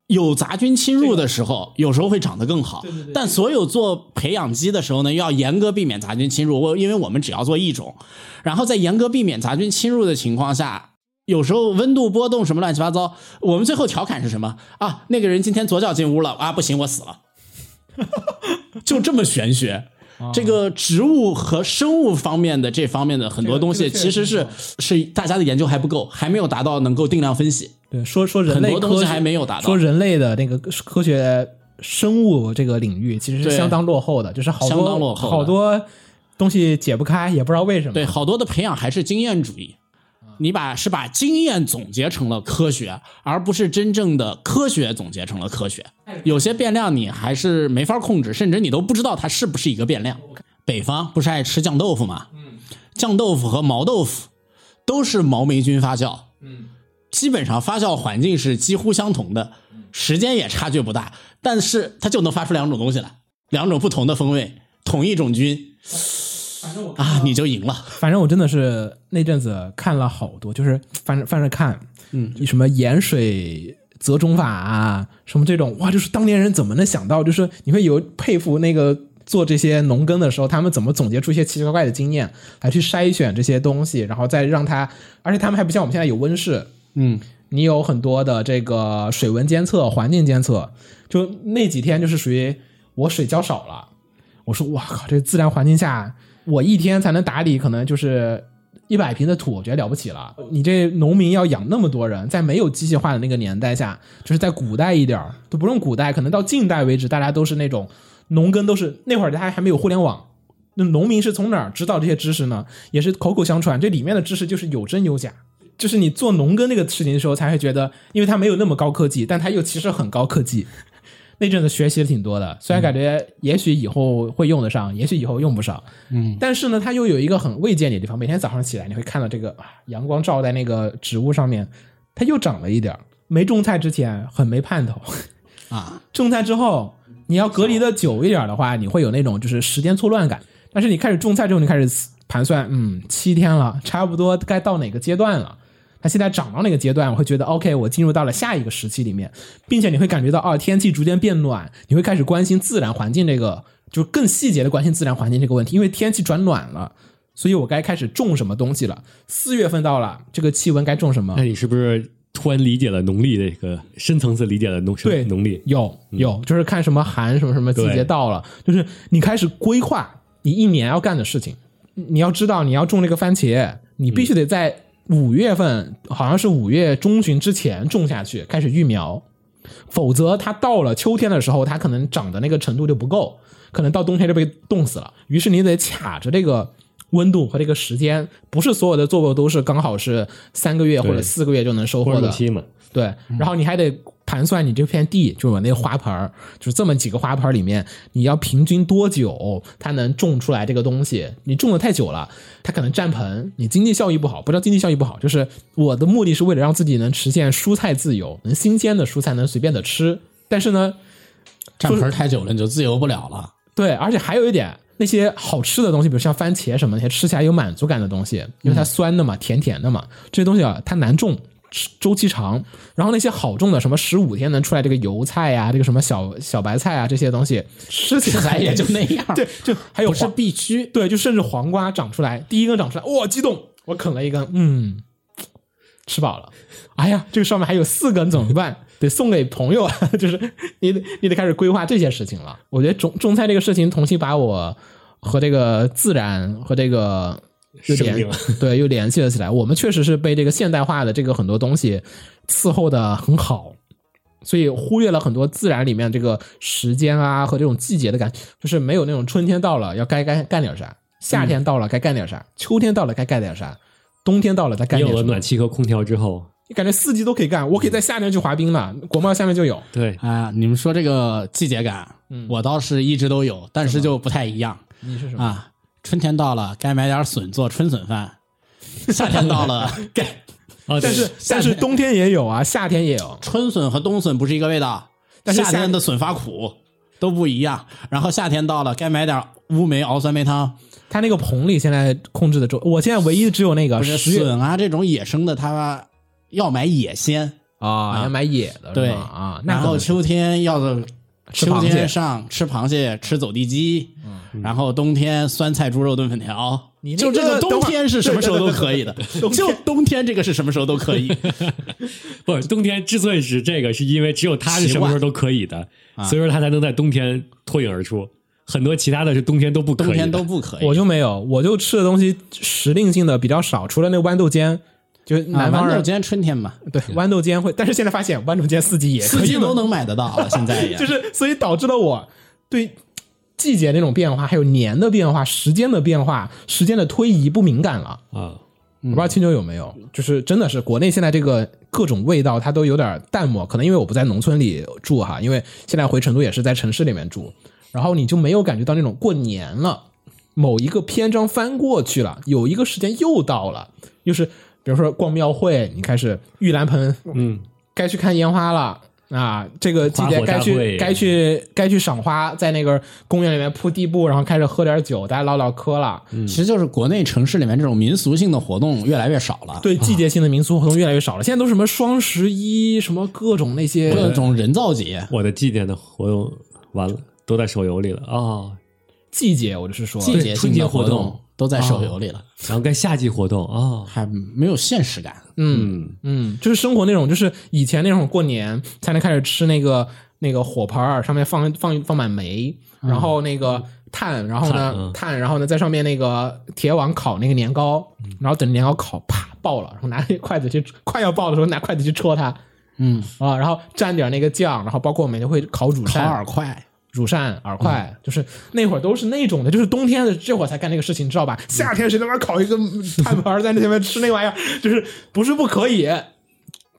Speaker 3: 有杂菌侵入的时候，有时候会长得更好。
Speaker 2: 对对对
Speaker 3: 但所有做培养基的时候呢，要严格避免杂菌侵入。我因为我们只要做一种，然后在严格避免杂菌侵入的情况下，有时候温度波动什么乱七八糟，我们最后调侃是什么啊？那个人今天左脚进屋了啊，不行，我死了。 就这么玄学。
Speaker 2: 啊
Speaker 3: 这个植物和生物方面的这方面的很多东
Speaker 2: 这
Speaker 3: 西，
Speaker 2: 个
Speaker 3: 其实
Speaker 2: 这
Speaker 3: 是
Speaker 2: 个
Speaker 3: 是大家的研究还不够，还没有达到能够定量分析。
Speaker 2: 对，说说人类
Speaker 3: 很多东西
Speaker 2: 科学
Speaker 3: 还没有达到
Speaker 2: 说人类的那个科学生物这个领域其实是
Speaker 3: 对
Speaker 2: 相当落后的，就是好多
Speaker 3: 相当落后的
Speaker 2: 好多东西解不开，也不知道为什么。啊
Speaker 3: 对，好多的培养还是经验主义，你把是把经验总结成了科学，而不是真正的科学总结成了科学。
Speaker 2: 哎
Speaker 3: 有些变量你还是没法控制，甚至你都不知道它是不是一个变量。北方不是爱吃酱豆腐吗？
Speaker 2: 嗯
Speaker 3: 酱豆腐和毛豆腐都是毛霉菌发酵，
Speaker 2: 嗯
Speaker 3: 基本上发酵环境是几乎相同的，
Speaker 2: 嗯
Speaker 3: 时间也差距不大，但是它就能发出两种东西来，两种不同的风味，同一种菌啊，你就赢了。
Speaker 2: 反正我真的是那阵子看了好多，就是反正反正看，嗯，什么盐水折中法啊，什么这种，哇，就是当年人怎么能想到，就是你会有佩服那个做这些农耕的时候，他们怎么总结出一些奇奇怪怪的经验，来去筛选这些东西，然后再让它，而且他们还不像我们现在有温室，
Speaker 3: 嗯，
Speaker 2: 你有很多的这个水文监测、环境监测，就那几天就是属于我水浇少了，我说哇靠，这自然环境下我一天才能打理，可能就是。一百平的土，我觉得了不起了。你这农民要养那么多人，在没有机械化的那个年代下，就是在古代一点儿都不用古代，可能到近代为止，大家都是那种农耕，都是那会儿大家还没有互联网，那农民是从哪儿知道这些知识呢？也是口口相传，这里面的知识就是有真有假。就是你做农耕那个事情的时候，才会觉得，因为它没有那么高科技，但它又其实很高科技。那阵子学习的挺多的，虽然感觉也许以后会用得上，也许以后用不上，嗯，但是呢，它又有一个很慰藉你的地方。每天早上起来，你会看到这个啊阳光照在那个植物上面，它又长了一点儿。没种菜之前很没盼头，
Speaker 3: 啊，
Speaker 2: 种菜之后，你要隔离的久一点的话，你会有那种就是时间错乱感。但是你开始种菜之后，你开始盘算，嗯，七天了，差不多该到哪个阶段了。它现在长到那个阶段，我会觉得 OK，我进入到了下一个时期里面，并且你会感觉到啊，天气逐渐变暖，你会开始关心自然环境这个，就是更细节的关心自然环境这个问题，因为天气转暖了，所以我该开始种什么东西了。四月份到了，这个气温该种什么？
Speaker 1: 那你是不是突然理解了农历这个深层次理解了农
Speaker 2: 对
Speaker 1: 农历？
Speaker 2: 有有，就是看什么寒什么什么季
Speaker 1: 嗯
Speaker 2: 节
Speaker 1: 对
Speaker 2: 到了，就是你开始规划你一年要干的事情。你要知道，你要种这个番茄，你
Speaker 1: 嗯
Speaker 2: 必须得在五月份，好像是五月中旬之前种下去，开始育苗，否则它到了秋天的时候，它可能长的那个程度就不够，可能到冬天就被冻死了。于是你得卡着这个。温度和这个时间，不是所有的作物都是刚好是三个月或者
Speaker 1: 对
Speaker 2: 四个月就能收
Speaker 1: 或
Speaker 2: 获
Speaker 1: 者
Speaker 2: 的
Speaker 1: 暑，期嘛？
Speaker 2: 对，然后你还得盘算你这片地，就是我那个花盆儿，就是这么几个花盆儿里面，你要平均多久它能种出来这个东西？你种的太久了，它可能占盆，你经济效益不好。不知道经济效益不好，就是我的目的是为了让自己能实现蔬菜自由，能新鲜的蔬菜能随便的吃。但是呢，
Speaker 3: 站盆太久了你就自由不了了。
Speaker 2: 对，而且还有一点，那些好吃的东西，比如像番茄什么那些吃起来有满足感的东西，因为它酸的嘛，甜甜的嘛，这些东西啊，它难种。吃周期长，然后那些好种的，什么十五天能出来这个油菜啊呀、这个什么小小白菜啊，这些东西吃起
Speaker 3: 这
Speaker 2: 来
Speaker 3: 还也就那样，
Speaker 2: 哎对，就还有
Speaker 3: 不是
Speaker 2: 黄
Speaker 3: 必须。
Speaker 2: 对，就甚至黄瓜长出来，第一根长出来，哇、激动！我啃了一根，嗯，吃饱了。哎呀，这个上面还有四根怎么办？ 得送给朋友，啊！ 就是你得你得开始规划这些事情了。我觉得种种菜这个事情，重新把我和这个自然和这个又
Speaker 1: 生
Speaker 2: 联
Speaker 1: 命
Speaker 2: 对又联系了起来。我们确实是被这个现代化的这个很多东西伺候的很好，所以忽略了很多自然里面这个时间啊和这种季节的感，就是没有那种春天到了要该该干点啥，夏天到了该干点啥，秋天到了该干点啥，冬天到了该干
Speaker 1: 你有
Speaker 2: 点
Speaker 1: 了
Speaker 2: 啥。
Speaker 1: 暖气和空调之后，
Speaker 2: 你感觉四季都可以干，我可以在夏天去滑冰了，国贸下面就有。
Speaker 1: 对，
Speaker 3: 啊，你们说这个季节感，我倒是一直都有，但是就不太一样
Speaker 2: 你嗯是什么？
Speaker 3: 啊。春天到了，该买点笋做春笋饭；夏天到 了，该
Speaker 1: 啊，
Speaker 2: 但
Speaker 1: 对
Speaker 2: 是哦但是冬天也有啊，夏天也有。
Speaker 3: 春笋和冬笋不是一个味道，
Speaker 2: 但是夏
Speaker 3: 夏天的笋发苦，都不一样。然后夏天到了，该买点乌梅熬酸梅
Speaker 2: 啊
Speaker 3: 汤，
Speaker 2: 它那个棚里现在控制的周，我现在唯一只有那个
Speaker 3: 不是
Speaker 2: 十月
Speaker 3: 笋啊这种野生的，它要买野鲜。
Speaker 2: 啊，要买野的，
Speaker 3: 对
Speaker 2: 是吗啊，那
Speaker 3: 然
Speaker 2: 可
Speaker 3: 后
Speaker 2: 能
Speaker 3: 秋天要是
Speaker 2: 吃
Speaker 3: 秋
Speaker 2: 螃蟹
Speaker 3: 天上吃螃蟹、吃走地鸡，然后冬天酸菜猪肉炖粉条。
Speaker 2: 你那
Speaker 3: 就这
Speaker 2: 个
Speaker 3: 个冬
Speaker 2: 等会儿
Speaker 3: 天是什么时候都可以的，就冬天这个是什么时候都可以。
Speaker 1: 不是冬天之所以是这个，是因为只有它是
Speaker 3: 习
Speaker 1: 什
Speaker 3: 惯
Speaker 1: 么时候都可以的，
Speaker 3: 啊
Speaker 1: 所以说它才能在冬天脱颖而出。很多其他的是冬天都不可以
Speaker 3: 冬
Speaker 1: 的，
Speaker 3: 天都不可以。
Speaker 2: 我就没有，我就吃的东西时令性的比较少，除了那个豌豆尖，就是
Speaker 3: 啊
Speaker 2: 南方
Speaker 3: 豌
Speaker 2: 人、
Speaker 3: 豆尖春天嘛，
Speaker 2: 对豌豆尖会，但是现在发现豌豆尖四季也可
Speaker 3: 四
Speaker 2: 以
Speaker 3: 季
Speaker 2: 买
Speaker 3: 都能买得到啊，现在也
Speaker 2: 就是所以导致了我对季节那种变化，还有年的变化、时间的变化、时间的推移不敏感了。
Speaker 1: 啊。
Speaker 2: 我不知道青州有没有，就是真的是国内现在这个各种味道它都有点淡漠，可能因为我不在农村里住哈，因为现在回成都也是在城市里面住，然后你就没有感觉到那种过年了，某一个篇章翻过去了，有一个时间又到了，又是比如说逛庙会，你开始玉兰盆，
Speaker 1: 嗯，
Speaker 2: 该去看烟花了。啊，这个季
Speaker 1: 花
Speaker 2: 节
Speaker 1: 火
Speaker 2: 该
Speaker 1: 大
Speaker 2: 去
Speaker 1: 会
Speaker 2: 该去该去赏花，在那个公园里面铺地布，然后开始喝点酒，大家唠唠嗑了。
Speaker 3: 其实就是国内城市里面这种民俗性的活动越来越少了，
Speaker 2: 对季节性的民俗活动越来越少了，现在都是什么双十一，什么各种那些
Speaker 3: 各种人造节。
Speaker 1: 我的祭奠的活动完了，都在手游里了啊、哦
Speaker 2: 季节，我就是说，
Speaker 3: 季节
Speaker 1: 春
Speaker 3: 性
Speaker 1: 节
Speaker 3: 的
Speaker 1: 活
Speaker 3: 活
Speaker 1: 动
Speaker 3: 都在手游里了，
Speaker 1: 然后该夏季活动啊，
Speaker 3: 还没有现实感。
Speaker 1: 嗯，
Speaker 2: 嗯，就是生活那种，就是以前那种过年才能开始吃那个那个火盆儿，上面放放放满煤，
Speaker 3: 嗯
Speaker 2: 然后那个炭，然后
Speaker 1: 炭
Speaker 2: 呢
Speaker 1: 嗯
Speaker 2: 炭，然后呢在上面那个铁网烤那个年糕，
Speaker 3: 嗯
Speaker 2: 然后等着年糕烤啪爆了，然后拿那个筷子去快要爆的时候拿筷子去戳它
Speaker 3: 嗯，
Speaker 2: 啊，然后蘸点那个酱，然后包括我们就会烤乳
Speaker 3: 烤
Speaker 2: 扇
Speaker 3: 饵、块，
Speaker 2: 乳扇、饵块，就是那会儿都是那种的，就是冬天的这会儿才干这个事情，你知道吧？夏天谁他妈烤一个炭盘儿在那前面吃那玩意儿，就是不是不可以，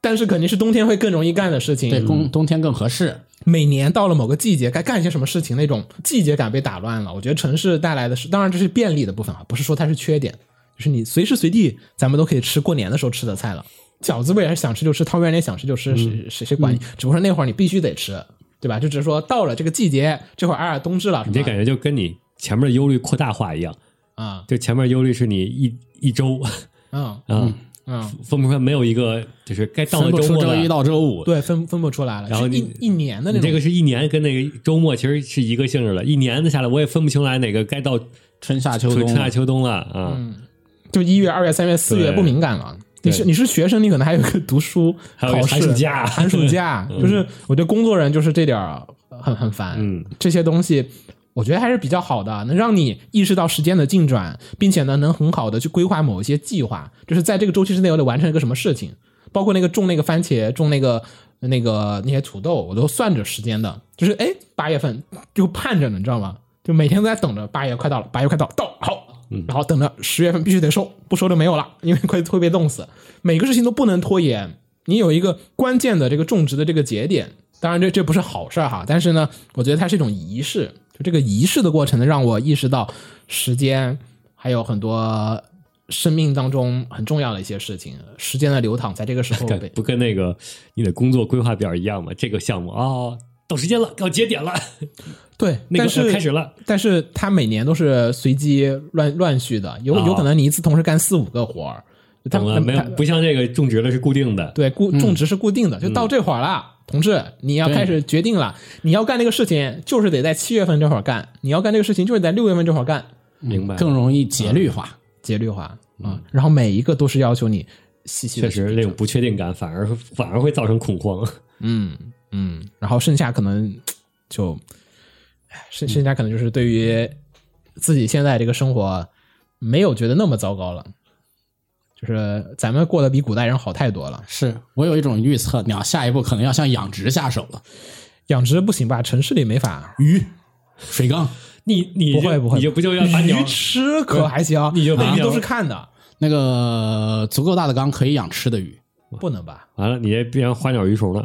Speaker 2: 但是肯定是冬天会更容易干的事
Speaker 3: 对，
Speaker 2: 情。
Speaker 3: 冬冬天更合适。
Speaker 2: 每年到了某个季节，该干些什么事情，那种季节感被打乱了。我觉得城市带来的是，当然这是便利的部分啊，不是说它是缺点，就是你随时随地咱们都可以吃过年的时候吃的菜了。饺子不也是想吃就吃，汤圆也想吃就吃，谁谁谁管你？只不过那会儿你必须得吃，对吧？就只是说到了这个季节，这会儿阿尔冬至了，
Speaker 1: 你这
Speaker 2: 是吧
Speaker 1: 感觉就跟你前面的忧虑扩大化一样，
Speaker 2: 啊，
Speaker 1: 就前面忧虑是你一一周
Speaker 2: 嗯
Speaker 1: 啊，
Speaker 2: 嗯，
Speaker 1: 分不出来没有一个就是该到了
Speaker 3: 分不
Speaker 1: 周
Speaker 3: 出
Speaker 1: 末
Speaker 3: 周
Speaker 1: 了
Speaker 3: 一。到周五，
Speaker 2: 对，分分不出来了。
Speaker 1: 然后
Speaker 2: 是
Speaker 1: 你
Speaker 2: 一一年的那
Speaker 1: 你
Speaker 2: 种，
Speaker 1: 这个是一年跟那个周末其实是一个性质了，一年的下来我也分不清来哪个该到
Speaker 3: 春夏秋
Speaker 1: 春
Speaker 3: 冬，
Speaker 1: 春夏秋冬了啊。
Speaker 2: 就一月、二月、三月、四月
Speaker 1: 对
Speaker 2: 不敏感了。你是
Speaker 1: 对
Speaker 2: 你是学生，你可能还有一个读书、
Speaker 1: 还有一
Speaker 2: 考
Speaker 1: 个
Speaker 2: 试、
Speaker 1: 寒暑假
Speaker 2: 寒 暑假，就是我觉得工作人就是这点儿很很烦。
Speaker 1: 嗯，
Speaker 2: 这些东西我觉得还是比较好的，能让你意识到时间的进转，并且呢，能很好的去规划某一些计划，就是在这个周期之内我得完成一个什么事情。包括那个种那个番茄，种那个那个那些土豆，我都算着时间的，就是哎，八月份就盼着呢，你知道吗？就每天都在等着八月快到了，八月快到了到好，
Speaker 1: 嗯
Speaker 2: 然后等着十月份必须得收，不收就没有了，因为快会被冻死。每个事情都不能拖延，你有一个关键的这个种植的这个节点。当然这，这不是好事儿哈，但是呢，我觉得它是一种仪式，就这个仪式的过程呢，让我意识到时间还有很多生命当中很重要的一些事情，时间的流淌在这个时候
Speaker 1: 跟
Speaker 2: 被
Speaker 1: 不跟那个你的工作规划表一样吗？这个项目哦，到时间了，到节点了，
Speaker 2: 对，
Speaker 1: 那
Speaker 2: 但
Speaker 1: 个
Speaker 2: 是
Speaker 1: 呃开始了，
Speaker 2: 但是它每年都是随机乱乱续的，有有可能你一次同时干四五个活儿，它
Speaker 1: 啊懂了没有
Speaker 2: 它？
Speaker 1: 不像这个种植了是固定的，
Speaker 2: 对，固种植是固定的，就到这会儿了。同志，你要
Speaker 3: 对
Speaker 2: 开始决定了，你要干这个事情，就是得在七月份这会儿干；你要干这个事情，就是在六月份这会儿干。
Speaker 1: 明白？嗯
Speaker 3: 更容易节律化。
Speaker 2: 节律化啊，然后每一个都是要求你细细的。
Speaker 1: 确实，那种不确定感反而反而会造成恐慌。
Speaker 2: 嗯嗯，然后剩下可能就，唉剩剩下可能就是对于自己现在这个生活没有觉得那么糟糕了，就是咱们过得比古代人好太多了。
Speaker 3: 是我有一种预测，鸟下一步可能要向养殖下手了，
Speaker 2: 养殖不行吧？城市里没法，
Speaker 3: 鱼、水缸。
Speaker 1: 你你
Speaker 2: 不
Speaker 1: 就
Speaker 2: 会不会
Speaker 1: 你就不就要把鸟
Speaker 2: 鱼吃可还行，
Speaker 1: 你就把
Speaker 2: 那鱼
Speaker 1: 鸟
Speaker 2: 都是看的，
Speaker 3: 那个足够大的缸可以养吃的鱼，
Speaker 2: 不能吧？
Speaker 1: 完了，你这变成花鸟鱼虫了。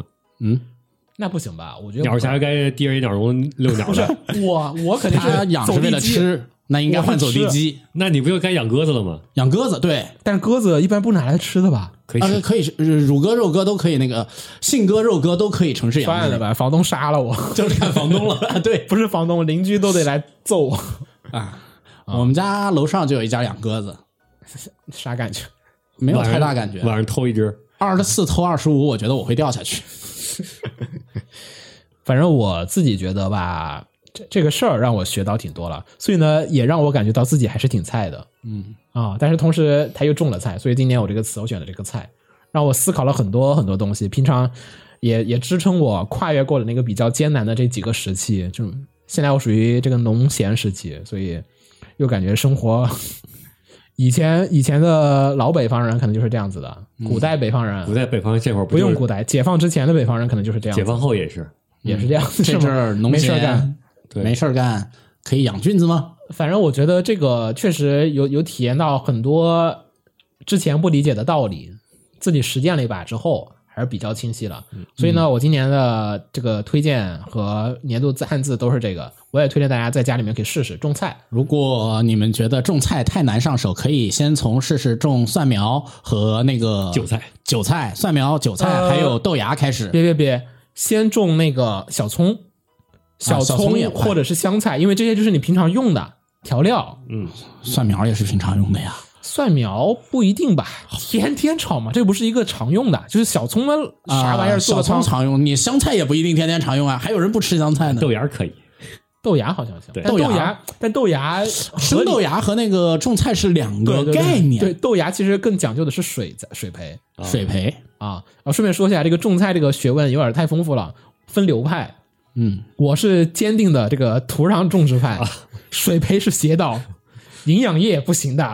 Speaker 2: 那不行吧？我觉得
Speaker 1: 鸟侠该提着一鸟笼遛鸟了，
Speaker 2: 我我肯定
Speaker 3: 它
Speaker 2: 是
Speaker 3: 养
Speaker 2: 走
Speaker 3: 是为
Speaker 2: 地
Speaker 3: 了
Speaker 2: 鸡，
Speaker 3: 吃，那应该换走地鸡。
Speaker 1: 那你不就该养鸽子了吗？
Speaker 3: 养鸽子对，
Speaker 2: 但是鸽子一般不拿来吃的吧？
Speaker 1: 可以
Speaker 3: 啊可以是呃乳鸽、肉鸽都可以，那个信鸽、肉鸽都可以城市养
Speaker 2: 算了
Speaker 3: 殖，
Speaker 2: 吧，房东杀了我，
Speaker 3: 就是看房东了。 对
Speaker 2: 不是房东，邻居都得来揍我，
Speaker 3: 啊，我们家楼上就有一家养鸽子，
Speaker 2: 啥感觉？
Speaker 3: 没有
Speaker 1: 晚上
Speaker 3: 太大感觉。
Speaker 1: 晚上偷一只，
Speaker 3: 二十四偷二十五，我觉得我会掉下去。
Speaker 2: 反正我自己觉得吧，这这个事儿让我学到挺多了，所以呢，也让我感觉到自己还是挺菜的，
Speaker 3: 嗯
Speaker 2: 啊，但是同时他又中了菜，所以今年我这个词我选了这个菜，让我思考了很多很多东西。平常也也支撑我跨越过了那个比较艰难的这几个时期，就现在我属于这个农闲时期，所以又感觉生活以前以前的老北方人可能就是这样子的，嗯古代北方
Speaker 3: 啊
Speaker 2: 人、
Speaker 1: 不在北方这会儿
Speaker 2: 不用古
Speaker 1: 顾，
Speaker 2: 代，解放之前的北方人可能就是这样子，
Speaker 1: 解放后也是。
Speaker 3: 啊
Speaker 2: 也是这样子， 是
Speaker 3: 这
Speaker 2: 吗
Speaker 3: 阵儿农
Speaker 2: 没事儿干。
Speaker 3: 闲，啊
Speaker 1: 对
Speaker 3: 没事儿干，可以养菌子吗？
Speaker 2: 反正我觉得这个确实有有体验到很多之前不理解的道理，自己实践了一把之后还是比较清晰了。
Speaker 3: 嗯
Speaker 2: 所以呢，我今年的这个推荐和年度汉字都是这个，我也推荐大家在家里面可以试试种菜。
Speaker 3: 如果呃你们觉得种菜太难上手，可以先从试试种蒜苗和那个
Speaker 1: 韭菜、
Speaker 3: 韭菜、蒜苗、韭菜、
Speaker 2: 呃
Speaker 3: 还有豆芽开始。
Speaker 2: 别别别，先种那个小葱，小
Speaker 3: 啊小
Speaker 2: 葱
Speaker 3: 葱也快
Speaker 2: 或者是香菜，因为这些就是你平常用的调料。
Speaker 3: 蒜苗也是平常用的呀，
Speaker 2: 蒜苗不一定吧，天天炒嘛，这不是一个常用的，就是小葱呢，啥玩意
Speaker 3: 啊
Speaker 2: 儿做
Speaker 3: 小
Speaker 2: 的
Speaker 3: 葱
Speaker 2: 汤
Speaker 3: 常用，你香菜也不一定天天常用啊，还有人不吃香菜呢。
Speaker 1: 豆芽儿可以，
Speaker 2: 豆芽好像行，
Speaker 1: 对
Speaker 2: 但豆
Speaker 3: 豆
Speaker 2: 芽
Speaker 3: 芽，
Speaker 2: 但豆芽
Speaker 3: 生豆芽和那个种菜是两
Speaker 2: 对
Speaker 3: 个
Speaker 2: 对对
Speaker 3: 概
Speaker 2: 对，
Speaker 3: 念，
Speaker 2: 豆芽其实更讲究的是水在水培
Speaker 3: 水培，
Speaker 2: 啊。啊，顺便说一下，这个种菜这个学问有点太丰富了，分流派。
Speaker 3: 嗯，啊
Speaker 2: 我是坚定的这个土壤种植派，水培是邪道，营养液不行 的，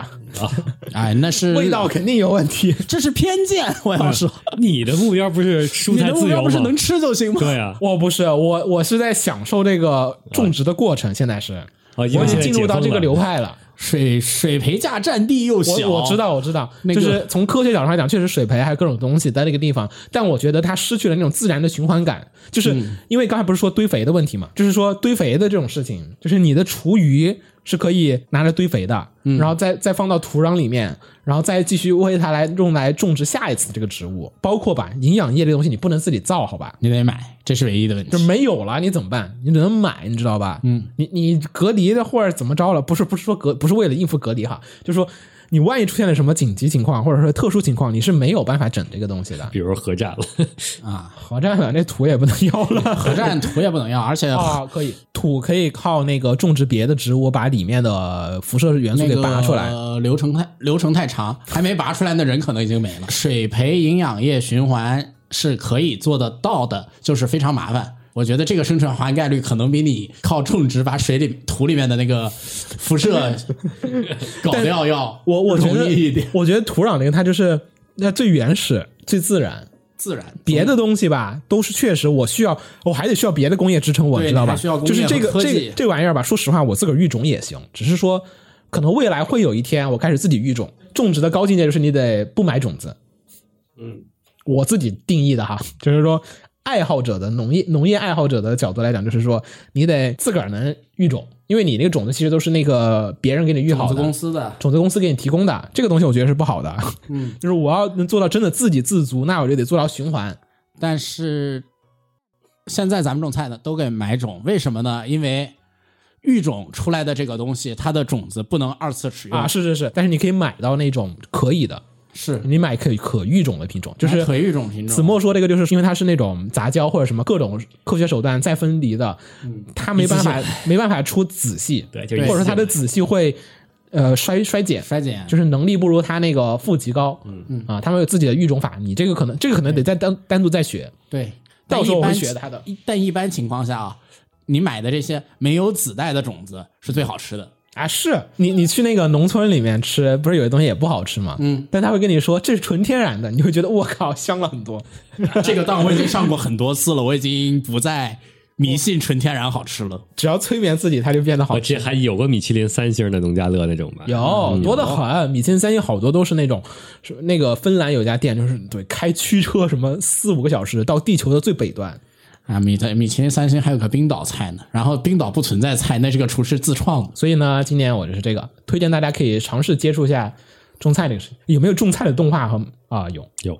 Speaker 3: 哎，那是
Speaker 2: 味道，肯定有问题。
Speaker 3: 这是偏见，我要说，
Speaker 1: 你的目标不是
Speaker 3: 你
Speaker 1: 蔬菜
Speaker 3: 的目
Speaker 1: 自
Speaker 3: 标
Speaker 1: 由
Speaker 3: 不是能
Speaker 1: 吗？
Speaker 3: 吃就行吗？
Speaker 1: 对啊，
Speaker 2: 我不是我，我是在享受这个
Speaker 3: 啊
Speaker 2: 种植的过程。现在是，
Speaker 1: 啊，
Speaker 2: 我
Speaker 1: 因为
Speaker 2: 已
Speaker 1: 现在
Speaker 2: 经进入到
Speaker 1: 解
Speaker 2: 这
Speaker 1: 封
Speaker 2: 个
Speaker 1: 了
Speaker 2: 流派了。
Speaker 3: 水水培架占地又小，
Speaker 2: 我我知，道，我知道，
Speaker 3: 那个
Speaker 2: 就是从科学角度上讲，确实水培还有各种东西在那个地方，但我觉得它失去了那种自然的循环感，就是
Speaker 3: 嗯
Speaker 2: 因为刚才不是说堆肥的问题嘛，就是说堆肥的这种事情，就是你的厨余是可以拿来堆肥的，
Speaker 3: 嗯
Speaker 2: 然后再再放到土壤里面，然后再继续为它来用来种植下一次这个植物，包括吧营养液这东西你不能自己造，好吧？
Speaker 3: 你得买，这是唯一的问
Speaker 2: 就
Speaker 3: 题。
Speaker 2: 没有了，你怎么办？你只能买，你知道吧？嗯，你你隔离的或者怎么着了？不是不是说隔不是为了应付隔离哈，就是说你万一出现了什么紧急情况或者说特殊情况，你是没有办法整这个东西的。
Speaker 1: 比如核战了，
Speaker 2: 好战了，那土也不能要了。
Speaker 3: 核战土也不能要，而且
Speaker 2: 啊，可以，土可以靠那个种植别的植物，把里面的辐射元素
Speaker 3: 那
Speaker 2: 给
Speaker 3: 个
Speaker 2: 拔出来。
Speaker 3: 流程太流程太长，还没拔出来的人可能已经没了。水培营养液循环是可以做得到的，就是非常麻烦。我觉得这个生存环概率可能比你靠种植把水里土里面的那个辐 射搞掉要
Speaker 2: 我我觉
Speaker 3: 容
Speaker 2: 得
Speaker 3: 易一点，，
Speaker 2: 我觉得土壤这个它就是那最原始、最自然。
Speaker 3: 自然
Speaker 2: 别的东西吧，都是确实我需要，我还得需要别的工业支撑我，
Speaker 3: 对
Speaker 2: 知道
Speaker 3: 你
Speaker 2: 吧？
Speaker 3: 还需要工业
Speaker 2: 就是这个
Speaker 3: 和科技
Speaker 2: 这这玩意儿吧，说实话，我自个儿育种也行，只是说可能未来会有一天我开始自己育种，种植的高境界就是你得不买种子。
Speaker 4: 嗯，
Speaker 2: 我自己定义的哈， 就是说爱好者的农业农业爱好者的角度来讲，就是说你得自个儿能育种，因为你那个种子其实都是那个别人给你育好的
Speaker 3: 种子公司的
Speaker 2: 种子公司给你提供的这个东西，我觉得是不好的。嗯， 就是我要能做到真的自给自足，那我就得做到循环。
Speaker 3: 但是现在咱们种菜的都给买种，为什么呢？因为育种出来的这个东西，它的种子不能二次使用
Speaker 2: 啊，是是是，但是你可以买到那种可以的，
Speaker 3: 是
Speaker 2: 你买可以可育种的品种，就是
Speaker 3: 可育种品种。
Speaker 2: 子墨说这个，就是因为它是那种杂交或者什么各种科学手段再分离的，它没办法没办法出子系，
Speaker 1: 对就
Speaker 2: 或
Speaker 1: 一
Speaker 2: 者说
Speaker 1: 次
Speaker 2: 它的子系会呃衰衰减，
Speaker 3: 衰减
Speaker 2: 就是能力不如它那个父级高，嗯啊，他们有自己的育种法，你这个可能这个可能得再单单独再学，
Speaker 3: 对，
Speaker 2: 到
Speaker 3: 但
Speaker 2: 时候
Speaker 3: 一
Speaker 2: 我会
Speaker 3: 般
Speaker 2: 学
Speaker 3: 情
Speaker 2: 它的。
Speaker 3: 一但一般情况下啊，你买的这些没有子代的种子是最好吃的。
Speaker 2: 啊，是你你去那个农村里面吃，不是有些东西也不好吃吗？嗯，但他会跟你说这是纯天然的，你会觉得我靠香了很多。
Speaker 3: 这个当我已经上过很多次了，我已经不再迷信纯天然好吃了。
Speaker 2: 只要催眠自己，它就变得好
Speaker 1: 我
Speaker 2: 吃
Speaker 1: 这。还有过米其林三星的农家乐那种吧？
Speaker 2: 有多得很，米其林三星好多都是那种，是那个芬兰有家店，就是对开驱车什么四五个小时到地球的最北端，
Speaker 3: 啊，米在米其林三星还有个冰岛菜呢，然后冰岛不存在菜，那是个厨师自创的。
Speaker 2: 所以呢，今年我就是这个推荐大家可以尝试接触一下种菜这个事情。有没有种菜的动画和啊、有，
Speaker 1: 有，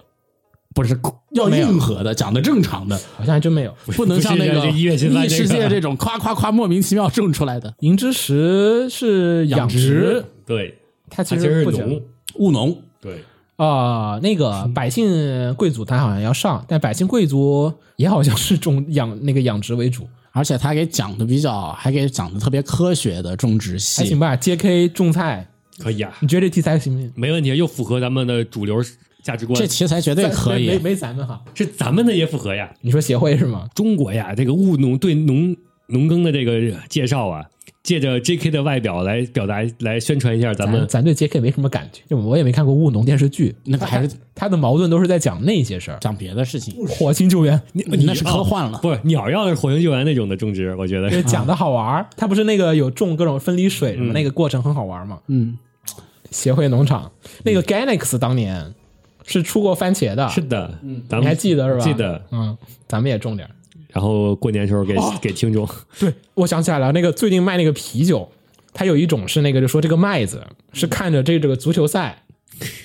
Speaker 3: 不是要
Speaker 2: 没有
Speaker 3: 硬核的，讲的正常的，
Speaker 2: 好像还真没有。
Speaker 3: 不能像那
Speaker 1: 不
Speaker 3: 个
Speaker 1: 是这个音乐新番
Speaker 3: 异
Speaker 1: 这个
Speaker 3: 世界这种夸夸夸莫名其妙种出来的
Speaker 2: 银之石是
Speaker 3: 养
Speaker 2: 养
Speaker 3: 殖
Speaker 1: 对，
Speaker 2: 它其
Speaker 1: 它其实
Speaker 2: 实
Speaker 1: 是
Speaker 2: 不行
Speaker 1: 农，
Speaker 3: 务农。
Speaker 1: 对，
Speaker 2: 啊、那个 百姓贵族它好像要上，但百姓贵族也好像是种养那个养殖为主，
Speaker 3: 而且他给讲的比较，还给讲的特别科学的种植
Speaker 2: 还
Speaker 3: 系
Speaker 2: 行，吧。J.K. 种菜，
Speaker 1: 可以啊，
Speaker 2: 你觉得这题材行不行？
Speaker 1: 没问题，又符合咱们的主流价值观
Speaker 3: 这，题材绝对可以。
Speaker 2: 没没没咱们好。
Speaker 1: 是咱们的也符合呀。
Speaker 2: 你说协会是吗？
Speaker 1: 中国呀，这个务农对农农耕的这个介绍啊，借着 J.K. 的外表来表达来宣传一下咱
Speaker 2: 咱
Speaker 1: 们
Speaker 2: 咱对 J.K. 没什么感觉，就我也没看过务农电视剧，
Speaker 3: 那个还是
Speaker 2: 他他的矛盾都是在讲那些事儿，
Speaker 3: 讲别的事情，
Speaker 2: 火星救援。
Speaker 1: 你
Speaker 3: 那是啊科
Speaker 1: 哦
Speaker 3: 幻了。
Speaker 1: 不是鸟要的是火星救援那种的种植，我觉得
Speaker 2: 就是讲的好玩儿，他不是那个有种各种分离水什么，那个过程很好玩嘛。
Speaker 3: 嗯，
Speaker 2: 协会农场那个 Galax 当年是出过番茄的，
Speaker 1: 是的，嗯，咱
Speaker 2: 你
Speaker 1: 们
Speaker 2: 还记得是吧？
Speaker 1: 记得。
Speaker 2: 嗯，咱们也种点儿。
Speaker 1: 然后过年时候给给听众，
Speaker 2: 对，我想起来了，那个最近卖那个啤酒，它有一种是那个，就说这个麦子是看着这这个足球赛，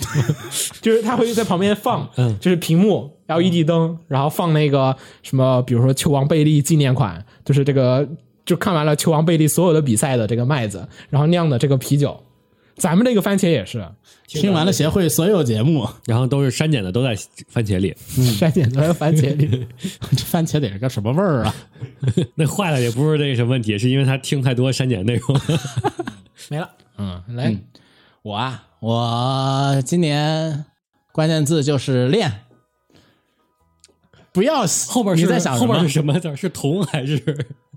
Speaker 2: 就是它会在旁边放，
Speaker 3: 嗯
Speaker 2: 就是屏幕 LED 灯，然后放那个什么，比如说球王贝利纪念款，就是这个就看完了球王贝利所有的比赛的这个麦子，然后酿的这个啤酒。咱们这个番茄也是
Speaker 3: 听完了协会所有节目，
Speaker 1: 然后都是删减的都在番茄里，
Speaker 2: 筛检在番茄里，
Speaker 3: 这番茄得是个什么味儿啊？
Speaker 1: 那坏了也不是这个什么问题，是因为他听太多删减内容。
Speaker 2: 没了。嗯，来，
Speaker 3: 我啊，我今年关键字就是练。不要
Speaker 1: 后边是
Speaker 3: 你在想什
Speaker 1: 后
Speaker 3: 么
Speaker 1: 边是什么字儿？是铜还是？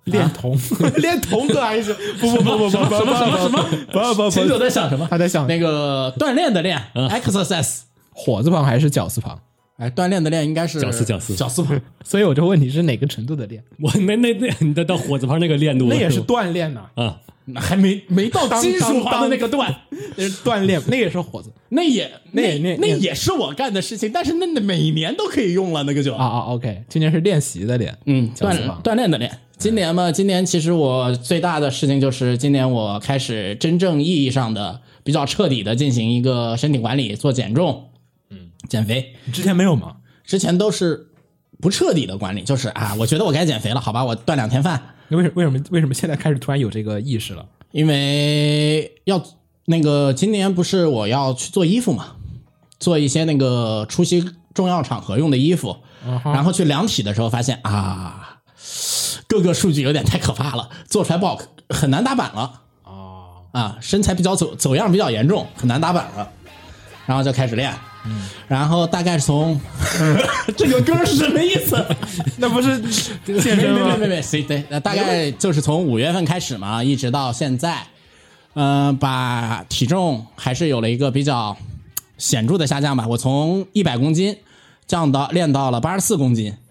Speaker 2: 恋童，
Speaker 3: 练童哥还是不不不不不啊什么什么什么什么？不不不，秦总在想 什么？
Speaker 2: 他在想
Speaker 3: 那个锻炼的练，exercise。
Speaker 2: 火字旁还是绞丝旁？
Speaker 3: 哎，锻炼的练应该是
Speaker 1: 绞丝绞丝
Speaker 3: 绞丝旁。
Speaker 2: 所以我就问你是哪个程度的练？
Speaker 1: 我那那那你的到火字旁那个练度，
Speaker 2: 那也是锻炼呐，
Speaker 1: 啊，
Speaker 3: 还没没 到
Speaker 2: 当
Speaker 3: 金属
Speaker 2: 当
Speaker 3: 旁的那个段，
Speaker 2: 那是锻炼，那也是火字
Speaker 3: 那也
Speaker 2: 那
Speaker 3: 那
Speaker 2: 那
Speaker 3: 那也是我干的事情，但是那那每年都可以用了，那个就
Speaker 2: 啊啊。OK，今年是练习的练，
Speaker 3: 嗯，
Speaker 2: 绞
Speaker 3: 锻
Speaker 2: 丝旁
Speaker 3: 锻炼的练。今年嘛，今年其实我最大的事情就是，今年我开始真正意义上的比较彻底的进行一个身体管理，做减重，嗯，减肥。
Speaker 2: 之前没有吗？
Speaker 3: 之前都是不彻底的管理，就是啊，我觉得我该减肥了，好吧，我断两天饭，
Speaker 2: 那为什为什么为什么现在开始突然有这个意识了？
Speaker 3: 因为要那个今年不是我要去做衣服嘛，做一些那个出席重要场合用的衣服，然后去量体的时候发现啊，各个数据有点太可怕了，做出来不好，很难打板了。
Speaker 2: 哦
Speaker 3: 啊，身材比较走走样比较严重，很难打板了，然后就开始练，嗯，然后大概是从 这个歌是什么意思？
Speaker 2: 那不 是健
Speaker 3: 没
Speaker 2: 身
Speaker 3: 没
Speaker 2: 吗
Speaker 3: 没？没没，谁对？呃大概就是从五月份开始嘛，一直到现在，嗯，把体重还是有了一个比较显著的下降吧。我从一百公斤降到练到了八十四公斤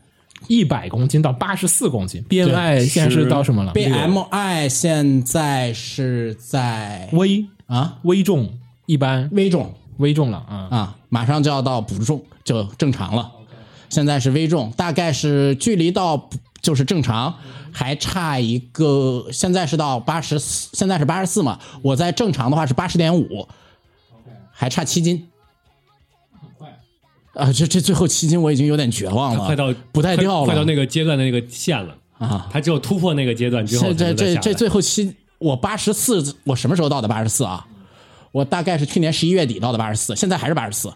Speaker 2: 一百公斤到八十四公斤，BMI 现在是到什么了
Speaker 3: ，BMI 现在是在
Speaker 2: 危
Speaker 3: 啊
Speaker 2: 危重一般
Speaker 3: 危重
Speaker 2: 危重了啊，
Speaker 3: 啊，马上就要到不重，就正常了。现在是危重，大概是距离到不就是正常，还差一个。现在是到八十四，现在是八十四嘛？我在正常的话是八十点五，还差七斤。啊，这这最后七斤我已经有点绝望了，
Speaker 1: 快到
Speaker 3: 不带掉了，
Speaker 1: 快到那个阶段的那个线了
Speaker 3: 啊！
Speaker 1: 他只有突破那个阶段之后，
Speaker 3: 这这
Speaker 1: 才能再
Speaker 3: 这
Speaker 1: 下来
Speaker 3: 这最后七，我八十四，我什么时候到的八十四啊？我大概是去年十一月底到的八十四，现在还是八十四。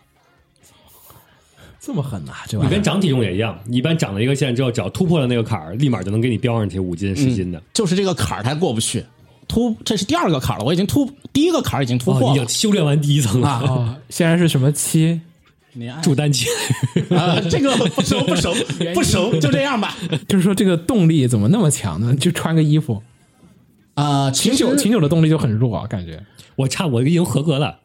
Speaker 2: 这么狠呐，这
Speaker 1: 你
Speaker 2: 玩意
Speaker 1: 跟
Speaker 2: 儿
Speaker 1: 长体重也一样，你一般长了一个线之后，只要突破了那个坎儿，立马就能给你标上去五斤、十斤的。哦
Speaker 3: 就是这个坎儿它过不去，突这是第二个坎儿了，我已经突第一个坎儿已经突
Speaker 1: 哦，你
Speaker 3: 破
Speaker 1: 已
Speaker 3: 了、
Speaker 1: 经修炼完第一层了，
Speaker 3: 啊！
Speaker 2: 哦，现在是什么期？
Speaker 3: 你按
Speaker 1: 助单期。
Speaker 3: 啊，这个不熟不 熟不熟，就这样吧。
Speaker 2: 就是说这个动力怎么那么强呢？就穿个衣服，
Speaker 3: 啊、
Speaker 2: 秦
Speaker 3: 其实
Speaker 2: 九秦九的动力就很弱啊，感觉
Speaker 1: 我差我已经合格了，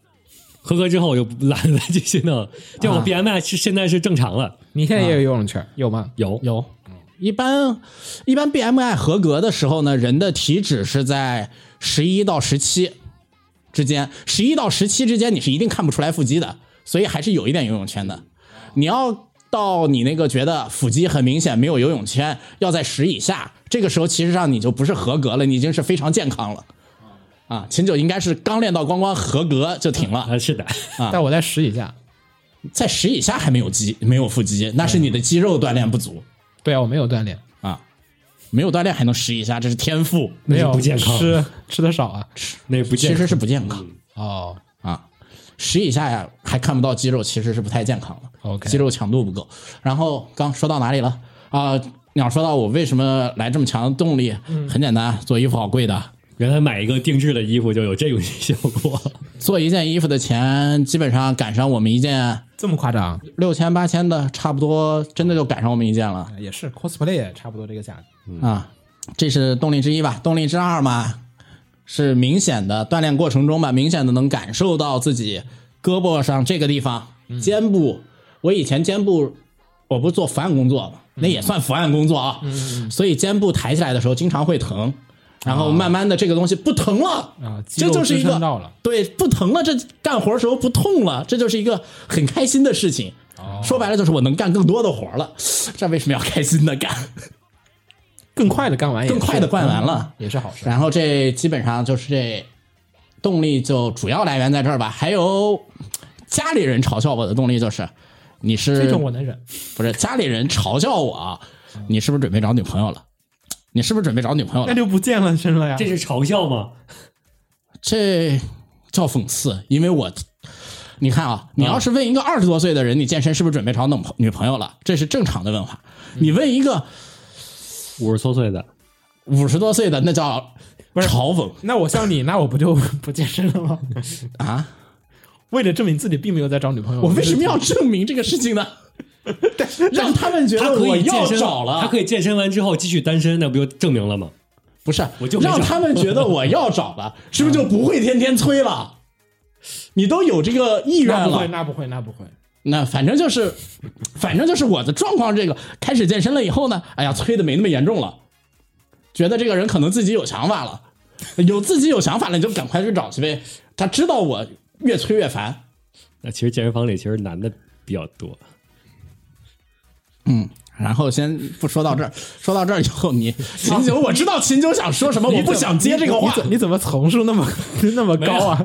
Speaker 1: 合格之后我就懒得再 继续弄了。就我 BMI 是现在是正常了，
Speaker 2: 你现在也有游泳圈啊有吗？
Speaker 1: 有
Speaker 3: 有一般一般 BMI 合格的时候呢，人的体脂是在十一到十七之间，十一到十七之间你是一定看不出来腹肌的，所以还是有一点游泳圈的。你要到你那个觉得腹肌很明显没有游泳圈，要在十以下，这个时候其实上你就不是合格了，你已经是非常健康了。啊，秦九应该是刚练到光光合格就停了，
Speaker 1: 啊，是的，
Speaker 2: 但我在十以下。
Speaker 3: 在十以下还没有肌没有腹肌，那是你的肌肉锻炼不足
Speaker 2: 对啊，我没有锻炼，
Speaker 3: 啊，没有锻炼还能十以下，这是天赋。
Speaker 1: 那
Speaker 2: 没有
Speaker 1: 就不健康
Speaker 2: 吃吃的少啊。
Speaker 1: 那不
Speaker 3: 其
Speaker 1: 健康。
Speaker 3: 实
Speaker 1: 嗯
Speaker 3: 是不健康
Speaker 2: 哦，
Speaker 3: 啊。十以下呀，还看不到肌肉，其实是不太健康的。
Speaker 2: OK
Speaker 3: 肌肉强度不够。然后刚说到哪里了啊？鸟说到我为什么来这么强的动力，
Speaker 1: 嗯
Speaker 3: 很简单，做衣服好贵的，
Speaker 1: 原来买一个定制的衣服就有这种效 果，
Speaker 3: 做一件衣服的钱基本上赶上我们一件
Speaker 2: 这么夸张？
Speaker 3: 六千八千的，差不多真的就赶上我们一件了。
Speaker 2: 啊也是 cosplay 也差不多这个价格。
Speaker 3: 啊，这是动力之一吧。动力之二嘛，是明显的锻炼过程中吧，明显的能感受到自己胳膊上这个地方、
Speaker 2: 嗯
Speaker 3: 肩部。我以前肩部，我不是做伏案工作嘛，那
Speaker 2: 嗯
Speaker 3: 也算伏案工作啊。所以肩部抬起来的时候经常会疼，然后慢慢的这个东西不疼了
Speaker 2: 啊肌
Speaker 3: 这
Speaker 2: 肉
Speaker 3: 就是
Speaker 2: 支
Speaker 3: 一个
Speaker 2: 撑到了
Speaker 3: 对不疼了，这干活的时候不痛了，这就是一个很开心的事情。
Speaker 2: 哦
Speaker 3: 说白了就是我能干更多的活了，这为什么要开心的干？
Speaker 2: 更快的干完也是，
Speaker 3: 更快地干完了
Speaker 2: 嗯也是好事。
Speaker 3: 然后这基本上就是这动力就主要来源在这儿吧。还有家里人嘲笑我的动力就是，你是
Speaker 2: 这种我能 忍，
Speaker 3: 不是家里人嘲笑我啊，你是不是准备找女朋友了？你是不是准备找女朋友
Speaker 2: 那
Speaker 3: 了？
Speaker 2: 就不健了身了呀
Speaker 1: 这。是嘲笑吗？
Speaker 3: 这叫讽刺，因为我。你看啊，你要是问一个二十多岁的人，你健身是不是准备找女女朋友了？这是正常的问法。你问一个
Speaker 1: 五十多岁的，
Speaker 3: 五十多岁的，那叫
Speaker 2: 是
Speaker 3: 嘲讽
Speaker 2: 那我像 你，那我不就不健身了吗？
Speaker 3: 啊！
Speaker 2: 为了证明自己并没有在找女朋友，
Speaker 3: 我为什么要证明这个事情 呢？让他们觉
Speaker 1: 他
Speaker 3: 得
Speaker 1: 可
Speaker 3: 我
Speaker 1: 以健
Speaker 3: 要
Speaker 1: 身，
Speaker 3: 找了，
Speaker 1: 他可以健身完之后继续单身，那不就证明了吗？
Speaker 3: 不是，
Speaker 1: 我就没
Speaker 3: 让
Speaker 1: 找
Speaker 3: 他们觉得我要找 了，是不是就不会天天催了？你都有这个意愿
Speaker 2: 那不会，
Speaker 3: 了，
Speaker 2: 那不会，那不会。
Speaker 3: 那反正就是，反正就是我的状况。这个开始健身了以后呢，哎呀，催的没那么严重了，觉得这个人可能自己有想法了，有自己有想法了，你就赶快去找去呗。他知道我越催越烦，
Speaker 1: 那其实健身房里其实男的比较多，
Speaker 3: 嗯。然后先不说到这儿， 说到这儿以后，你秦九，我知道秦九想说什么，我不想接这个话
Speaker 2: 你。怎你怎么层数那么 那么高啊？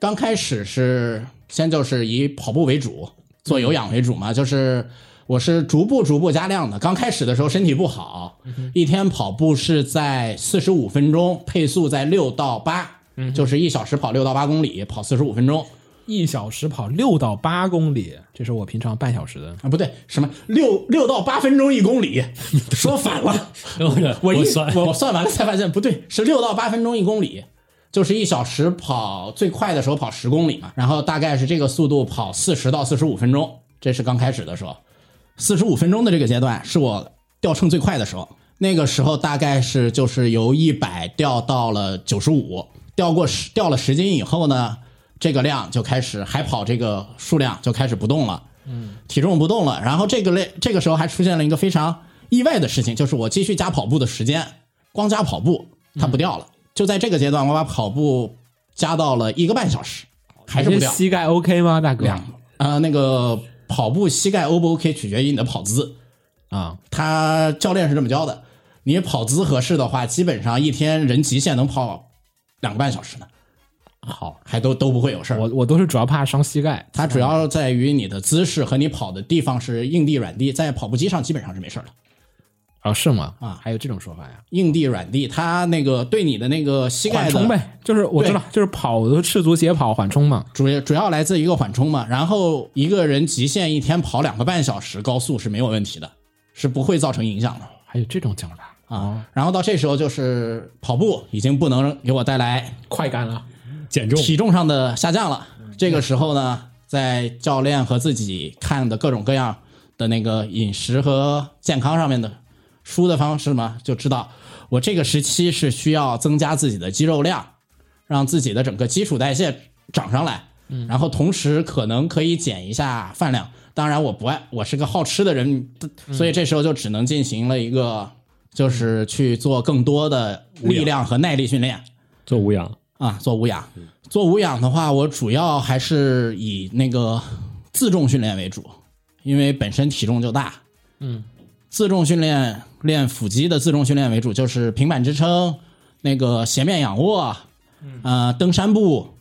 Speaker 3: 刚开始是先就是以跑步为主，做有氧为主嘛，就是我是逐步逐步加量的。刚开始的时候身体不好，一天跑步是在四十五分钟，配速在六到八，就是一小时跑六到八公里，跑四十五分钟
Speaker 2: 一小时跑六到八公里，这是我平常半小时的。
Speaker 3: 啊，不对，什么六六到八分钟一公 里，说反了。
Speaker 1: 我
Speaker 3: 我一
Speaker 1: 算
Speaker 3: 我算完了才发现不对，是六到八分钟一公里，就是一小时跑最快的时候跑十公里嘛，然后大概是这个速度跑四十到四十五分钟，这是刚开始的时候，四十五分钟的这个阶段是我掉秤最快的时候，那个时候大概是就是由一百掉到了九十五，掉过十掉了十斤以后呢，这个量就开始海跑这个数量就开始不动了。体重不动了。然后这个类这个时候还出现了一个非常意外的事情，就是我继续加跑步的时间，光加跑步它不掉了。就在这个阶段，我把跑步加到了一个半小时，还是不
Speaker 2: 你这
Speaker 3: 掉。
Speaker 2: 膝盖 OK 吗，大哥？
Speaker 3: 两啊、那个跑步膝盖 O 不 OK 取决于你的跑姿，
Speaker 2: 啊，
Speaker 3: 他教练是这么教的。你跑姿合适的话，基本上一天人极限能跑两个半小时呢，
Speaker 2: 好，
Speaker 3: 还都都不会有事儿。
Speaker 2: 我我都是主要怕伤膝盖。
Speaker 3: 它主要在于你的姿势和你跑的地方是硬地软地，在跑步机上基本上是没事儿的。
Speaker 2: 哦，是吗？
Speaker 3: 啊
Speaker 2: 还有这种说法呀？
Speaker 3: 硬地、软地，它那个对你的那个膝盖
Speaker 2: 缓
Speaker 3: 的
Speaker 2: 冲呗，就是我知道，就是跑的赤足斜跑缓冲嘛。
Speaker 3: 主要主要来自一个缓冲嘛。然后一个人极限一天跑两个半小时高速是没有问题的，是不会造成影响的
Speaker 2: 还有这种讲法，
Speaker 3: 啊。然后到这时候就是跑步已经不能给我带来
Speaker 2: 快感了。
Speaker 1: 减重，
Speaker 3: 体重上的下降了。这个时候呢，在教练和自己看的各种各样的那个饮食和健康上面的书的方式嘛，就知道我这个时期是需要增加自己的肌肉量，让自己的整个基础代谢涨上来。然后同时可能可以减一下饭量。当然，我不爱，我是个好吃的人，所以这时候就只能进行了一个，就是去做更多的力量和耐力训练。
Speaker 1: 做无氧，
Speaker 3: 啊，做无氧。做无氧的话，我主要还是以那个自重训练为主，因为本身体重就大。
Speaker 2: 嗯，
Speaker 3: 自重训练练腹肌的自重训练为主，就是平板支撑、那个斜面仰卧，呃，登山步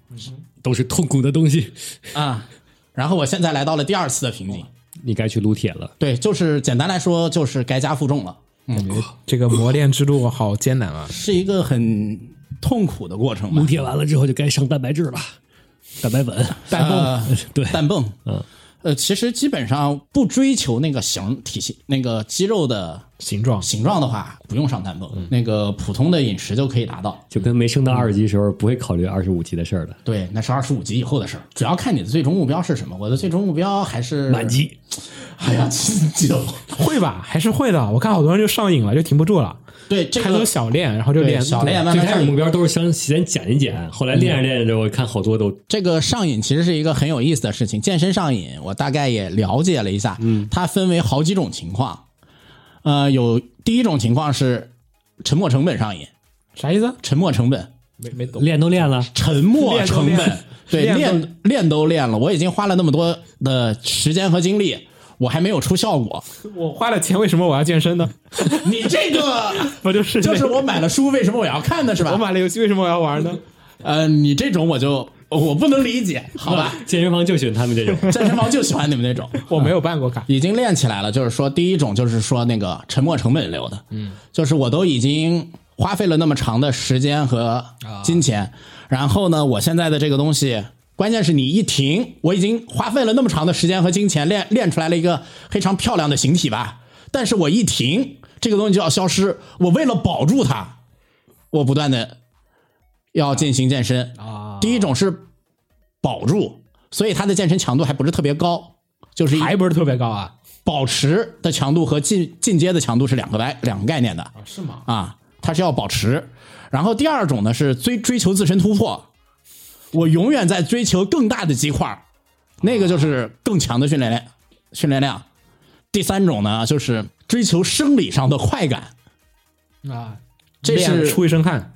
Speaker 1: 都是痛苦的东西，
Speaker 3: 啊。 然后我现在来到了第二次的瓶颈，
Speaker 1: 你该去撸铁 了。
Speaker 3: 对，就是简单来说，就是该加负重了，
Speaker 2: 这个磨练之路好艰难啊！
Speaker 3: 是一个很痛苦的过程吧
Speaker 1: 撸。铁完了之后就该上蛋白质了， 蛋白粉，
Speaker 3: 氮泵，
Speaker 1: 对
Speaker 3: 氮泵，
Speaker 1: 嗯，
Speaker 3: 呃，其实基本上不追求那个形体型、那个肌肉的
Speaker 2: 形状
Speaker 3: 形状的话，不用上氮泵，
Speaker 1: 嗯
Speaker 3: 那个普通的饮食就可以达到。
Speaker 1: 就跟没升到二十级时候不会考虑二十五级的事儿的，
Speaker 3: 对，那是二十五级以后的事儿，主要看你的最终目标是什么。我的最终目标还是
Speaker 1: 满。级。
Speaker 3: 哎呀， 就
Speaker 2: 会吧，还是会的。我看好多人就上瘾了，就停不住了，
Speaker 3: 对这
Speaker 2: 开头
Speaker 3: 个
Speaker 2: 小练，然后就
Speaker 3: 对
Speaker 2: 练
Speaker 3: 小练慢
Speaker 1: 最
Speaker 3: 慢
Speaker 1: 开
Speaker 3: 上
Speaker 1: 始目
Speaker 3: 瘾。
Speaker 1: 标都是想先嗯减一减，后来练着练着，我看好多都
Speaker 3: 这个上瘾其实是一个很有意思的事情。健身上瘾，我大概也了解了一下，嗯，它分为好几种情况。呃，有第一种情况是沉没成本上瘾，
Speaker 2: 啥意思？
Speaker 3: 沉没成本，
Speaker 2: 没没懂。
Speaker 1: 练都练了，
Speaker 3: 沉没成
Speaker 2: 练都练
Speaker 3: 本，对，
Speaker 2: 练都
Speaker 3: 练练都练了，我已经花了那么多的时间和精力，我还没有出效果。
Speaker 2: 我花了钱，为什么我要健身呢？
Speaker 3: 你这个
Speaker 2: 不就是
Speaker 3: 就是
Speaker 2: 那个
Speaker 3: 我买了书，为什么我要看呢？是
Speaker 2: 我
Speaker 3: 吧？
Speaker 2: 买了游戏，为什么我要玩呢？
Speaker 3: 呃，你这种我就我不能理解，好 吧？
Speaker 1: 健身房就喜欢他们这种，
Speaker 3: 健身房就喜欢你们那种，
Speaker 2: 我没有办过卡，
Speaker 3: 已经练起来了。就是说，第一种就是说那个沉没成本流的，嗯，就是我都已经花费了那么长的时间和金钱，然后呢，我现在的这个东西，关键是你一停，我已经花费了那么长的时间和金钱练练出来了一个非常漂亮的形体吧，但是我一停，这个东西就要消失，我为了保住它，我不断的要进行健身
Speaker 2: 啊
Speaker 3: 第一种是保住，所以它的健身强度还不是特别高，就是一
Speaker 2: 还不是特别高啊？
Speaker 3: 保持的强度和进进阶的强度是两个概两个概念的
Speaker 2: 啊，是吗？
Speaker 3: 啊，它是要保持。然后第二种呢是追追求自身突破，我永远在追求更大的肌块儿，那个就是更强的训练量训练量。第三种呢就是追求生理上的快感，
Speaker 2: 啊，
Speaker 3: 这
Speaker 2: 练
Speaker 3: 是
Speaker 2: 出一身汗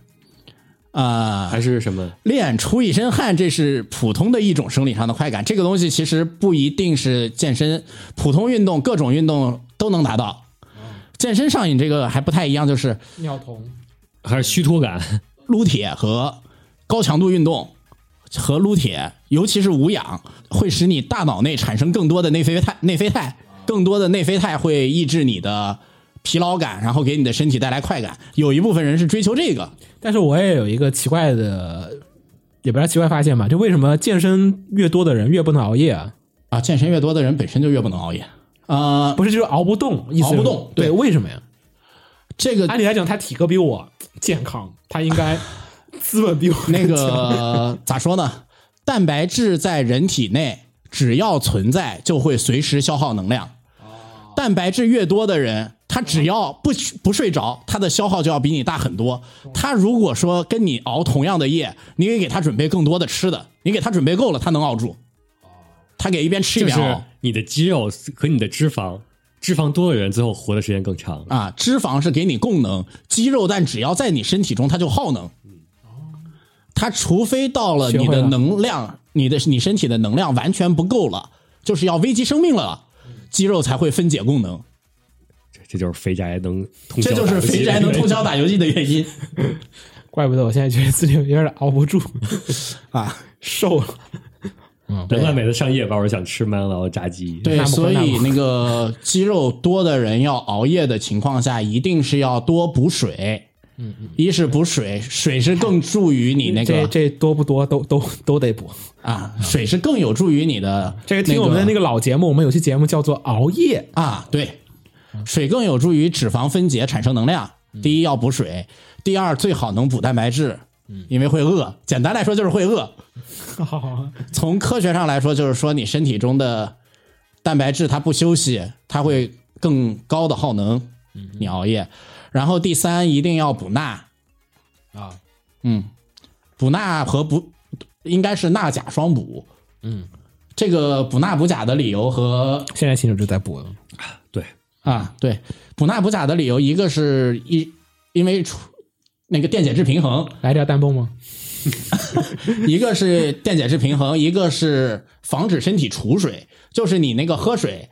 Speaker 3: 啊。
Speaker 1: 还是什么？
Speaker 3: 练出一身汗，这是普通的一种生理上的快感。这个东西其实不一定是健身，普通运动各种运动都能达到。健身上瘾这个还不太一样，就是
Speaker 2: 尿酮
Speaker 1: 还是虚脱感？
Speaker 3: 撸铁和高强度运动和撸铁，尤其是无氧，会使你大脑内产生更多的内啡肽，内啡肽更多的内啡肽会抑制你的疲劳感，然后给你的身体带来快感。有一部分人是追求这个，
Speaker 2: 但是我也有一个奇怪的，也不是奇怪发现吧，就为什么健身越多的人越不能熬夜啊？
Speaker 3: 啊，健身越多的人本身就越不能熬夜。啊、
Speaker 2: 不是，就是熬不动，意思
Speaker 3: 熬不动
Speaker 2: 对，
Speaker 3: 对
Speaker 2: 为什么呀？
Speaker 3: 这个
Speaker 2: 按理来讲，他体格比我健康，他应 该资本比我
Speaker 3: 那
Speaker 2: 强
Speaker 3: 个咋说呢？蛋白质在人体内只要存在，就会随时消耗能量。蛋白质越多的人，他只要不不睡着，他的消耗就要比你大很多。他如果说跟你熬同样的夜，你得给他准备更多的吃的，你给他准备够了，他能熬住。他给一边吃一
Speaker 1: 就
Speaker 3: 边
Speaker 1: 是
Speaker 3: 熬、
Speaker 1: 你的肌肉和你的脂肪，脂肪多的人最后活的时间更长。
Speaker 3: 啊，脂肪是给你供能，肌肉但只要在你身体中，它就耗能。它除非到了
Speaker 2: 学
Speaker 3: 你
Speaker 2: 会
Speaker 3: 的
Speaker 2: 了
Speaker 3: 能量，你的你身体的能量完全不够了，就是要危及生命了，肌肉才会分解供能。
Speaker 1: 这这就是肥宅能通宵
Speaker 3: 这
Speaker 1: 打
Speaker 3: 就
Speaker 1: 游戏的
Speaker 3: 是
Speaker 1: 原因，
Speaker 3: 肥宅能通宵打游戏的原因
Speaker 2: 怪不得我现在觉得自己有点熬不 住，
Speaker 3: 啊。
Speaker 2: 瘦了。嗯，
Speaker 1: 难怪每次上夜班，我想吃麦当劳炸鸡。
Speaker 3: 对，
Speaker 2: 那不
Speaker 3: 所
Speaker 2: 那
Speaker 3: 以
Speaker 2: 不
Speaker 3: 那个肌肉多的人要熬夜的情况下，一定是要多补水。嗯嗯，一是补水，水是更助于你那
Speaker 2: 这
Speaker 3: 个
Speaker 2: 这多不多都都都得补。
Speaker 3: 啊，水是更有助于你的
Speaker 2: 这个听我们的那个老节目，我们有期节目叫做《熬夜
Speaker 3: 啊，对，水更有助于脂肪分解产生能量。
Speaker 2: 嗯
Speaker 3: 第一要补水，第二最好能补蛋白质，
Speaker 2: 嗯
Speaker 3: 因为会饿。简单来说就是 会饿。》
Speaker 2: 啊
Speaker 3: 从科学上来说，就是说你身体中的蛋白质它不休息，它会更高的耗能。
Speaker 2: 嗯
Speaker 3: 你熬夜，然后第三一定要补钠，
Speaker 2: 啊，
Speaker 3: 嗯，补钠和补应该是钠钾双补。
Speaker 2: 嗯，
Speaker 3: 这个补钠补钾的理由和
Speaker 2: 现在新手就在补了。
Speaker 1: 对，
Speaker 3: 啊，对，补钠补钾的理由，一个是一因为出那个电解质平衡，
Speaker 2: 来点弹蹦吗？
Speaker 3: 一个是电解质平衡，一个是防止身体储水，就是你那个喝水，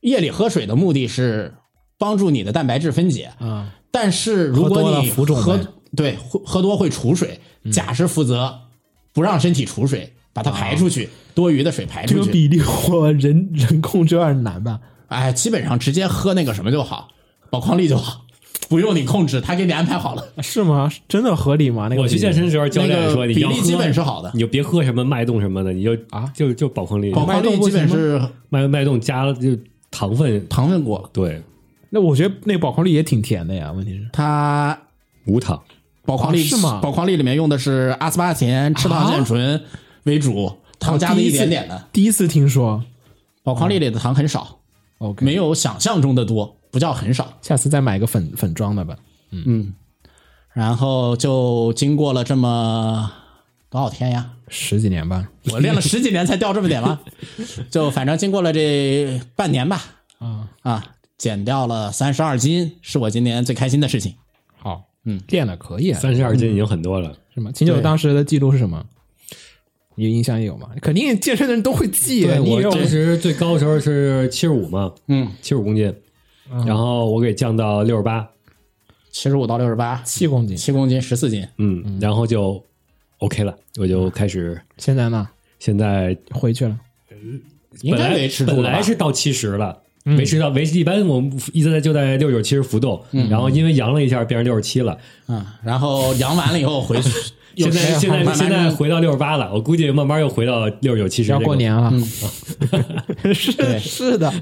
Speaker 3: 夜里喝水的目的是帮助你的蛋白质分解，
Speaker 2: 啊，
Speaker 3: 但是如
Speaker 2: 喝多
Speaker 3: 果
Speaker 2: 了
Speaker 3: 你
Speaker 2: 浮肿
Speaker 3: 喝
Speaker 2: 呗嗯
Speaker 3: 对喝喝多会储水，钾是负责不让身体储水，把它排出去，多余的水排
Speaker 2: 这
Speaker 3: 出
Speaker 2: 个
Speaker 3: 去。
Speaker 2: 比例我人 人控制有点难吧？
Speaker 3: 哎，基本上直接喝那个什么就好，宝矿力就好，不用你控制，他给你安排好了。
Speaker 2: 是吗？是真的合理吗？那个
Speaker 1: 我去健身的时候，教练说
Speaker 3: 那
Speaker 1: 你
Speaker 3: 个比
Speaker 1: 要
Speaker 3: 例
Speaker 1: 喝
Speaker 3: 基本是好的
Speaker 1: 你，就别喝什么脉动什么的，你就
Speaker 2: 啊
Speaker 1: 就就保控力，
Speaker 3: 广
Speaker 2: 脉
Speaker 3: 告
Speaker 2: 动
Speaker 3: 力
Speaker 2: 不
Speaker 3: 基本
Speaker 2: 行
Speaker 3: 是
Speaker 1: 脉脉动加了就糖分，
Speaker 3: 糖分过了，
Speaker 1: 对，
Speaker 2: 那我觉得那宝矿力也挺甜的呀。问题是，
Speaker 3: 它
Speaker 1: 无糖。
Speaker 3: 宝矿力
Speaker 2: 啊是吗
Speaker 3: 宝矿力里面用的是阿斯巴甜、赤糖腺醇为主，糖加
Speaker 2: 我哦
Speaker 3: 的
Speaker 2: 第
Speaker 3: 一
Speaker 2: 一次
Speaker 3: 点点的。
Speaker 2: 第一次听说。
Speaker 3: 宝矿力里的糖很少，
Speaker 2: OK，
Speaker 3: 没有想象中的多，不叫很少。
Speaker 2: 下次再买个粉粉装的吧。
Speaker 3: 然后就经过了这么多少天呀？
Speaker 2: 十几年吧。
Speaker 3: 我练了十几年才掉这么 点吗？就反正经过了这半年吧，
Speaker 2: 啊，
Speaker 3: 啊，减掉了三十二斤，是我今年最开心的事情。
Speaker 2: 好，
Speaker 3: 嗯，
Speaker 2: 练了可以啊。
Speaker 1: 三十二斤已经很多了，
Speaker 2: 是吗？秦九
Speaker 3: 对
Speaker 2: 当时的记录是什么？你印象也有吗？肯定健身的人都会记。你以
Speaker 1: 我
Speaker 2: 为
Speaker 1: 当时最高的时候是七十五嘛，
Speaker 3: 嗯，
Speaker 1: 七十五公斤，然后我给降到六十八，
Speaker 3: 七十五到六十八，
Speaker 2: 七公斤，
Speaker 3: 七公斤，十四斤。
Speaker 1: 嗯，然后就 OK 了，我就
Speaker 3: 嗯
Speaker 1: 开始
Speaker 2: 现在呢
Speaker 1: 现在
Speaker 2: 回去了。
Speaker 3: 应
Speaker 1: 本
Speaker 3: 该
Speaker 1: 来
Speaker 3: 维持住
Speaker 1: 本
Speaker 3: 了吧嗯
Speaker 1: 来是到七十了，维持到维持一般我们一直在就在六九七十浮动，然后因为扬了一下变成六十七了，
Speaker 3: 嗯，然后量完了以后回 去，
Speaker 1: 现在现在
Speaker 3: 慢慢
Speaker 1: 现在回到六十八了，我估计慢慢又回到六九七十。
Speaker 2: 要过嗯年了，是
Speaker 3: 对
Speaker 2: 是的，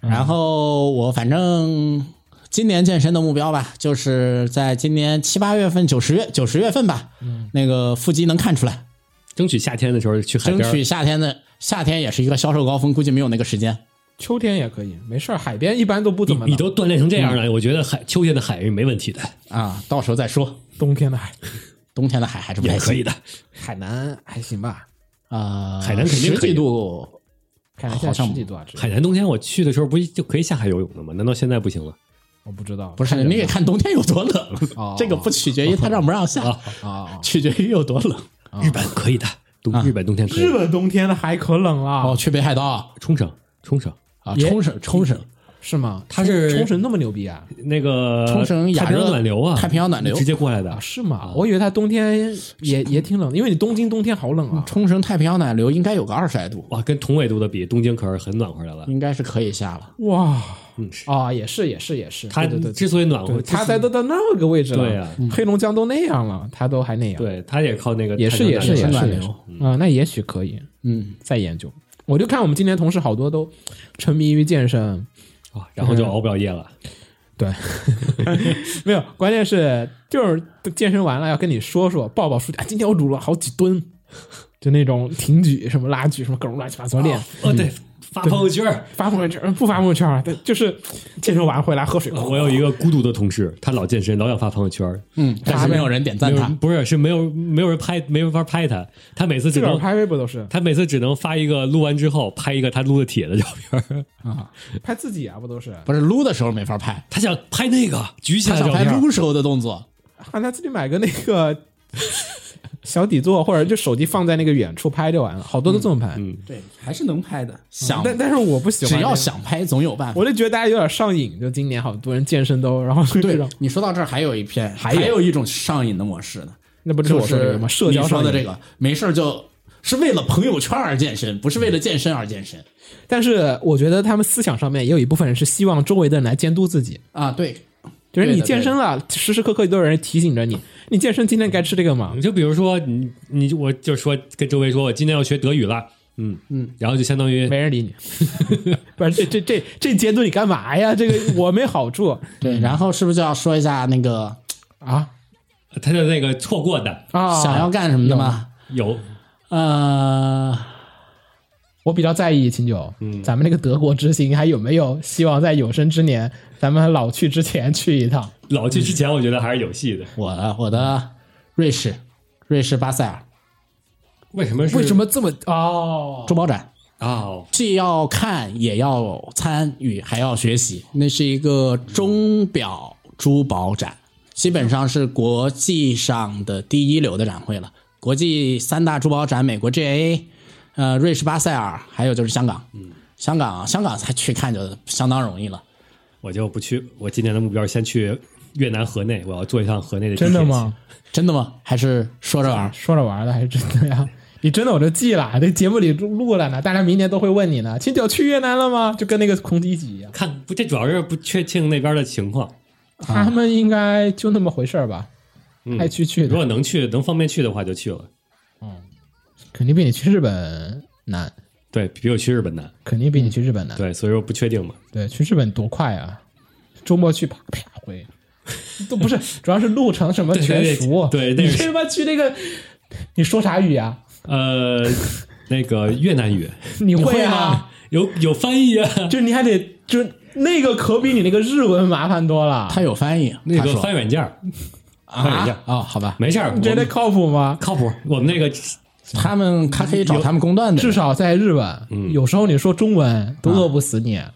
Speaker 3: 然后我反正今年健身的目标吧，就是在今年七八月份、九十月、九十月份吧，
Speaker 1: 嗯
Speaker 3: 那个腹肌能看出来。
Speaker 1: 争取夏天的时候去海
Speaker 3: 争
Speaker 1: 边儿，
Speaker 3: 取夏天的夏天也是一个销售高峰，估计没有那个时间。
Speaker 2: 秋天也可以，没事儿，海边一般都不怎
Speaker 1: 你
Speaker 2: 么冷。
Speaker 1: 你都锻炼成这样
Speaker 3: 嗯
Speaker 1: 了，我觉得海秋天的海是没问题的，
Speaker 3: 啊，到时候再说。
Speaker 2: 冬天的海，
Speaker 3: 冬天的海还是不
Speaker 1: 也
Speaker 3: 太
Speaker 1: 可以
Speaker 3: 行
Speaker 1: 的。
Speaker 2: 海南还行吧？
Speaker 3: 啊，
Speaker 1: 海南肯定
Speaker 3: 十
Speaker 1: 可以
Speaker 3: 几度，
Speaker 2: 海南
Speaker 3: 好
Speaker 2: 现在
Speaker 3: 像
Speaker 2: 十几度啊，这
Speaker 1: 海南冬天我去的时候不就可以下海游泳了吗？难道现在不行了？
Speaker 2: 我不知道，
Speaker 3: 不是
Speaker 2: 看着
Speaker 3: 你得看冬天有多冷
Speaker 2: 哦，
Speaker 3: 这个不取决于它让不让下，
Speaker 1: 哦
Speaker 2: 啊，
Speaker 3: 取决于有多冷。
Speaker 1: 日本可以的，冬
Speaker 3: 啊
Speaker 1: 日本冬天可以
Speaker 2: 日。本冬天的海可冷
Speaker 3: 哦，
Speaker 2: 了，
Speaker 3: 去北海道
Speaker 1: 冲绳，冲绳，
Speaker 3: 啊，
Speaker 2: 也
Speaker 3: 冲绳，冲绳，
Speaker 2: 是吗？
Speaker 1: 它是
Speaker 2: 冲绳那么牛逼啊？
Speaker 1: 那个
Speaker 3: 冲绳亚
Speaker 1: 太平洋
Speaker 3: 热
Speaker 1: 暖流啊，
Speaker 3: 太平洋暖流
Speaker 1: 直接过来的
Speaker 2: 啊，。是吗？我以为它冬天也也挺冷的，因为你东京冬天好冷啊。
Speaker 3: 冲绳太平洋暖流应该有个二十来度，
Speaker 1: 哇，跟同纬度的比，东京可是很暖和的了。
Speaker 3: 应该是可以下了。
Speaker 2: 哇
Speaker 1: 嗯，是
Speaker 2: 啊，也是也是也是，
Speaker 1: 它
Speaker 2: 对对对
Speaker 1: 之所以暖和，
Speaker 2: 对，他
Speaker 1: 在
Speaker 2: 在都到那么个位置了，
Speaker 1: 对啊
Speaker 2: 黑龙江都那样了，他都还那样，，
Speaker 1: 对它也靠那个
Speaker 2: 也是
Speaker 1: 太平
Speaker 2: 也
Speaker 1: 洋
Speaker 2: 是
Speaker 1: 暖
Speaker 2: 也
Speaker 1: 流
Speaker 2: 是
Speaker 3: 暖
Speaker 2: 也
Speaker 3: 流
Speaker 2: 是，啊，那也许可以
Speaker 3: 嗯，
Speaker 2: 再研究。我就看我们今年同事好多都沉迷于健身，
Speaker 1: 哇哦然后
Speaker 2: 嗯
Speaker 1: 就熬不了夜了。
Speaker 2: 对， 没有，关键是就是健身完了要跟你说说，报报数据，啊，今天我撸了好几吨，就那种挺举、什么拉举、什么各种乱七八糟练，
Speaker 1: 哦，对，发朋友圈儿。
Speaker 2: 发朋友圈不发朋友圈啊，但就是健身完回来喝水，
Speaker 1: 我有一个孤独的同事，他老健身，老想发朋友圈儿，
Speaker 3: 嗯，但是没有人点赞
Speaker 1: 没有
Speaker 3: 他。
Speaker 1: 不是是没有没有人拍，没人法拍他，他每次只
Speaker 2: 自个儿
Speaker 1: 能
Speaker 2: 拍微博都是
Speaker 1: 他每次只能发一个录完之后拍一个他撸的铁的照片儿，
Speaker 2: 拍自己啊，不都是
Speaker 3: 不是撸的时候没法拍，
Speaker 1: 他想拍那个举起
Speaker 3: 他
Speaker 1: 来的
Speaker 3: 想
Speaker 1: 照
Speaker 3: 拍
Speaker 1: 片儿，
Speaker 3: 撸时候的动作。
Speaker 2: 让他自己买个那 个小底座，或者就手机放在那个远处拍就完了。好多都这么拍，
Speaker 1: 嗯
Speaker 3: 对，还是能拍的。想，
Speaker 2: 嗯但但是我不喜欢，
Speaker 3: 只要，想拍，总有办法
Speaker 2: 我。就觉得大家有点上瘾。就今年好多人健身都，然后就这
Speaker 3: 对
Speaker 2: 种，，
Speaker 3: 你说到这儿还有一篇，还
Speaker 2: 有
Speaker 3: 一种上瘾的模式呢，
Speaker 2: 那不是
Speaker 3: 就
Speaker 2: 我说的这
Speaker 3: 是
Speaker 2: 个吗？社交上
Speaker 3: 你说
Speaker 2: 瘾
Speaker 3: 的这。个，没事儿就是为了朋友圈而健身，不是为了健身而健身
Speaker 2: 但是我觉得他们思想上面也有一部分人是希望周围的人来监督自己，
Speaker 3: 啊。对，
Speaker 2: 就是
Speaker 3: 对
Speaker 2: 你
Speaker 3: 的
Speaker 2: 健身了，时时刻刻都有人提醒着你， 你健身今天该吃这个吗
Speaker 1: 你？就比如说你你我就说跟周围说我今天要学德语了，嗯嗯，然后就相当于
Speaker 2: 没人理你， 不是这这这这监督你干嘛呀？这个我没好处
Speaker 3: 对，然后是不是就要说一下那个
Speaker 2: 啊
Speaker 1: 他的那个错过的
Speaker 2: 啊！
Speaker 3: 想要干什么的吗？
Speaker 1: 有
Speaker 3: 呃，
Speaker 2: 我比较在意秦九，嗯，咱们那个德国之行还有没有希望在有生之年，咱们老去之前去一趟？
Speaker 1: 老去之前我觉得还是有戏的，
Speaker 3: 我的我的瑞士，瑞士巴塞尔
Speaker 1: 为什么是
Speaker 2: 为什么这么哦？
Speaker 3: 珠宝展，
Speaker 1: 哦
Speaker 3: 既要看也要参与，还要学习。那是一个钟表珠宝展，基本上是国际上的第一流的展会了。国际三大珠宝展，美国 GA，呃，瑞士巴塞尔，还有就是香港。嗯，香港，香港才去看就相当容易了。
Speaker 1: 我就不去？我今年的目标是先去越南河内，我要坐一趟河内的地铁
Speaker 2: 真的？吗？
Speaker 3: 真的吗？还是啊说着玩儿？
Speaker 2: 说着玩的还是真的呀？你真的我就记了，这节目里录录了呢，大家明年都会问你呢。秦九去越南了吗？就跟那个孔乙己一样，
Speaker 1: 看不，这主要是不确定那边的情况。啊
Speaker 2: 他们应该就那么回事儿吧？爱去
Speaker 1: 嗯
Speaker 2: 去
Speaker 1: 如
Speaker 2: 的，
Speaker 1: 果能去，能方便去的话就去了。
Speaker 2: 肯定比你去日本难，
Speaker 1: 对比我去日本难，
Speaker 2: 肯定比你去日本难。
Speaker 1: 对，所以说不确定嘛。
Speaker 2: 对，去日本多快啊！周末去啪啪回，都不是， 主要是路程什么
Speaker 1: 对
Speaker 2: 全
Speaker 1: 对
Speaker 2: 熟。
Speaker 1: 对那
Speaker 2: 你
Speaker 1: 是
Speaker 2: 他妈去那个，你说啥语啊？
Speaker 1: 呃， 那个越南语
Speaker 2: 你
Speaker 3: 你会
Speaker 2: 啊
Speaker 3: 吗？
Speaker 1: 有有翻译啊，
Speaker 2: 就你还得就那个可比你那个日文麻烦多了。
Speaker 3: 他有翻译，
Speaker 1: 那
Speaker 3: 他
Speaker 1: 个
Speaker 3: 说
Speaker 1: 翻软件儿翻软件
Speaker 3: 啊
Speaker 1: 儿，
Speaker 3: 哦，好吧，
Speaker 1: 没事儿，
Speaker 2: 你觉
Speaker 1: 我
Speaker 2: 得
Speaker 1: 们
Speaker 2: 靠谱吗？
Speaker 1: 靠谱。我们那个
Speaker 3: 他们他可以找他们公断 的
Speaker 2: 至少在日本，有时候你说中文都饿不死你。
Speaker 1: 嗯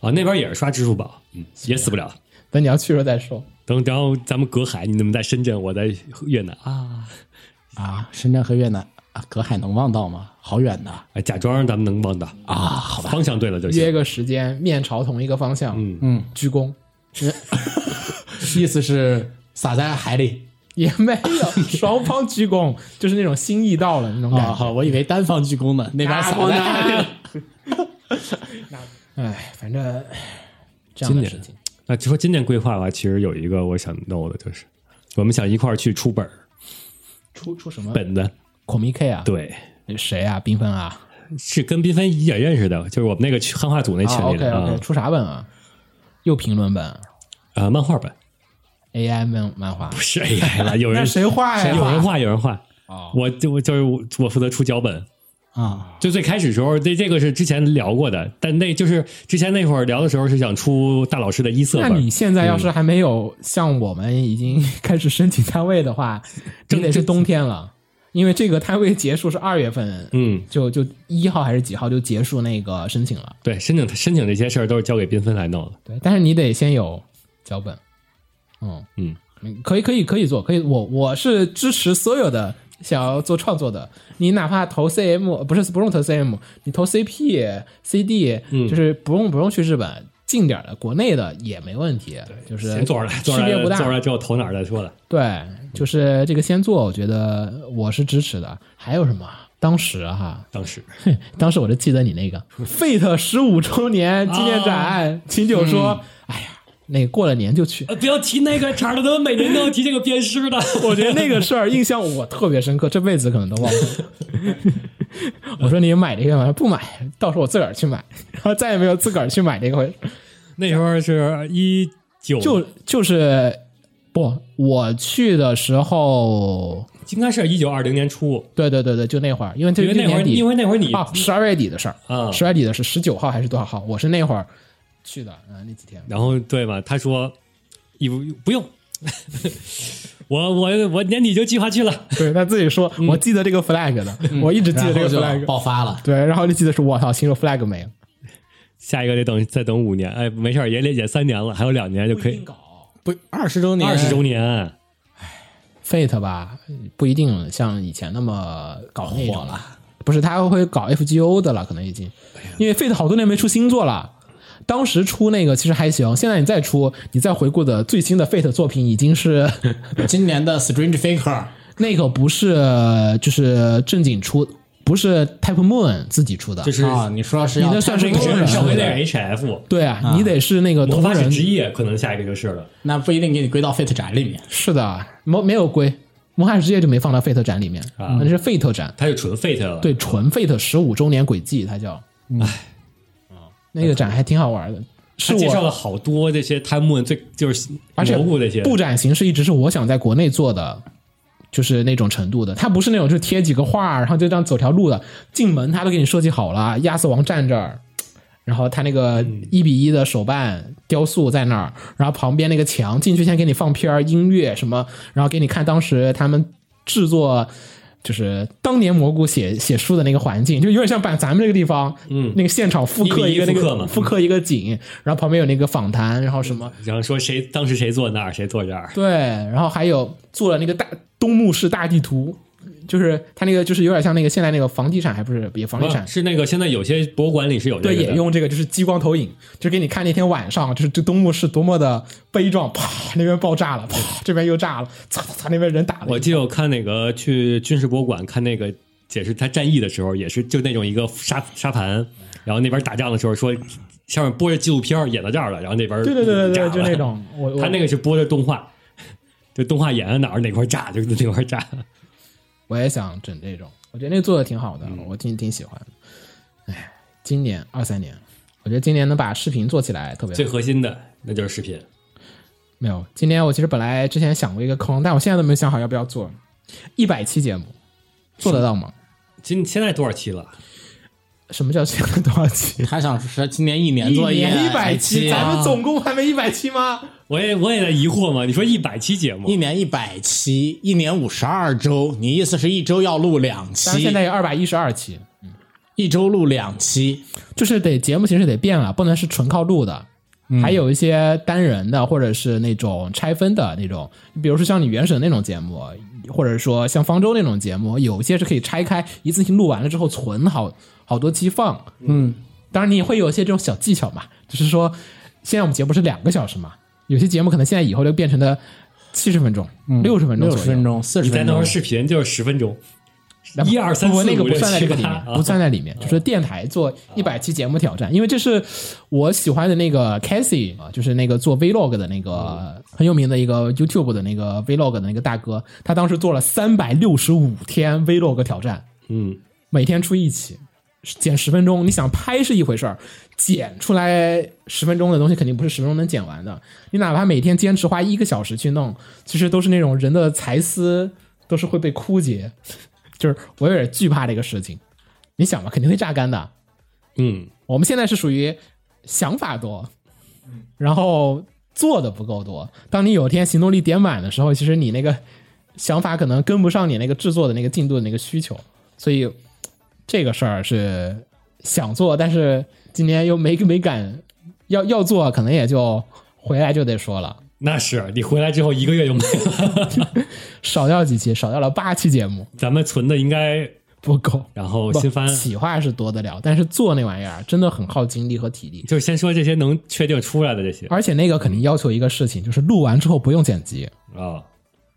Speaker 1: 啊，那边也是刷支付宝，嗯，也死不了。
Speaker 2: 等你要去了再说。
Speaker 1: 等然后咱们隔海，你们在深圳，我在越南啊，
Speaker 3: 啊。深圳和越南啊，隔海能望到吗？好远的
Speaker 1: 哎假装咱们能帮到，
Speaker 3: 啊，好吧。
Speaker 1: 方向对了就
Speaker 2: 约
Speaker 1: 行。
Speaker 2: 个时间，面朝同一个方向，嗯嗯，鞠躬
Speaker 3: 意思是撒在海里
Speaker 2: 也没有，双方鞠躬， 就是那种心意到了那种感
Speaker 3: 啊、
Speaker 2: 觉。
Speaker 3: 好，我以为单方鞠躬呢，那边撒在海里。
Speaker 2: 那哎，反正这样的事情，
Speaker 1: 那就说今年规划吧，其实有一个我想弄的，就是我们想一块儿去出本儿
Speaker 2: 出出什么
Speaker 1: 本子，
Speaker 2: 孔明 K 啊？
Speaker 1: 对，
Speaker 2: 谁啊？缤纷啊？
Speaker 1: 是跟缤纷也认识的，就是我们那个群汉化组那群
Speaker 2: 啊
Speaker 1: 里
Speaker 2: ，OK
Speaker 1: 的
Speaker 2: OK，
Speaker 1: 啊
Speaker 2: 出啥本啊？又评论本
Speaker 1: 啊，漫画本
Speaker 2: ，AI 漫漫画
Speaker 1: 不，是 AI 了，有人
Speaker 2: 那谁画呀？
Speaker 1: 有人画，有人画，
Speaker 2: 哦
Speaker 1: 我就我就是我我负责出脚本。
Speaker 3: 啊，
Speaker 1: 就最开始时候，这这个是之前聊过的，但那就是之前那会儿聊的时候是想出大老师的一色
Speaker 2: 那
Speaker 1: 本
Speaker 2: 你，现在要
Speaker 1: 嗯
Speaker 2: 是还没有像我们已经 开始申请摊位 的话，
Speaker 1: 这
Speaker 2: 你得是冬天了，因为这个摊位结束是二月份，
Speaker 1: 嗯，
Speaker 2: 就就一号还是几号就结束那个申请了。
Speaker 1: 对，申请申请这些事儿都是交给缤纷来弄的，
Speaker 2: 对，但是你得先有脚本。嗯
Speaker 1: 嗯，
Speaker 2: 可以可以可以做，可以我我是支持所有的想要做创作的，你哪怕投 CM 呃不是不用投 CM，你投 CP、CD，、就是
Speaker 1: 嗯
Speaker 2: 不用不用去日本。近点儿的国内的也没问题，就是
Speaker 1: 先做出来，做出
Speaker 2: 区
Speaker 1: 来
Speaker 2: 别不大，
Speaker 1: 做出来之后投哪儿再说的。
Speaker 2: 对，就是这个先做，我觉得我是支持的。还有什么？当时啊哈，
Speaker 1: 当时
Speaker 2: 当时我就记得你 那个 Fate 十五周年纪念
Speaker 1: 啊
Speaker 2: 展，秦九说：“
Speaker 1: 嗯
Speaker 2: 哎呀，那过了年就去。
Speaker 1: 呃，不要提那个茬儿了，他们每年都要提这个鞭尸 的。”
Speaker 2: 我觉得那个事儿印象我特别深刻，这辈子可能都忘不了。 我说你买这个吗？不买，到时候我自个儿去买， 然后再也没有自个儿去买这个回事。
Speaker 1: 那时候是一九，
Speaker 2: 就就是不，我去的时候，
Speaker 1: 应该是一九二零年初，
Speaker 2: 对对对对，就那会儿，因为这
Speaker 1: 因为
Speaker 2: 就
Speaker 1: 那会儿
Speaker 2: 年底
Speaker 1: 因为那会儿你
Speaker 2: 哦，十二月底的事儿
Speaker 1: 啊
Speaker 2: 十二月底的是十九号还是多少号？我是那会儿去的，嗯、那几天
Speaker 1: 然后对吧？他说，一不不用， 我我我年底就计划去了。
Speaker 2: 对他自己说，我记得这个 flag 的，我一直记得这个 flag，
Speaker 3: 爆发了。
Speaker 2: 对，然后就记得是我操，新手 flag 没了，
Speaker 1: 下一个得等再等五年，哎，没事儿，也得也三年了，还有两年就可以
Speaker 3: 不，二十周年，
Speaker 1: 二十周年。
Speaker 2: Fate 吧，不一定像以前那么搞那
Speaker 3: 火
Speaker 2: 种了，不是他会搞 FGO 的了，可能已经，因为 Fate 好多年没出新作了。当时出那个其实还行，现在你再出，你再回顾的最新的 Fate 作品已经是
Speaker 3: 今年的 Strange Faker
Speaker 2: 那个不是就是正经出，不是 Type Moon 自己出的，
Speaker 1: 就是
Speaker 3: 啊，你说是要
Speaker 2: 你那算是
Speaker 3: 看这
Speaker 2: 工
Speaker 3: 个
Speaker 2: 人
Speaker 1: 稍
Speaker 2: 社
Speaker 1: 微
Speaker 2: 会
Speaker 1: 那 HF
Speaker 2: 对啊，你得是那个
Speaker 1: 魔
Speaker 2: 同
Speaker 1: 法使
Speaker 2: 人，
Speaker 1: 之夜，可能下一个就是了。
Speaker 3: 那不一定给你归到 Fate 宅里面。
Speaker 2: 是的，没没有归魔法使之夜就没放到 Fate 展里面，
Speaker 1: 啊
Speaker 2: 那是 Fate 展，
Speaker 1: 它就纯 Fate 了。
Speaker 2: 对，纯 Fate 十五周年轨迹，它叫，哎，那个展还挺好玩的，是
Speaker 1: 他介绍
Speaker 2: 我，
Speaker 1: 了好多这些贪慕最就是
Speaker 2: 而且
Speaker 1: 蘑菇这些
Speaker 2: 布展形式一直是我想在国内做的。就是那种程度的，它不是那种就贴几个画，然后就这样走条路的。进门他都给你设计好了，亚瑟王站这儿，然后他那个
Speaker 1: 嗯
Speaker 2: 一比一的手办雕塑在那儿，然后旁边那个墙进去先给你放片儿、音乐什么，然后给你看当时他们制作。就是当年蘑菇写写书的那个环境，就有点像把咱们这个地方，嗯，那个现场复刻一个那
Speaker 1: 一比一复刻嘛
Speaker 2: 个复刻一个景，然后旁边有那个访谈，然后什么
Speaker 1: 然后说谁当时谁坐那儿，谁坐这儿，
Speaker 2: 对，然后还有做了那个大东木市大地图，就是它那个就是有点像那个现在那个房地产，还不是也房地产
Speaker 1: 不是是那个现在有些博物馆里是有这
Speaker 2: 对，
Speaker 1: 个的
Speaker 2: 也用这个就是激光投影，就是给你看那天晚上，就是这东木是多么的悲壮，啪，那边爆炸了，啪，这边又炸了，擦擦擦，那边人打
Speaker 1: 我
Speaker 2: 了。
Speaker 1: 记得我看那个去军事博物馆看那个解释他战役的时候，也是就那种一个沙沙盘，然后那边打仗的时候说上面播着纪录片儿演到这儿了，然后那边
Speaker 2: 对对对对
Speaker 1: 炸了
Speaker 2: 对，就那种，我我
Speaker 1: 他那个是播着动画，就动画演到哪儿哪块儿炸 就哪块儿炸。
Speaker 2: 我也想整这种，我觉得那个做的挺好的，
Speaker 1: 嗯
Speaker 2: 我挺挺喜欢的。哎，今年二三年，我觉得今年能把视频做起来特别
Speaker 1: 最
Speaker 2: 好。
Speaker 1: 核心的那就是视频，
Speaker 2: 没有，今年我其实本来之前想过一个坑，但我现在都没有想好要不要做。一百期节目做得到吗？
Speaker 1: 今现在多少期了？
Speaker 2: 什么叫现在多少期？
Speaker 3: 他想说今年一年做
Speaker 2: 年一百
Speaker 3: 期，
Speaker 2: 咱们
Speaker 3: 啊
Speaker 2: 总共还没一百期吗？
Speaker 1: 我也我也在疑惑嘛。你说一百期节
Speaker 3: 一
Speaker 1: 目，
Speaker 3: 年一百期，一年五十二周，你意思是一周要录两
Speaker 2: 咱
Speaker 3: 期
Speaker 2: 现？在有二百一十二期，
Speaker 3: 一周录两期，
Speaker 2: 就是得节目形式得变了，不能是纯靠录的，
Speaker 3: 嗯
Speaker 2: 还有一些单人的或者是那种拆分的那种，比如说像你原神那种节目，或者说像方舟那种节目，有一些是可以拆开一次性录完了之后存好好多期放。嗯，当然你也会有一些这种小技巧嘛，就是说现在我们节目是两个小时嘛，有些节目可能现在以后就变成了。七十分钟，六十分钟
Speaker 3: 嗯六
Speaker 2: 左
Speaker 3: 十
Speaker 2: 右，
Speaker 3: 分钟，四
Speaker 1: 你
Speaker 3: 十
Speaker 1: 在
Speaker 3: 分
Speaker 1: 那块
Speaker 3: 钟
Speaker 1: 儿，视频就是十分钟，
Speaker 2: 然后
Speaker 1: 一二三
Speaker 2: 不不
Speaker 1: 四
Speaker 2: 那个
Speaker 1: 五
Speaker 2: 不
Speaker 1: 六
Speaker 2: 算在
Speaker 1: 七
Speaker 2: 这个里
Speaker 1: 八
Speaker 2: 面，
Speaker 1: 啊
Speaker 2: 不算在里面，就是电台做一百期节目挑战，因为这是我喜欢的那个 Casey 啊，就是那个做 Vlog 的那
Speaker 1: 嗯
Speaker 2: 个很有名的一个 YouTube 的那个 Vlog 的那个大哥，他当时做了三百六十五天 Vlog 挑战，
Speaker 1: 嗯，
Speaker 2: 每天出一期，剪十分钟。你想拍是一回事儿，剪出来十分钟的东西肯定不是十分钟能剪完的。你哪怕每天坚持花一个小时去弄，其实都是那种人的才思都是会被枯竭。就是我有点惧怕这个事情。你想吧，肯定会榨干的。
Speaker 1: 嗯，
Speaker 2: 我们现在是属于想法多，然后做的不够多。当你有一天行动力点满的时候，其实你那个想法可能跟不上你那个制作的那个进度的那个需求，所以这个事儿是想做，但是今年又没没敢要要做，可能也就回来就得说了，
Speaker 1: 那是你回来之后一个月就没了，
Speaker 2: 少掉几期，少掉了八期节目
Speaker 1: 咱们存的应该，
Speaker 2: 不够。
Speaker 1: 然后
Speaker 2: 不
Speaker 1: 新番
Speaker 2: 企划是多得了，但是做那玩意儿真的很耗精力和体力，
Speaker 1: 就是先说这些能确定出来的这些啊、
Speaker 2: 而且那个肯定要求一个事情，就是录完之后不用剪辑。
Speaker 1: 啊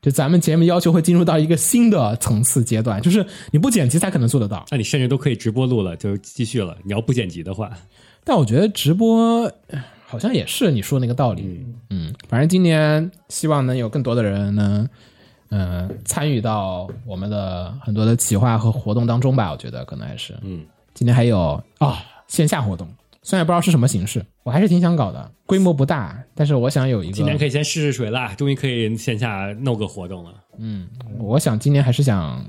Speaker 2: 就咱们节目要求会进入到一个新的层次阶段，就是你不剪辑才可能做得到。
Speaker 1: 那你甚至都可以直播录了，就是继续了。你要不剪辑的话，
Speaker 2: 但我觉得直播呃好像也是你说那个道理，嗯，反正今年希望能有更多的人能，嗯、参与到我们的很多的企划和活动当中吧。我觉得可能还是，
Speaker 1: 嗯，
Speaker 2: 今年还有啊、线下活动，虽然也不知道是什么形式，我还是挺想搞的，规模不大，但是我想有一个，
Speaker 1: 今年可以先试试水啦，终于可以线下弄个活动了。
Speaker 2: 我想今年还是想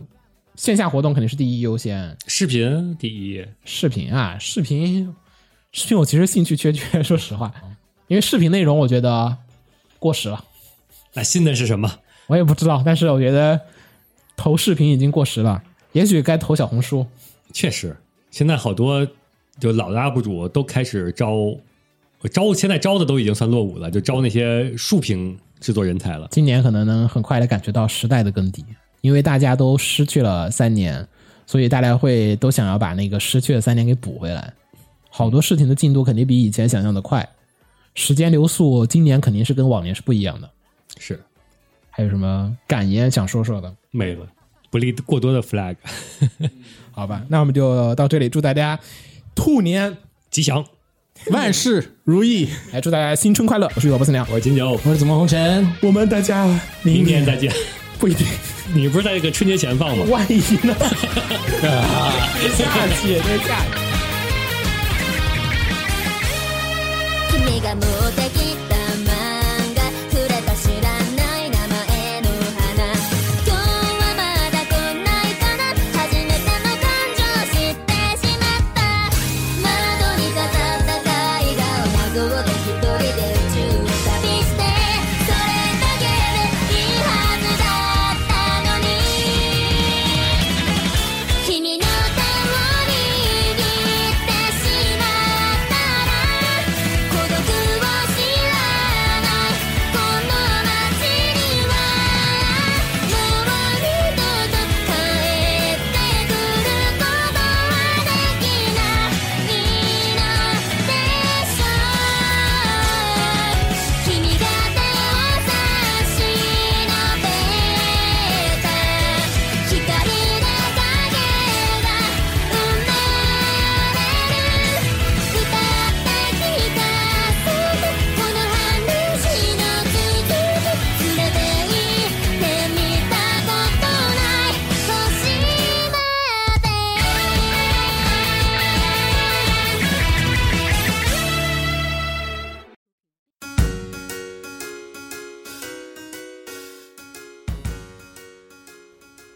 Speaker 2: 线下活动肯定是第一优先，
Speaker 1: 视频第一，
Speaker 2: 视频啊，视频，视频我其实兴趣缺缺，说实话，因为视频内容我觉得过时了，
Speaker 1: 那新的是什么？
Speaker 2: 我也不知道，但是我觉得投视频已经过时了，也许该投小红书。
Speaker 1: 确实，现在好多就老的 UP 主都开始招，招现在招的都已经算落伍了，就招那些竖屏制作人才了。
Speaker 2: 今年可能能很快的感觉到时代的更迭，因为大家都失去了三年，所以大家会都想要把那个失去的三年给补回来。好多事情的进度肯定比以前想象的快，时间流速今年肯定是跟往年是不一样的。
Speaker 1: 是
Speaker 2: 还有什么感言想说说的？
Speaker 1: 没了，不立过多的 flag，
Speaker 2: 好吧，那我们就到这里，祝大家兔年，
Speaker 1: 吉祥。
Speaker 3: 万事如意。
Speaker 2: 来祝大家新春快乐！我是主播四娘，
Speaker 1: 我是金牛，
Speaker 3: 我是紫梦红尘，
Speaker 2: 我们大家明
Speaker 1: 明年再见。
Speaker 2: 不一定，
Speaker 1: 你不是在这个春节前放吗？
Speaker 2: 万一呢？ 下期再下期。
Speaker 5: 君が持ってきた漫画くれた知らない名前の花今日はまだ来ないかな初めての感情知ってしまった窓に飾った絵画を孫をで一人で宇宙を旅してそれだけでいいはずだったのに君の手を握ってしまったら孤独を知らないこの街にはもう二度と帰ってくることはできないのでしょう君が手を差し伸べた光で影が生まれる「歌ってきたこの話の続き」「連れて行ってみたことない星まで」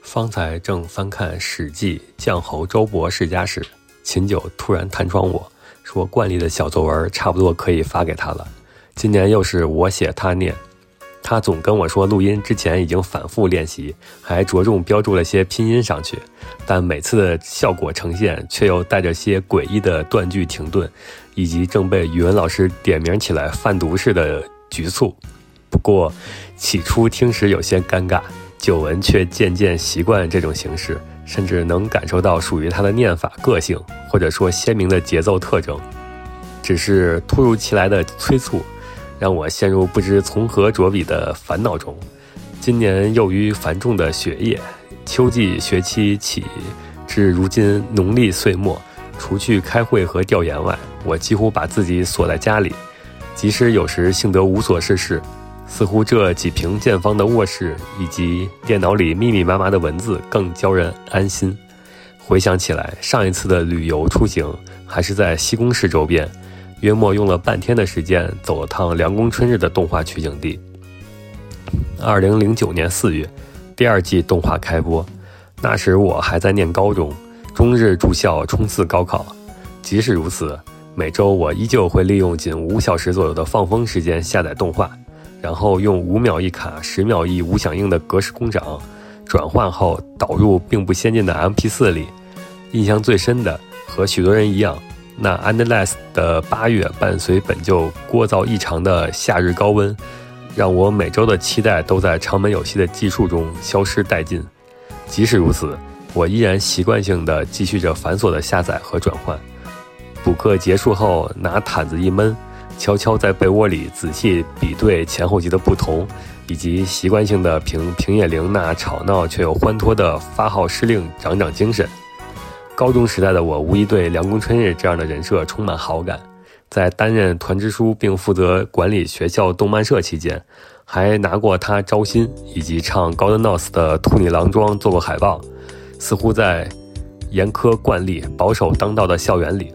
Speaker 6: 方才正翻看《史记·绛侯周勃世家史》，秦九突然弹窗我说：“惯例的小作文差不多可以发给他了。”今年又是我写他念，他总跟我说录音之前已经反复练习，还着重标注了些拼音上去，但每次的效果呈现却又带着些诡异的断句停顿，以及正被语文老师点名起来贩毒似的局促。不过，起初听时有些尴尬，久闻却渐渐习惯这种形式，甚至能感受到属于它的念法、个性，或者说鲜明的节奏特征。只是突如其来的催促，让我陷入不知从何着笔的烦恼中。今年由于繁重的学业，秋季学期起至如今农历岁末，除去开会和调研外，我几乎把自己锁在家里。即使有时幸得无所事事，似乎这几平见方的卧室以及电脑里密密麻麻的文字更教人安心。回想起来，上一次的旅游出行还是在西宫市周边，约莫用了半天的时间走了趟凉宫春日的动画取景地。二零零九年四月，第二季动画开播，那时我还在念高中，终日住校冲刺高考。即使如此，每周我依旧会利用仅五小时左右的放风时间下载动画，然后用五秒一卡、十秒一无响应的格式工长转换后导入并不先进的 MP4 里。印象最深的，和许多人一样，那 Endless 的八月伴随本就聒噪异常的夏日高温，让我每周的期待都在长门有希的技术中消失殆尽。即使如此，我依然习惯性的继续着繁琐的下载和转换。补课结束后，拿毯子一闷，悄悄在被窝里仔细比对前后集的不同，以及习惯性的凭平野绫那吵闹却又欢脱的发号施令长长精神。高中时代的我，无疑对凉宫春日这样的人设充满好感。在担任团支书并负责管理学校动漫社期间，还拿过他招新以及唱《Golden Nose》的兔女郎装做过海报。似乎在严苛惯例、保守当道的校园里，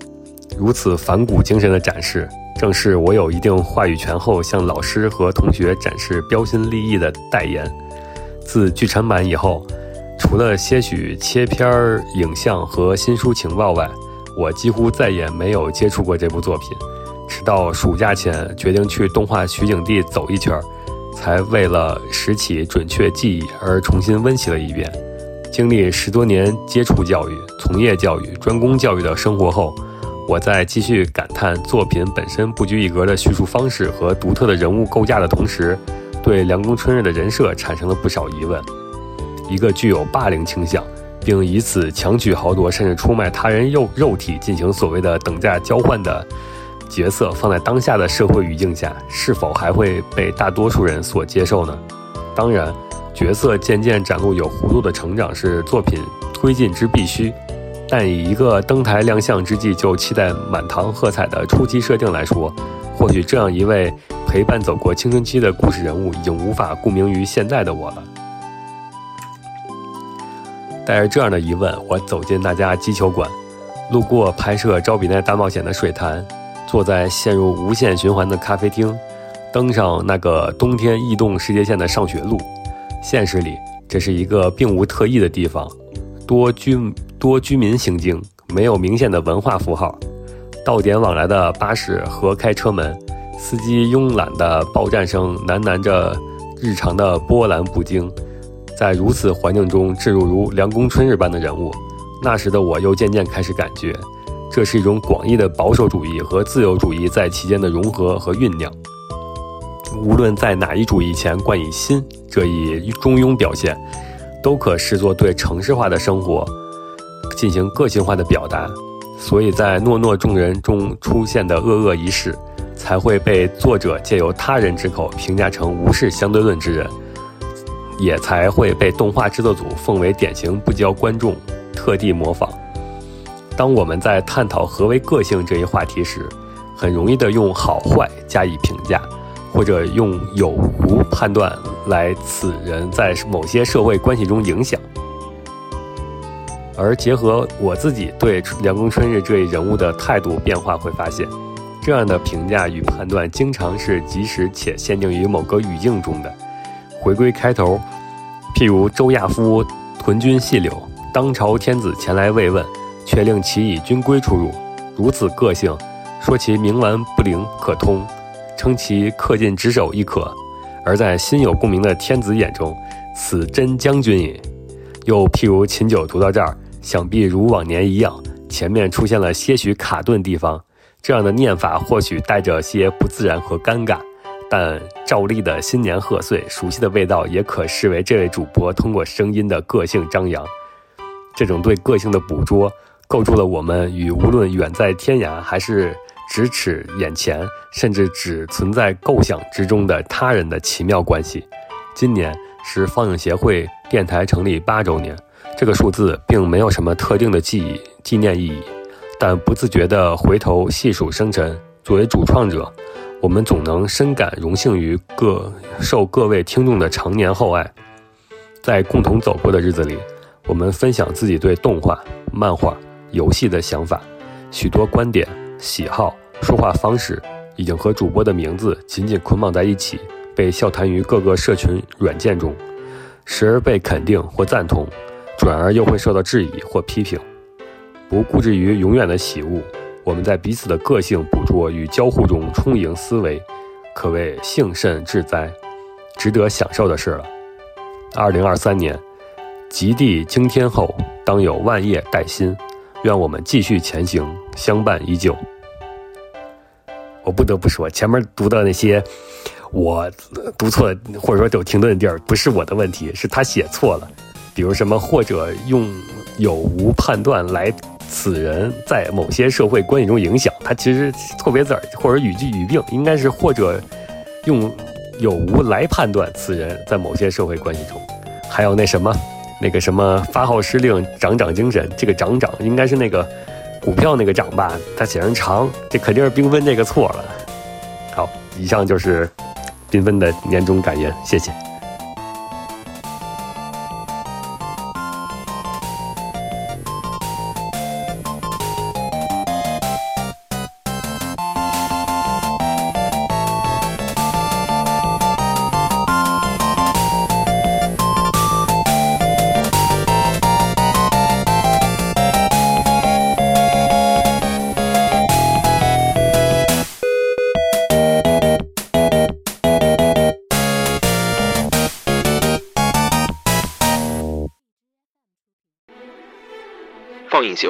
Speaker 6: 如此反骨精神的展示，正是我有一定话语权后向老师和同学展示标新立异的代言。自剧场版以后，除了些许切片儿影像和新书情报外，我几乎再也没有接触过这部作品。直到暑假前决定去动画取景地走一圈儿，才为了拾起准确记忆而重新温习了一遍。经历十多年接触教育、从业教育、专攻教育的生活后，我在继续感叹作品本身不拘一格的叙述方式和独特的人物构架的同时，对凉宫春日的人设产生了不少疑问。一个具有霸凌倾向，并以此强取豪夺甚至出卖他人肉肉体进行所谓的等价交换的角色，放在当下的社会语境下，是否还会被大多数人所接受呢？当然，角色渐渐展露有弧度的成长是作品推进之必须。但以一个登台亮相之际就期待满堂喝彩的初期设定来说，或许这样一位陪伴走过青春期的故事人物，已经无法顾名于现在的我了。带着这样的疑问，我走进那家击球馆，路过拍摄《招比奈大冒险》的水潭，坐在陷入无限循环的咖啡厅，登上那个冬天异动世界线的上学路。现实里，这是一个并无特异的地方，多居多居民行经，没有明显的文化符号。到点往来的巴士合开车门，司机慵懒的报站声喃喃着日常的波澜不惊。在如此环境中置入如凉宫春日般的人物，那时的我又渐渐开始感觉，这是一种广义的保守主义和自由主义在其间的融合和酝酿。无论在哪一主义前冠以新这一中庸表现，都可视作对城市化的生活进行个性化的表达。所以在诺诺众人中出现的恶恶一事，才会被作者借由他人之口评价成无视相对论之人，也才会被动画制作组奉为典型不教观众特地模仿。当我们在探讨何为个性这一话题时，很容易的用好坏加以评价，或者用有无判断来此人在某些社会关系中影响。而结合我自己对凉宫春日这一人物的态度变化，会发现，这样的评价与判断经常是及时且限定于某个语境中的。回归开头，譬如周亚夫屯军细柳，当朝天子前来慰问，却令其以军规出入，如此个性，说其冥顽不灵可通，称其恪尽职守亦可。而在心有共鸣的天子眼中，此真将军也。又譬如秦九读到这儿，想必如往年一样，前面出现了些许卡顿地方，这样的念法或许带着些不自然和尴尬。但照例的新年贺岁，熟悉的味道也可视为这位主播通过声音的个性张扬。这种对个性的捕捉，构筑了我们与无论远在天涯还是咫尺眼前，甚至只存在构想之中的他人的奇妙关系。今年是放映协会电台成立八周年。这个数字并没有什么特定的记忆纪念意义，但不自觉地回头细数生辰，作为主创者，我们总能深感荣幸于各受各位听众的常年厚爱。在共同走过的日子里，我们分享自己对动画、漫画、游戏的想法，许多观点、喜好、说话方式已经和主播的名字紧紧捆绑在一起，被笑谈于各个社群软件中，时而被肯定或赞同，转而又会受到质疑或批评。不固执于永远的喜恶，我们在彼此的个性捕捉与交互中充盈思维，可谓幸甚至哉，值得享受的事了。二零二三年，极地惊天后，当有万叶待新。愿我们继续前行，相伴依旧。我不得不说，前面读的那些我读错或者说有停顿的地儿，不是我的问题，是他写错了。比如什么，或者用有无判断来此人在某些社会关系中影响，他其实错别字儿或者语句语病，应该是或者用有无来判断此人在某些社会关系中。还有那什么，那个什么发号施令，长长精神，这个长长应该是那个股票那个涨吧，它写成长，这肯定是缤纷这个错了。好，以上就是缤纷的年终感言，谢谢。
Speaker 7: 放映协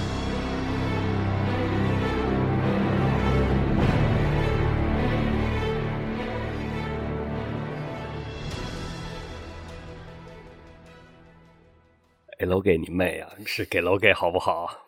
Speaker 6: 给楼给你妹啊！是给楼给好不好？